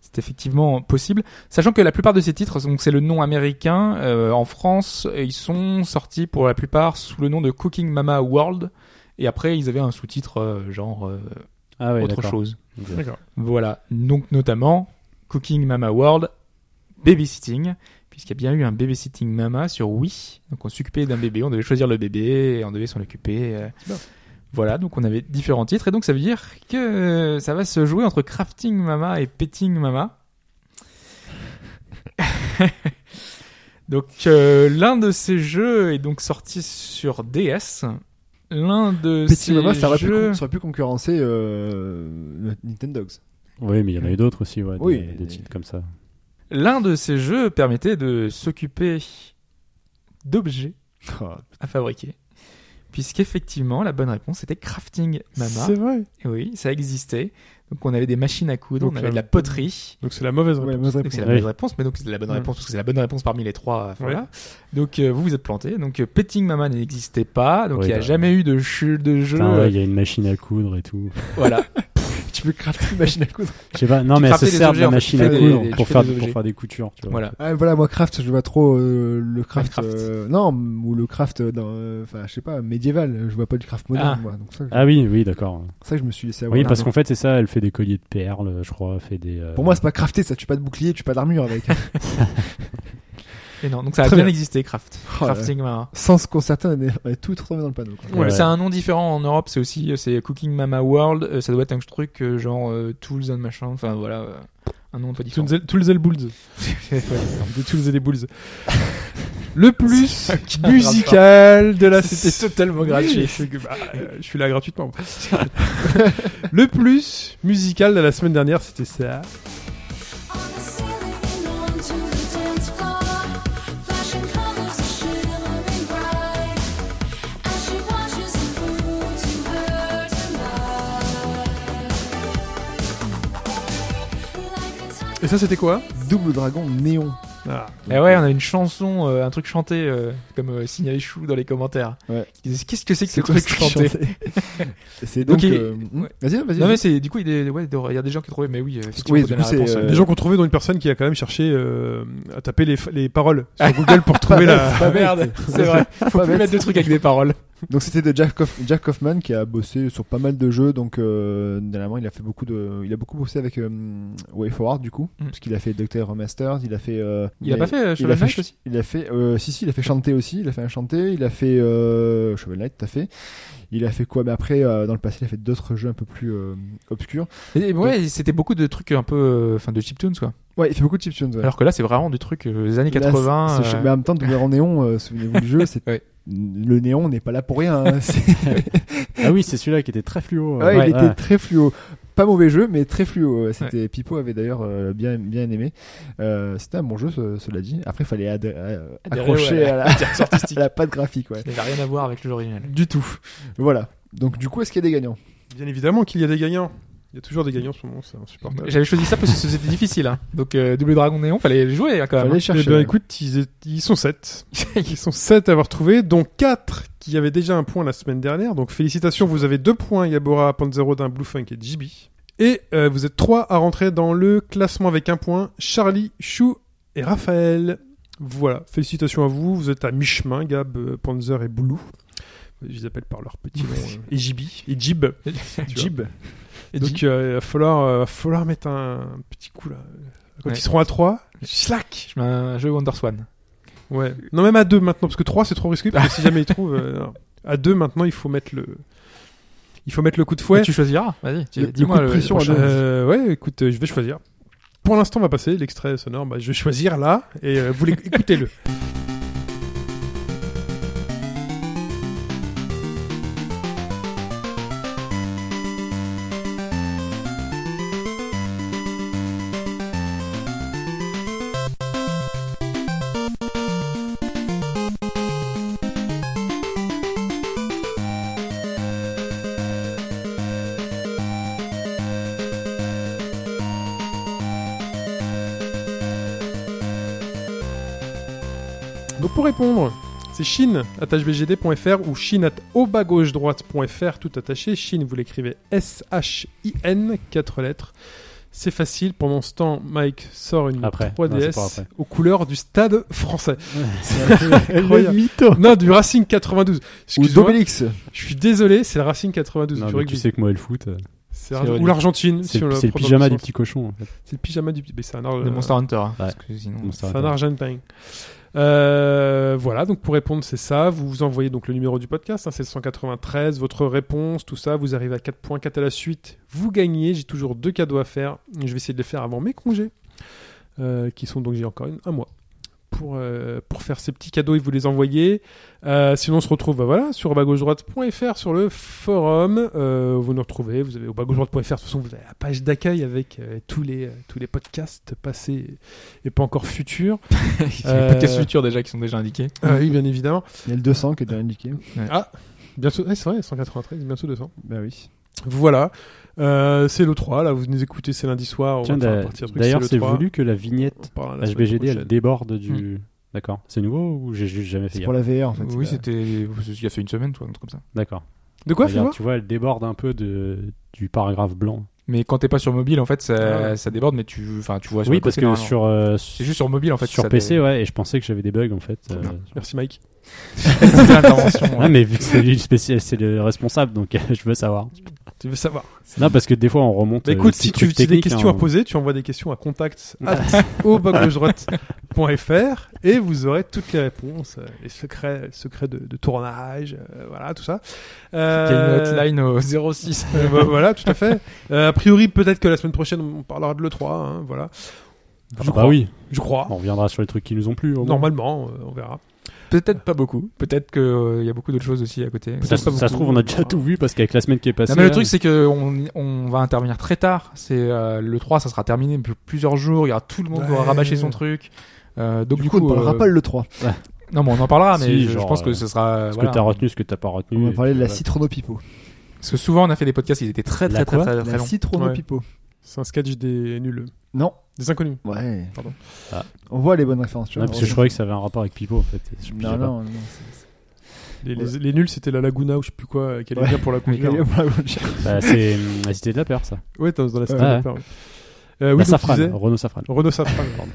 Speaker 4: C'est effectivement possible. Sachant que la plupart de ces titres, donc c'est le nom américain, euh, en France, ils sont sortis pour la plupart sous le nom de Cooking Mama World. Et après, ils avaient un sous-titre euh, genre euh,
Speaker 5: Ah ouais,
Speaker 4: autre
Speaker 5: d'accord.
Speaker 4: chose.
Speaker 3: D'accord.
Speaker 4: Voilà. Donc, notamment, Cooking Mama World, Babysitting, puisqu'il y a bien eu un Babysitting Mama sur Wii. Donc, on s'occupait d'un bébé, on devait choisir le bébé, et on devait s'en occuper. euh,
Speaker 3: C'est bien.
Speaker 4: Voilà, donc on avait différents titres, et donc ça veut dire que euh, ça va se jouer entre Crafting Mama et Petting Mama. donc euh, l'un de ces jeux est donc sorti sur DS. L'un de
Speaker 6: Petit
Speaker 4: ces
Speaker 6: Mama, ça aurait pu,
Speaker 4: jeux...
Speaker 6: con- ça aurait pu concurrencer euh, Nintendogs.
Speaker 5: Oui, mais il y en a eu d'autres aussi, ouais, des-
Speaker 6: Oui,
Speaker 5: des,
Speaker 6: et-
Speaker 5: titres comme ça.
Speaker 4: L'un de ces jeux permettait de s'occuper d'objets à fabriquer. Puisqu'effectivement, la bonne réponse était crafting mama.
Speaker 3: C'est vrai.
Speaker 4: Et Oui, ça existait. Donc on avait des machines à coudre,
Speaker 3: Donc
Speaker 4: on
Speaker 3: la-
Speaker 4: avait de la poterie.
Speaker 3: Donc c'est la mauvaise
Speaker 6: Ouais,
Speaker 3: réponse.
Speaker 6: mauvaise
Speaker 4: Donc
Speaker 6: réponse.
Speaker 4: c'est la
Speaker 5: Oui.
Speaker 4: bonne réponse, mais donc c'est la bonne
Speaker 3: Ouais.
Speaker 4: réponse parce que c'est la bonne réponse parmi les trois. euh, Voilà. Donc euh, vous vous êtes planté. Donc euh, Petting Mama n'existait pas. Donc
Speaker 5: Oui,
Speaker 4: il n'y a
Speaker 5: bah,
Speaker 4: jamais eu de, chu- de jeu.
Speaker 5: Putain, ouais,
Speaker 4: euh,
Speaker 5: il y a une machine à coudre et tout.
Speaker 4: Voilà.
Speaker 6: tu peux crafter une machine à coudre.
Speaker 5: Je sais pas, non,
Speaker 4: Tu
Speaker 5: mais
Speaker 4: te
Speaker 5: elle se
Speaker 4: frappais des
Speaker 5: sert de
Speaker 4: objets,
Speaker 5: la
Speaker 4: en fait,
Speaker 5: machine
Speaker 4: tu
Speaker 5: à
Speaker 4: fais des-
Speaker 5: coudre
Speaker 4: tu
Speaker 5: pour,
Speaker 4: fais
Speaker 5: faire,
Speaker 4: des
Speaker 5: pour
Speaker 4: objets.
Speaker 5: faire des coutures, tu vois.
Speaker 4: voilà.
Speaker 6: Ah, voilà, moi, craft, je vois trop euh, le craft.
Speaker 4: Minecraft.
Speaker 6: euh, non, ou le craft, d'un, euh, enfin, je sais pas, médiéval. Je vois pas du craft moderne,
Speaker 4: Ah.
Speaker 6: moi. Donc, ça,
Speaker 5: Ah oui, oui, d'accord.
Speaker 6: ça, je me suis laissé avoir.
Speaker 5: Oui, parce
Speaker 6: là.
Speaker 5: qu'en fait, c'est ça, elle fait des colliers de perles, je crois, elle fait des... euh,
Speaker 6: Pour moi, c'est pas crafté, ça tue pas de bouclier, tu pas d'armure avec.
Speaker 4: Et non, donc ça a
Speaker 6: Très
Speaker 4: bien,
Speaker 6: bien.
Speaker 4: existé, craft.
Speaker 6: Oh là là.
Speaker 4: crafting Mama.
Speaker 6: Sans se concerter, on est, on est tout retrouvé dans le panneau. quoi.
Speaker 5: Ouais.
Speaker 4: C'est un nom différent en Europe, c'est aussi euh, c'est Cooking Mama World, euh, ça doit être un truc euh, genre euh, Tools and machin, enfin voilà, euh, un nom un peu différent.
Speaker 3: Tunzel- Tulzel Bulls. de Tulzel Bulls. Le plus
Speaker 4: aucun
Speaker 3: musical de la
Speaker 4: C'était totalement
Speaker 3: Oui,
Speaker 4: gratuit.
Speaker 3: je, suis- bah, euh, je suis là gratuitement. le plus musical de la semaine dernière, c'était ça. Et ça, c'était quoi
Speaker 6: Double dragon néon.
Speaker 3: Ah.
Speaker 4: Et Eh ouais, on a une chanson, euh, un truc chanté, euh, comme euh, signalé Chou dans les commentaires.
Speaker 6: Ouais.
Speaker 4: Ils disent, Qu'est-ce que c'est que ce
Speaker 6: quoi
Speaker 4: truc
Speaker 6: ce
Speaker 4: chanté
Speaker 6: chanté C'est donc.
Speaker 4: Ok,
Speaker 6: euh,
Speaker 4: ouais.
Speaker 6: Vas-y, vas-y.
Speaker 4: Non mais
Speaker 6: vas-y.
Speaker 4: c'est du coup il est- ouais, il y a des gens qui trouvaient mais oui euh, effectivement
Speaker 6: Oui,
Speaker 4: faut
Speaker 6: du
Speaker 4: donner
Speaker 6: coup,
Speaker 4: la réponse,
Speaker 6: c'est,
Speaker 4: ouais.
Speaker 6: euh,
Speaker 3: Des gens qui ont trouvé dans une personne qui a quand même cherché euh, à taper les, les paroles sur Google pour trouver la.
Speaker 4: Ah merde, c'est vrai. Faut
Speaker 6: Pas
Speaker 4: plus
Speaker 6: bête.
Speaker 4: mettre de trucs avec des paroles.
Speaker 6: Donc c'était de Jack, Hoff- Jack Hoffman qui a bossé sur pas mal de jeux. Donc euh, dernièrement, il a fait beaucoup de, il a beaucoup bossé avec euh, WayForward du coup,
Speaker 4: Mm.
Speaker 6: parce qu'il a fait Doctor Remasters, il a fait. euh,
Speaker 4: Il a pas fait euh,
Speaker 6: il
Speaker 4: Shovel
Speaker 6: a fait,
Speaker 4: Knight aussi
Speaker 6: il a fait, euh, si si, il a fait chanter aussi, il a fait un chanter, il a fait euh, Shovel Knight, tout à fait. Il a fait quoi Mais après, euh, dans le passé, il a fait d'autres jeux un peu plus euh, obscurs.
Speaker 4: Et Ouais, c'était beaucoup de trucs un peu euh, enfin de chiptunes quoi.
Speaker 6: Ouais, il fait beaucoup de chiptunes. ouais.
Speaker 4: Alors que là c'est vraiment du truc euh, des années
Speaker 6: Là,
Speaker 4: 80.
Speaker 6: c'est- bah, c'est-
Speaker 4: euh,
Speaker 6: Mais en même temps, Double en néon, euh, souvenez-vous du jeu, c'est
Speaker 4: Ouais.
Speaker 6: le néon n'est pas là pour rien. hein. C'est-
Speaker 5: Ah oui, c'est celui-là qui était très fluo. euh.
Speaker 6: Ouais, il
Speaker 5: Ouais.
Speaker 6: était très fluo. Pas mauvais jeu, mais très fluo. ouais. C'était Pipo avait d'ailleurs euh, bien bien aimé. Euh, c'était un bon jeu, ce- cela dit. Après, il fallait adhé- euh,
Speaker 4: Adhérer,
Speaker 6: accrocher
Speaker 4: ouais,
Speaker 6: à, la,
Speaker 4: direction artistique.
Speaker 6: à la patte graphique, ouais.
Speaker 4: Ça n'a rien à voir avec le jeu original.
Speaker 6: Du tout. Voilà. Donc du coup, est-ce qu'il y a des gagnants
Speaker 3: Bien évidemment qu'il y a des gagnants. Il y a toujours des gagnants en ce moment, c'est insupportable.
Speaker 4: J'avais choisi ça parce que c'était difficile. Hein. Donc euh, Double Dragon Néon, fallait le jouer hein, quand même.
Speaker 6: Fallait
Speaker 3: Eh
Speaker 6: chercher.
Speaker 3: bien,
Speaker 6: ouais.
Speaker 3: écoute, ils, étaient- ils sont 7. Ils sont 7 à avoir trouvé, dont 4 qui avaient déjà un point la semaine dernière. Donc, félicitations, vous avez 2 points Yabora, Panzero d'un Blue Funk et Jibi. Et euh, vous êtes 3 à rentrer dans le classement avec un point Charlie, Chou et Raphaël. Voilà, félicitations à vous. Vous êtes à mi-chemin, Gab, euh, Panzer et Blue. Je les appelle par leur petit nom. euh, et Jibi. Et Jib.
Speaker 4: hein.
Speaker 6: Jib.
Speaker 4: Et
Speaker 3: Donc,
Speaker 4: Jib.
Speaker 3: euh, il va falloir, euh, va falloir mettre un petit coup là. Quand
Speaker 4: Ouais.
Speaker 3: ils seront à 3,
Speaker 4: Slack Je mets un jeu WonderSwan.
Speaker 3: Ouais. Non, même à deux maintenant, parce que 3 c'est trop risqué, parce que si jamais ils trouvent. euh, non. à deux maintenant, il faut mettre le. Il faut mettre le coup de
Speaker 5: Ah,
Speaker 3: fouet.
Speaker 4: Tu choisiras Vas-y. tu-
Speaker 6: Le- le
Speaker 4: dis-moi
Speaker 6: coup de pression à
Speaker 4: prochain.
Speaker 6: deux.
Speaker 3: Euh, ouais, écoute, euh, je vais choisir. Pour l'instant, on va passer l'extrait sonore. Bah, je vais choisir là, et euh, vous l'éc- écoutez-le. pour répondre. C'est chine, ou chine, droite.fr, tout attaché. Chine, vous l'écrivez S-H-I-N, 4 lettres. C'est facile. Pendant ce temps, Mike sort une
Speaker 5: Après. Non,
Speaker 3: 3DS
Speaker 5: c'est pas après.
Speaker 3: aux couleurs du stade français.
Speaker 6: Le
Speaker 3: Incroyable.
Speaker 6: mytho
Speaker 3: non, du Racing 92.
Speaker 6: Ou
Speaker 3: Excuse-moi,
Speaker 6: d'Obélix.
Speaker 3: je suis désolé, c'est le Racing 92
Speaker 5: Non,
Speaker 3: du
Speaker 5: mais
Speaker 3: rugby.
Speaker 5: tu sais que moi et le foot, euh,
Speaker 3: C'est
Speaker 4: C'est
Speaker 3: rare-
Speaker 4: vrai.
Speaker 3: Ou l'Argentine,
Speaker 5: c'est
Speaker 3: si on
Speaker 5: le,
Speaker 3: le
Speaker 5: c'est le
Speaker 3: prend dans
Speaker 5: pyjama
Speaker 3: le
Speaker 5: du
Speaker 3: sens.
Speaker 5: petit cochon. en fait.
Speaker 3: C'est le pyjama du petit. mais C'est un, ar-
Speaker 4: de Monster Hunter. hein,
Speaker 5: ouais.
Speaker 4: Parce que sinon,
Speaker 5: Bon, ça
Speaker 3: c'est
Speaker 5: va
Speaker 3: un
Speaker 5: pas.
Speaker 3: Argentin. Euh, voilà, donc pour répondre, c'est ça. Vous vous envoyez donc le numéro du podcast, hein, c'est le 193. Votre réponse, tout ça, vous arrivez à 4 points, 4 à la suite. Vous gagnez. J'ai toujours deux cadeaux à faire. Je vais essayer de les faire avant mes congés, euh, qui sont donc, j'ai encore une- un mois. Pour, euh, pour faire ces petits cadeaux et vous les envoyer. Euh, sinon, on se retrouve bah, voilà, sur bagaugedroite.fr sur le forum. Euh, vous nous retrouvez. Vous avez au bagaugedroite.fr. De toute façon, vous avez la page d'accueil avec euh, tous, les, tous les podcasts passés et pas encore futurs.
Speaker 4: il y a
Speaker 3: Euh,
Speaker 4: des podcasts futurs déjà qui sont déjà indiqués.
Speaker 3: Euh, oui, bien évidemment.
Speaker 6: Il y a le 200 qui est déjà indiqué.
Speaker 3: Bientôt, eh, c'est vrai, 193, bientôt 200.
Speaker 6: Bah oui.
Speaker 3: Voilà, Euh, c'est le 3, là, vous nous écoutez, c'est lundi soir. on
Speaker 5: Tiens,
Speaker 3: va faire
Speaker 5: d'a-
Speaker 3: partir le truc,
Speaker 5: d'ailleurs,
Speaker 3: le
Speaker 5: c'est
Speaker 3: 3.
Speaker 5: voulu que la
Speaker 3: On
Speaker 5: vignette
Speaker 3: parle la semaine
Speaker 5: HBGD elle
Speaker 3: prochaine.
Speaker 5: déborde du. D'accord. C'est nouveau ou j'ai juste jamais fait
Speaker 6: C'est
Speaker 5: gaffe
Speaker 6: pour la VR en fait.
Speaker 4: oui, c'était. Il y a fait une semaine, toi, un truc comme ça.
Speaker 5: D'accord.
Speaker 3: De quoi,
Speaker 5: Regarde,
Speaker 3: Fibre
Speaker 5: Tu vois, elle déborde un peu de, du paragraphe blanc.
Speaker 4: Mais quand t'es pas sur mobile, en fait, ça,
Speaker 3: Ah ouais.
Speaker 4: ça déborde, mais tu, enfin, tu vois. sur
Speaker 5: oui,
Speaker 4: le
Speaker 5: parce
Speaker 4: côté,
Speaker 5: que
Speaker 4: normalement.
Speaker 5: sur, euh,
Speaker 4: C'est juste sur mobile, en fait.
Speaker 5: sur
Speaker 4: ça
Speaker 5: PC,
Speaker 4: dé-
Speaker 5: ouais, et je pensais que j'avais des bugs en fait. euh,
Speaker 3: Merci, Mike.
Speaker 4: c'est l'intervention. ouais.
Speaker 5: Ah, mais vu que c'est lui le spécial, c'est le responsable, donc euh, je veux savoir.
Speaker 3: Tu veux savoir
Speaker 5: Non, parce que des fois on remonte.
Speaker 3: Bah,
Speaker 5: euh,
Speaker 3: Écoute,
Speaker 5: le
Speaker 3: si
Speaker 5: petit
Speaker 3: tu
Speaker 5: truc
Speaker 3: as des
Speaker 5: technique,
Speaker 3: questions
Speaker 5: hein,
Speaker 3: à poser, tu envoies des questions à contact au bagaugedroite.fr et vous aurez toutes les réponses, euh, les secrets, secrets de, de tournage, euh, voilà, tout ça.
Speaker 4: Il y a une
Speaker 3: Euh,
Speaker 4: hotline au 06.
Speaker 3: Euh, bah, voilà, tout à fait. Euh, a priori, peut-être que la semaine prochaine, on parlera de l'E3. hein, voilà.
Speaker 5: Ah,
Speaker 3: Je
Speaker 5: bah
Speaker 3: crois.
Speaker 5: oui,
Speaker 3: Je crois.
Speaker 5: on reviendra sur les trucs qui nous ont plu. au moins.
Speaker 3: Normalement, euh, on verra.
Speaker 4: Peut-être pas beaucoup. Peut-être qu'il y a beaucoup d'autres choses aussi à côté.
Speaker 5: Ça, se-
Speaker 4: Pas
Speaker 5: ça se
Speaker 4: beaucoup.
Speaker 5: trouve, on a déjà tout vu parce euh, qu'avec la semaine qui est passée.
Speaker 4: Non, mais le
Speaker 5: là,
Speaker 4: truc, c'est que on, on va intervenir très tard. C'est euh, le 3, ça sera terminé plus- plusieurs jours. Il y aura tout le monde qui aura
Speaker 3: Ouais.
Speaker 4: rabâché son truc. Euh, donc
Speaker 6: Du, coup, on
Speaker 4: euh,
Speaker 6: parlera pas le 3.
Speaker 4: non, mais on en parlera. Mais
Speaker 5: Si,
Speaker 4: je, je
Speaker 5: genre,
Speaker 4: pense
Speaker 5: euh,
Speaker 4: que ce sera.
Speaker 5: ce
Speaker 4: voilà.
Speaker 5: que t'as retenu, ce que t'as pas retenu.
Speaker 6: On va
Speaker 5: et
Speaker 6: parler
Speaker 5: puis
Speaker 6: de la
Speaker 5: voilà.
Speaker 6: Citrono Pipo.
Speaker 4: Parce que souvent, on a fait des podcasts. Ils étaient très très
Speaker 5: La
Speaker 4: très
Speaker 5: quoi
Speaker 4: très, très
Speaker 6: La
Speaker 4: longs.
Speaker 6: Citrono
Speaker 3: Ouais.
Speaker 6: Pipo.
Speaker 3: C'est un sketch des nuls.
Speaker 6: Non.
Speaker 3: Des inconnus.
Speaker 6: Ouais.
Speaker 3: Pardon.
Speaker 5: Ah.
Speaker 6: On voit les bonnes références. Tu
Speaker 5: Non,
Speaker 6: vois,
Speaker 5: Ah, parce que je croyais que ça avait un rapport avec Pipo en fait. Je
Speaker 6: Non,
Speaker 5: piochais pas.
Speaker 6: non, non. c'est-
Speaker 3: Les, les-
Speaker 6: Ouais.
Speaker 3: les nuls, c'était la Laguna ou je sais plus quoi, euh, qui allait
Speaker 6: Ouais.
Speaker 3: bien pour la
Speaker 6: c'est-
Speaker 3: conquête.
Speaker 5: Bah, c'est hum, la cité de la peur,
Speaker 4: Ah
Speaker 5: ça.
Speaker 3: Ouais, dans, dans la cité
Speaker 5: Ouais.
Speaker 3: de la peur, ouais. Euh,
Speaker 5: la
Speaker 3: oui, donc, tu
Speaker 5: safrane,
Speaker 3: disais-
Speaker 5: Renault Safrane.
Speaker 3: Renault Safran. pardon.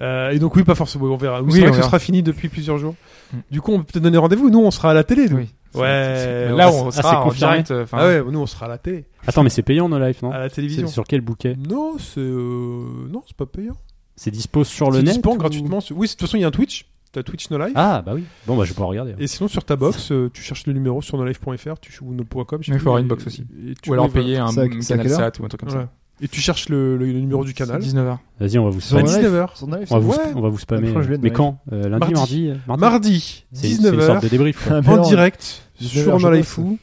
Speaker 3: Euh, et donc oui, pas forcément. On verra. Oui,
Speaker 4: on
Speaker 3: c'est vrai que ce
Speaker 4: verra.
Speaker 3: sera fini depuis plusieurs jours.
Speaker 4: Mm.
Speaker 3: Du coup, on peut peut-être donner rendez-vous. Nous, on sera à la télé. nous.
Speaker 4: Oui. Euh,
Speaker 3: Ouais.
Speaker 4: C'est-
Speaker 3: Ah,
Speaker 4: Là, on
Speaker 5: c'est
Speaker 4: sera en
Speaker 5: confirmé.
Speaker 4: direct. euh, enfin,
Speaker 3: Ah ouais, nous, on sera à la télé,
Speaker 5: Attends, mais c'est payant nos lives, non
Speaker 4: Euh,
Speaker 3: à la
Speaker 5: Hein. C'est
Speaker 3: télévision.
Speaker 5: sur quel bouquet
Speaker 3: Non, c'est euh, non, c'est pas payant.
Speaker 5: C'est dispo sur le
Speaker 3: C'est
Speaker 5: net
Speaker 3: dispo
Speaker 5: ou-
Speaker 3: gratuitement. sur- Oui, de toute façon, il y a un Twitch. T'as Twitch No Live.
Speaker 5: Ah, bah oui. Bon, bah je vais pouvoir regarder.
Speaker 3: Et sinon, sur ta box, euh, tu cherches le numéro sur nolive.fr, tu ou no.com. je sais
Speaker 4: Mais
Speaker 3: plus,
Speaker 4: il faut avoir
Speaker 3: et-
Speaker 4: une box aussi.
Speaker 3: et tu-
Speaker 4: Ou alors
Speaker 3: oui, voilà.
Speaker 4: payer un
Speaker 6: C'est à- c'est à
Speaker 4: canal
Speaker 6: quelle
Speaker 4: Sat ou un truc comme ça.
Speaker 3: Voilà. Et tu cherches le, le- le numéro du canal.
Speaker 4: 19h.
Speaker 5: Vas-y, on va vous
Speaker 6: Sur
Speaker 5: spammer.
Speaker 3: Sony. 19h.
Speaker 6: Son live,
Speaker 5: On va vous,
Speaker 3: Ouais.
Speaker 5: on va vous spammer.
Speaker 6: Approche-le de
Speaker 5: Mais
Speaker 6: Noël.
Speaker 5: quand Euh, Lundi,
Speaker 3: Mardi.
Speaker 5: mardi
Speaker 3: Mardi,
Speaker 5: C'est c'est une sorte
Speaker 3: 19h,
Speaker 5: de débrief. quoi.
Speaker 6: Un
Speaker 3: en
Speaker 6: mélange.
Speaker 3: direct,
Speaker 6: 19h,
Speaker 3: sur
Speaker 6: je
Speaker 3: No Live
Speaker 6: bosse.
Speaker 3: Fou.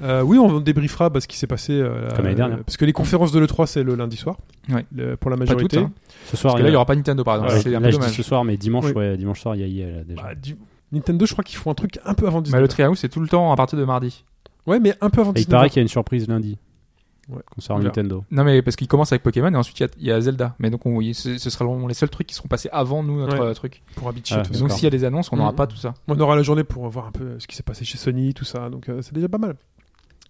Speaker 3: Euh, oui, on débriefera bah, ce qui s'est passé. euh,
Speaker 5: Comme l'année dernière.
Speaker 3: euh, Parce que les conférences de l'E3, c'est le lundi soir.
Speaker 4: Ouais.
Speaker 3: Le- pour la
Speaker 4: Pas toutes.
Speaker 3: majorité.
Speaker 4: hein.
Speaker 5: Ce soir,
Speaker 4: Parce que là, il y aura pas Nintendo par
Speaker 5: Ouais,
Speaker 4: exemple. C'est un
Speaker 5: là,
Speaker 4: peu
Speaker 5: je dis
Speaker 4: dommage.
Speaker 5: ce soir, mais dimanche,
Speaker 3: Oui.
Speaker 5: ouais, dimanche soir, il y a IA là déjà.
Speaker 3: Bah, du- Nintendo, je crois qu'ils font un truc un peu avant 19h.
Speaker 4: Mais Bah, le Treehouse, c'est tout le temps à partir de mardi.
Speaker 3: Ouais, mais un peu avant
Speaker 5: Et Bah, il
Speaker 3: 19h.
Speaker 5: paraît qu'il y a une surprise lundi.
Speaker 3: Ouais.
Speaker 5: Concernant
Speaker 4: On verra.
Speaker 5: Nintendo.
Speaker 4: Non, mais parce qu'il commence avec Pokémon et ensuite il y a- il y, a Zelda. Mais donc, on, ce, ce seront les seuls trucs qui seront passés avant nous, notre
Speaker 3: Ouais.
Speaker 4: euh, truc.
Speaker 3: Pour habituer.
Speaker 5: Ah,
Speaker 3: tout ça.
Speaker 4: Donc,
Speaker 5: D'accord.
Speaker 4: s'il y a des annonces, on n'aura
Speaker 3: Mhm.
Speaker 4: pas tout ça.
Speaker 3: On aura la journée pour voir un peu euh, ce qui s'est passé chez Sony, tout ça. Donc euh, c'est déjà pas mal.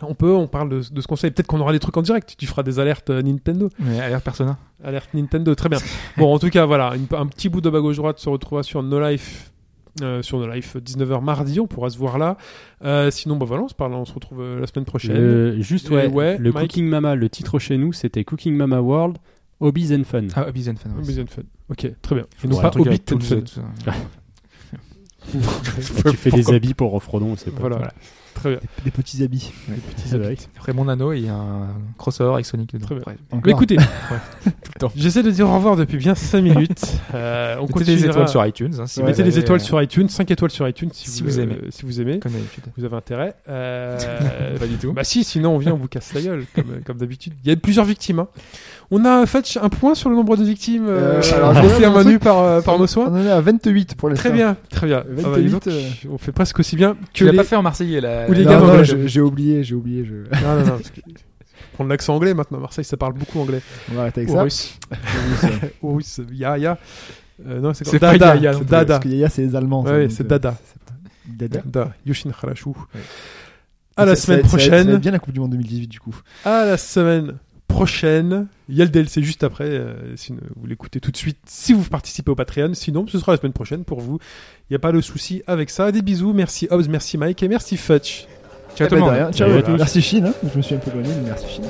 Speaker 3: On peut, on parle de, de ce qu'on sait. Peut-être qu'on aura des trucs en direct. Tu feras des alertes euh, Nintendo.
Speaker 4: Mais à l'air Persona.
Speaker 3: Alerte Nintendo, très bien. bon, en tout cas, voilà. une- un petit bout de bas gauche-droite se retrouvera sur No Life. euh, sur No Life 19h mardi, on pourra se voir là. Euh, sinon, bah voilà, on se parle, on se retrouve euh, la semaine prochaine.
Speaker 5: Le- juste,
Speaker 3: Et
Speaker 5: ouais,
Speaker 3: ouais,
Speaker 5: le
Speaker 3: Mike.
Speaker 5: Cooking Mama, le titre chez nous, c'était Cooking Mama World, Hobbies and Fun.
Speaker 4: Ah, Hobbes and Fun.
Speaker 3: Un
Speaker 4: ouais.
Speaker 3: Million Fun. Ok, très bien. Et
Speaker 5: Ouais,
Speaker 3: non
Speaker 5: un
Speaker 3: pas
Speaker 4: Truc
Speaker 3: Hobbit
Speaker 4: avec Toons
Speaker 3: Fun.
Speaker 4: et tout ça.
Speaker 5: tu fais des habits pour Offrodon, c'est pas.
Speaker 3: Voilà. Très bien.
Speaker 6: Des petits habits.
Speaker 5: Ah bah oui.
Speaker 4: Après mon anneau, il y a un crossover avec Sonic. dedans.
Speaker 3: Très bien.
Speaker 4: Bref.
Speaker 3: Mais écoutez,
Speaker 4: le temps.
Speaker 3: j'essaie de dire au revoir depuis bien 5 minutes. Euh, on
Speaker 4: Mettez des
Speaker 3: continuera-
Speaker 4: étoiles sur iTunes. hein, si
Speaker 6: Ouais.
Speaker 4: vous
Speaker 3: Mettez
Speaker 4: avez,
Speaker 3: des étoiles
Speaker 4: euh,
Speaker 3: sur iTunes, 5 étoiles sur iTunes si,
Speaker 4: si vous
Speaker 3: euh,
Speaker 4: aimez.
Speaker 3: Si vous aimez,
Speaker 4: Comme d'habitude.
Speaker 3: vous avez intérêt. Euh,
Speaker 4: Pas du tout.
Speaker 3: bah si, sinon on vient, on vous casse la gueule, comme, euh, comme d'habitude. Il y a plusieurs victimes. hein. On a fait un point sur le nombre de victimes euh,
Speaker 6: Euh, alors,
Speaker 3: laissées à
Speaker 6: je-
Speaker 3: main nue par, euh, par nos soins.
Speaker 6: On en est à 28 pour l'instant.
Speaker 3: Très bien, très bien.
Speaker 6: Euh,
Speaker 3: Ah bah, dis donc,
Speaker 6: 28, euh.
Speaker 3: on fait presque aussi bien que
Speaker 4: Tu l'as
Speaker 3: les...
Speaker 4: pas fait en Marseillais là.
Speaker 3: Ou les
Speaker 4: là-
Speaker 3: gars
Speaker 6: Non,
Speaker 3: dans
Speaker 6: non,
Speaker 3: le-
Speaker 6: je- j'ai oublié, j'ai oublié. Je...
Speaker 3: Non, non, non. parce que- Prendre l'accent anglais maintenant, Marseille, ça parle beaucoup anglais.
Speaker 6: On va arrêter avec
Speaker 3: Ou
Speaker 6: ça.
Speaker 3: russe. Ou russe, ya, ya. Euh, non, c'est
Speaker 4: C'est
Speaker 3: quoi
Speaker 4: pas
Speaker 3: Dada.
Speaker 4: Yaya non
Speaker 3: c'est
Speaker 4: plus,
Speaker 3: Dada.
Speaker 6: Parce qu'il y a c'est les Allemands. ça,
Speaker 3: Ouais,
Speaker 6: donc,
Speaker 3: c'est
Speaker 6: euh,
Speaker 3: Dada.
Speaker 6: Dada.
Speaker 3: Dada. Yushin Harashu. À la semaine
Speaker 6: Ça- ça- ça va être- ça va être
Speaker 3: prochaine.
Speaker 6: bien la Coupe du Monde 2018 du coup.
Speaker 3: À la semaine prochaine. Il y a le DLC juste après. euh, si vous l'écoutez tout de suite, si vous participez au Patreon. Sinon, ce sera la semaine prochaine pour vous. Il n'y a pas de souci avec ça. Des bisous. Merci Hobbs, merci Mike et merci Fetch.
Speaker 4: Ciao
Speaker 6: Eh
Speaker 4: tout le
Speaker 6: ben, de
Speaker 3: Ah,
Speaker 4: monde.
Speaker 3: bah,
Speaker 6: rien.
Speaker 5: Ciao à
Speaker 6: Ciao,
Speaker 5: tous.
Speaker 6: hein. Merci Chine. hein. Je me suis un peu éloigné, mais merci Chine.